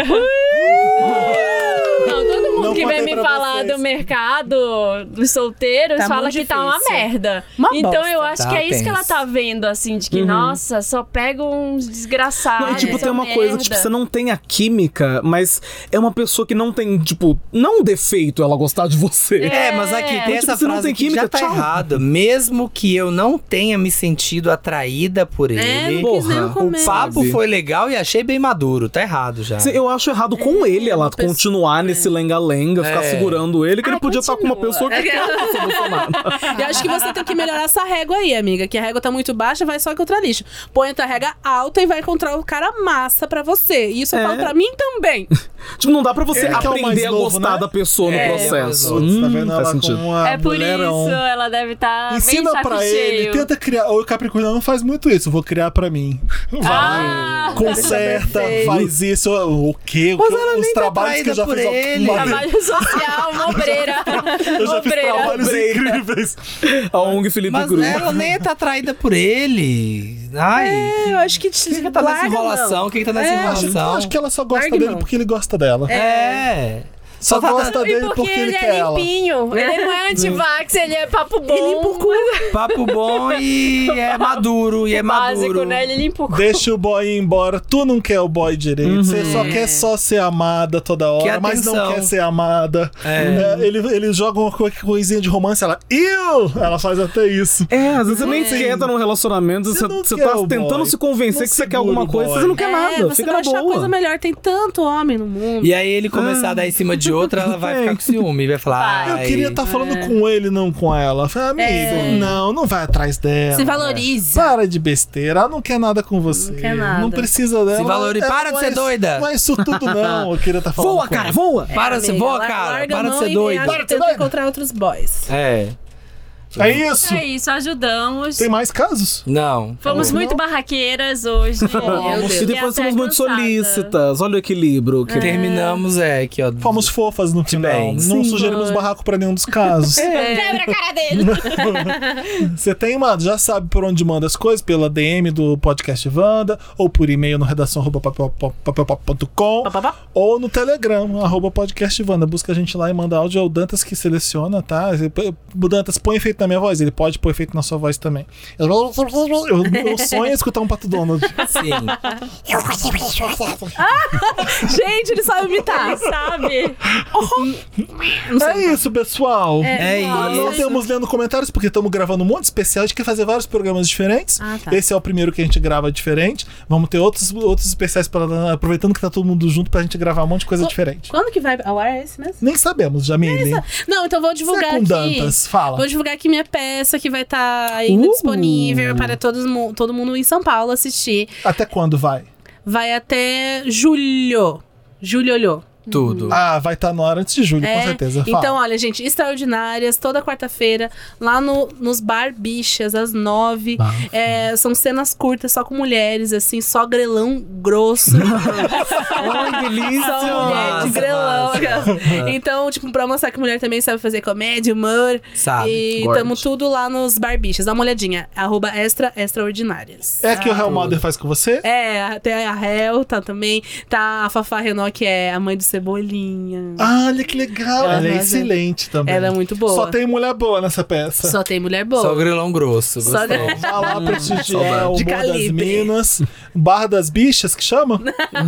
Speaker 2: Não, todo mundo
Speaker 1: Não
Speaker 2: que
Speaker 1: contei
Speaker 2: vem me
Speaker 1: pra
Speaker 2: falar
Speaker 1: vocês.
Speaker 2: do mercado dos solteiros
Speaker 6: Tá
Speaker 2: fala
Speaker 6: muito
Speaker 2: que tá uma
Speaker 6: difícil.
Speaker 2: merda.
Speaker 6: Uma
Speaker 2: então
Speaker 6: bosta.
Speaker 2: eu acho
Speaker 4: Tá
Speaker 2: que é isso que ela
Speaker 4: tenso.
Speaker 2: tá vendo, assim, de que, nossa, só pega uns desgraçados.
Speaker 7: Não, e, tipo,
Speaker 2: essa
Speaker 7: tem uma coisa, tipo,
Speaker 2: merda.
Speaker 7: você não tem a química, mas é uma pessoa que não tem, tipo, não um defeito ela gostar de você.
Speaker 4: É, mas aqui tem
Speaker 7: Mas, tipo,
Speaker 4: essa
Speaker 7: você não
Speaker 4: frase
Speaker 7: tem
Speaker 4: que já
Speaker 7: química,
Speaker 4: tá
Speaker 7: tchau.
Speaker 4: errado. Mesmo que eu não tenha me sentido atraída por
Speaker 6: É,
Speaker 4: ele,
Speaker 6: não quis nem no
Speaker 7: Porra,
Speaker 6: começo.
Speaker 4: o papo
Speaker 7: sabe?
Speaker 4: foi legal e achei bem maduro. Tá errado já.
Speaker 7: Assim, Eu acho errado com ele ela
Speaker 6: pessoa-
Speaker 7: continuar nesse lenga-lenga, ficar
Speaker 4: É.
Speaker 7: segurando ele, que
Speaker 2: Ai,
Speaker 7: ele podia estar com uma
Speaker 2: continua.
Speaker 7: pessoa que
Speaker 6: E acho que você tem que melhorar essa régua aí, amiga. Que a régua tá muito baixa, vai só encontrar lixo. Põe a tua régua alta e vai encontrar o cara massa pra você. E isso eu
Speaker 7: É.
Speaker 6: falo pra mim também.
Speaker 3: Tipo, não dá pra você
Speaker 1: Ele que é o mais
Speaker 3: aprender a
Speaker 1: novo,
Speaker 3: gostar
Speaker 1: né?
Speaker 3: da pessoa no
Speaker 4: É, mas
Speaker 3: processo.
Speaker 4: o-
Speaker 1: Putz, tá
Speaker 3: Hum,
Speaker 1: vendo
Speaker 3: faz
Speaker 1: ela com
Speaker 3: sentido.
Speaker 1: uma
Speaker 2: É por
Speaker 1: tá mulherão.
Speaker 2: isso, ela deve estar bem de
Speaker 1: Ensina
Speaker 2: saco
Speaker 1: pra
Speaker 2: cheio.
Speaker 1: ele, tenta criar. O Capricorniano não faz muito isso, vou criar pra mim.
Speaker 2: Ah,
Speaker 1: Conserta,
Speaker 2: perfeito.
Speaker 1: faz isso. O quê? O que eu- Os trabalhos que eu já
Speaker 4: por
Speaker 1: fiz. ó,
Speaker 4: ele.
Speaker 1: uma vez.
Speaker 2: Trabalho social, uma obreira.
Speaker 1: Eu já fiz
Speaker 2: Obreira.
Speaker 1: trabalhos incríveis.
Speaker 3: A ONG Felipe
Speaker 4: Mas
Speaker 3: Cruz.
Speaker 4: ela nem tá traída por ele. Ai.
Speaker 6: É, eu acho que
Speaker 4: o que, que tá nessa enrolação? O que, que tá nessa
Speaker 1: Eu acho, eu
Speaker 4: enrolação?
Speaker 1: acho que ela só gosta
Speaker 6: Largue
Speaker 1: dele
Speaker 6: mão.
Speaker 1: porque ele gosta dela.
Speaker 4: É.
Speaker 1: Só
Speaker 4: tá-
Speaker 1: gosta
Speaker 2: E
Speaker 1: dele porque, ele quer
Speaker 2: é
Speaker 1: ela.
Speaker 2: limpinho. Ele não é antivax, ele é papo bom.
Speaker 6: Ele limpa o cu.
Speaker 4: Papo bom e é maduro. E é
Speaker 2: Básico,
Speaker 4: maduro.
Speaker 2: né? Ele limpa o cu.
Speaker 1: Deixa o boy ir embora. Tu não quer o boy direito. Você só quer só ser amada toda hora,
Speaker 4: Quer
Speaker 1: mas não
Speaker 4: atenção.
Speaker 1: quer ser amada.
Speaker 4: É.
Speaker 1: É, ele, ele joga uma co- coisinha de romance, ela. Eu! Ela faz até isso.
Speaker 3: É, às vezes você nem esquenta num relacionamento,
Speaker 1: Você
Speaker 3: você,
Speaker 1: não
Speaker 3: você
Speaker 1: quer
Speaker 3: tá
Speaker 1: o
Speaker 3: tentando
Speaker 1: boy.
Speaker 3: se convencer
Speaker 1: Não
Speaker 3: que você quer
Speaker 1: segura
Speaker 3: alguma
Speaker 1: o
Speaker 3: coisa,
Speaker 1: boy.
Speaker 3: você não quer
Speaker 6: É,
Speaker 3: nada.
Speaker 6: você
Speaker 3: Fica
Speaker 6: vai
Speaker 3: na
Speaker 6: achar coisa
Speaker 3: boa.
Speaker 6: melhor. Tem tanto homem no mundo.
Speaker 4: E aí ele começar a dar em cima de outra, ela vai ficar com ciúme. Vai falar.
Speaker 1: Eu
Speaker 4: "Ai,
Speaker 1: queria tá-" estar falando com ele, não com ela. Eu Falei, amigo, não, não vai atrás dela.
Speaker 6: Se valorize.
Speaker 1: Para de besteira, ela não quer nada com você. Não,
Speaker 6: quer nada.
Speaker 1: precisa dela.
Speaker 4: Se valori-
Speaker 1: Ela
Speaker 4: para de
Speaker 1: não
Speaker 4: ser
Speaker 1: é-
Speaker 4: doida.
Speaker 1: Não é isso tudo, não. Eu queria estar falando.
Speaker 3: Voa,
Speaker 1: com
Speaker 3: cara,
Speaker 1: ela.
Speaker 3: voa!
Speaker 4: é, Para de ser boa,
Speaker 6: Amiga,
Speaker 4: cara.
Speaker 6: larga
Speaker 4: para
Speaker 6: a
Speaker 4: de
Speaker 6: mão
Speaker 4: ser
Speaker 6: e
Speaker 4: doida.
Speaker 6: viaja,
Speaker 1: Para de ser
Speaker 6: tenta
Speaker 1: doida.
Speaker 6: encontrar outros boys.
Speaker 4: É.
Speaker 1: É isso.
Speaker 2: É isso, ajudamos.
Speaker 1: Tem mais casos?
Speaker 4: Não. tá
Speaker 2: Fomos muito barraqueiras hoje.
Speaker 6: Meu Deus.
Speaker 3: E depois somos muito solícitas. Olha o equilíbrio. Que...
Speaker 4: Terminamos, é, aqui, ó.
Speaker 1: Fomos fofas no final.
Speaker 4: bem.
Speaker 1: Não sugerimos barraco pra nenhum dos casos.
Speaker 2: Quebra a cara dele.
Speaker 1: Você tem, mano, já sabe por onde manda as coisas, pela DM do podcast Vanda, ou por e-mail no redação@papelpop.com, ou no Telegram, arroba podcast Vanda. Busca a gente lá e manda áudio. É o Dantas que seleciona, tá? O Dantas põe efeito na minha voz, ele pode pôr efeito na sua voz também. Eu, eu, eu sonho em escutar um Pato Donald.
Speaker 4: Sim.
Speaker 6: Gente, ele sabe imitar.
Speaker 2: Sabe?
Speaker 1: É isso, pessoal.
Speaker 4: É
Speaker 1: Não
Speaker 4: isso.
Speaker 1: temos lendo comentários, porque estamos gravando um monte de especial. A gente quer fazer vários programas diferentes.
Speaker 6: Ah, tá.
Speaker 1: Esse é o primeiro que a gente grava diferente. Vamos ter outros, outros especiais pra, aproveitando que tá todo mundo junto pra gente gravar um monte de coisa
Speaker 6: Co-
Speaker 1: diferente.
Speaker 6: Quando que vai ao ar é esse mesmo?
Speaker 1: Nem sabemos, Jamile.
Speaker 6: Não, então vou divulgar
Speaker 1: Você é com
Speaker 6: aqui.
Speaker 1: Dantas, fala.
Speaker 6: Vou divulgar aqui minha peça que vai estar ainda disponível para todos, mu- todo mundo em São Paulo assistir.
Speaker 1: Até quando vai?
Speaker 6: Vai até julho. Julho olhou.
Speaker 4: é Tudo.
Speaker 1: Ah, vai estar na hora antes de julho, com
Speaker 6: É,
Speaker 1: certeza. Fala.
Speaker 6: Então, olha, gente, extraordinárias, toda quarta-feira, lá no, nos Bar Bichas, às nove. É, são cenas curtas, só com mulheres, assim, só grelão grosso. um
Speaker 4: Ai, delícia.
Speaker 6: Só mulher de grelão. aquelas. Então, tipo, pra mostrar que mulher também sabe fazer comédia, humor.
Speaker 1: Ah,
Speaker 4: Sabe.
Speaker 6: e
Speaker 3: Gorge.
Speaker 6: tamo tudo lá nos barbichas. Dá uma olhadinha. Arroba extra extraordinárias.
Speaker 1: é que o Real Mother faz com você?
Speaker 6: É, até a Hel tá também. Tá a Fafá Renault, que é a mãe do Cebolinha.
Speaker 1: Ah, olha que legal.
Speaker 6: Ela
Speaker 1: Ela é
Speaker 6: arrasa.
Speaker 1: excelente também.
Speaker 6: Ela é muito boa.
Speaker 1: Só tem mulher boa nessa peça.
Speaker 6: Só tem mulher
Speaker 4: Só o
Speaker 6: boa.
Speaker 4: grilão grosso.
Speaker 6: Só
Speaker 4: gostei.
Speaker 1: Vá lá prestigiar
Speaker 4: saudade.
Speaker 1: o Humor
Speaker 6: De
Speaker 1: das
Speaker 6: calibre.
Speaker 1: Minas. Barra das Bichas, que chama?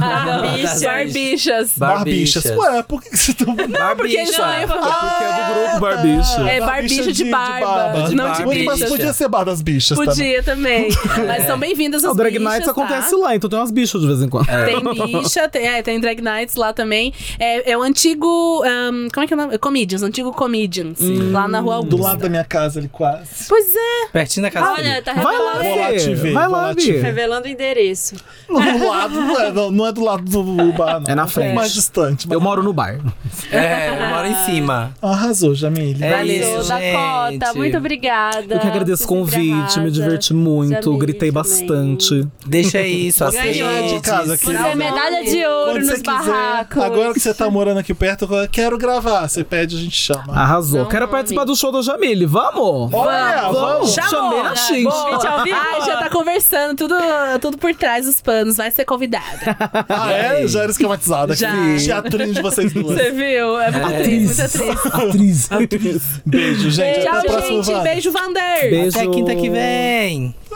Speaker 6: Barbichas. Barbichas.
Speaker 1: Barbichas. Ué, por que que você tá...
Speaker 4: Barbicha.
Speaker 6: não, eu falo-
Speaker 3: Porque é do grupo Barbicha.
Speaker 6: É
Speaker 1: Barbicha
Speaker 6: barbicha de
Speaker 1: de
Speaker 6: barba.
Speaker 1: barba.
Speaker 6: Não
Speaker 4: De
Speaker 6: de
Speaker 4: barba.
Speaker 1: Muito, mas
Speaker 6: bichas.
Speaker 1: podia ser Bar das Bichas também.
Speaker 6: Podia também. Mas são bem-vindas as
Speaker 3: O Drag
Speaker 6: bichas,
Speaker 3: Nights
Speaker 6: tá?
Speaker 3: acontece lá, então tem umas bichas de vez em quando.
Speaker 1: É.
Speaker 6: Tem bicha, tem, é, tem Drag Nights lá também. É, é o antigo. ahn, como é que é o nome? Comedians, antigo Comedians. Lá na rua Augusta.
Speaker 1: Do lado da minha casa ali, quase.
Speaker 6: Pois é.
Speaker 4: Pertinho da casa dele.
Speaker 2: Olha, tá
Speaker 3: Vai
Speaker 2: revelando,
Speaker 3: lá,
Speaker 1: Vou lá te ver,
Speaker 3: Bia. Vai
Speaker 1: vou
Speaker 3: lá,
Speaker 1: lá te
Speaker 3: Bia.
Speaker 2: revelando o endereço.
Speaker 1: Do lado, não é, não, não é do lado do bar, não.
Speaker 3: É na
Speaker 1: Um pouco
Speaker 3: frente.
Speaker 1: mais distante. Mas...
Speaker 3: Eu moro no bar.
Speaker 4: É, eu moro em cima.
Speaker 1: Arrasou, Jamile.
Speaker 4: É
Speaker 2: Valeu,
Speaker 4: isso,
Speaker 2: Dakota.
Speaker 4: gente.
Speaker 2: Muito obrigada.
Speaker 3: Eu que agradeço o
Speaker 2: Você sempre
Speaker 3: convite, me
Speaker 2: arrasa.
Speaker 3: diverti muito,
Speaker 2: Jamile
Speaker 3: gritei
Speaker 2: também.
Speaker 3: bastante.
Speaker 4: Deixa isso,
Speaker 1: Você é de
Speaker 4: aceite.
Speaker 1: casa,
Speaker 2: Você
Speaker 1: querida.
Speaker 2: é medalha de ouro
Speaker 1: Quando você
Speaker 2: nos barracos.
Speaker 1: Agora que você tá morando aqui perto, eu quero gravar. Você pede, a gente chama.
Speaker 3: Arrasou.
Speaker 2: Não,
Speaker 3: Quero
Speaker 2: homem.
Speaker 3: participar do show da Jamile. Vamos!
Speaker 1: Olha, vamos.
Speaker 3: Chamei na X.
Speaker 2: Convite ao vivo.
Speaker 6: Ai, já tá conversando, tudo, tudo por trás dos panos. Vai ser convidada.
Speaker 1: Ah, é? Já era esquematizada aqui.
Speaker 6: Já.
Speaker 1: Teatrinho de vocês duas.
Speaker 6: Você viu? É muito triste, muito triste.
Speaker 3: Atriz.
Speaker 1: Beijo, gente. Até a
Speaker 6: Tchau,
Speaker 1: próxima.
Speaker 6: gente.
Speaker 1: Wanda.
Speaker 6: Beijo, Vander.
Speaker 3: Beijo.
Speaker 4: Até quinta que vem.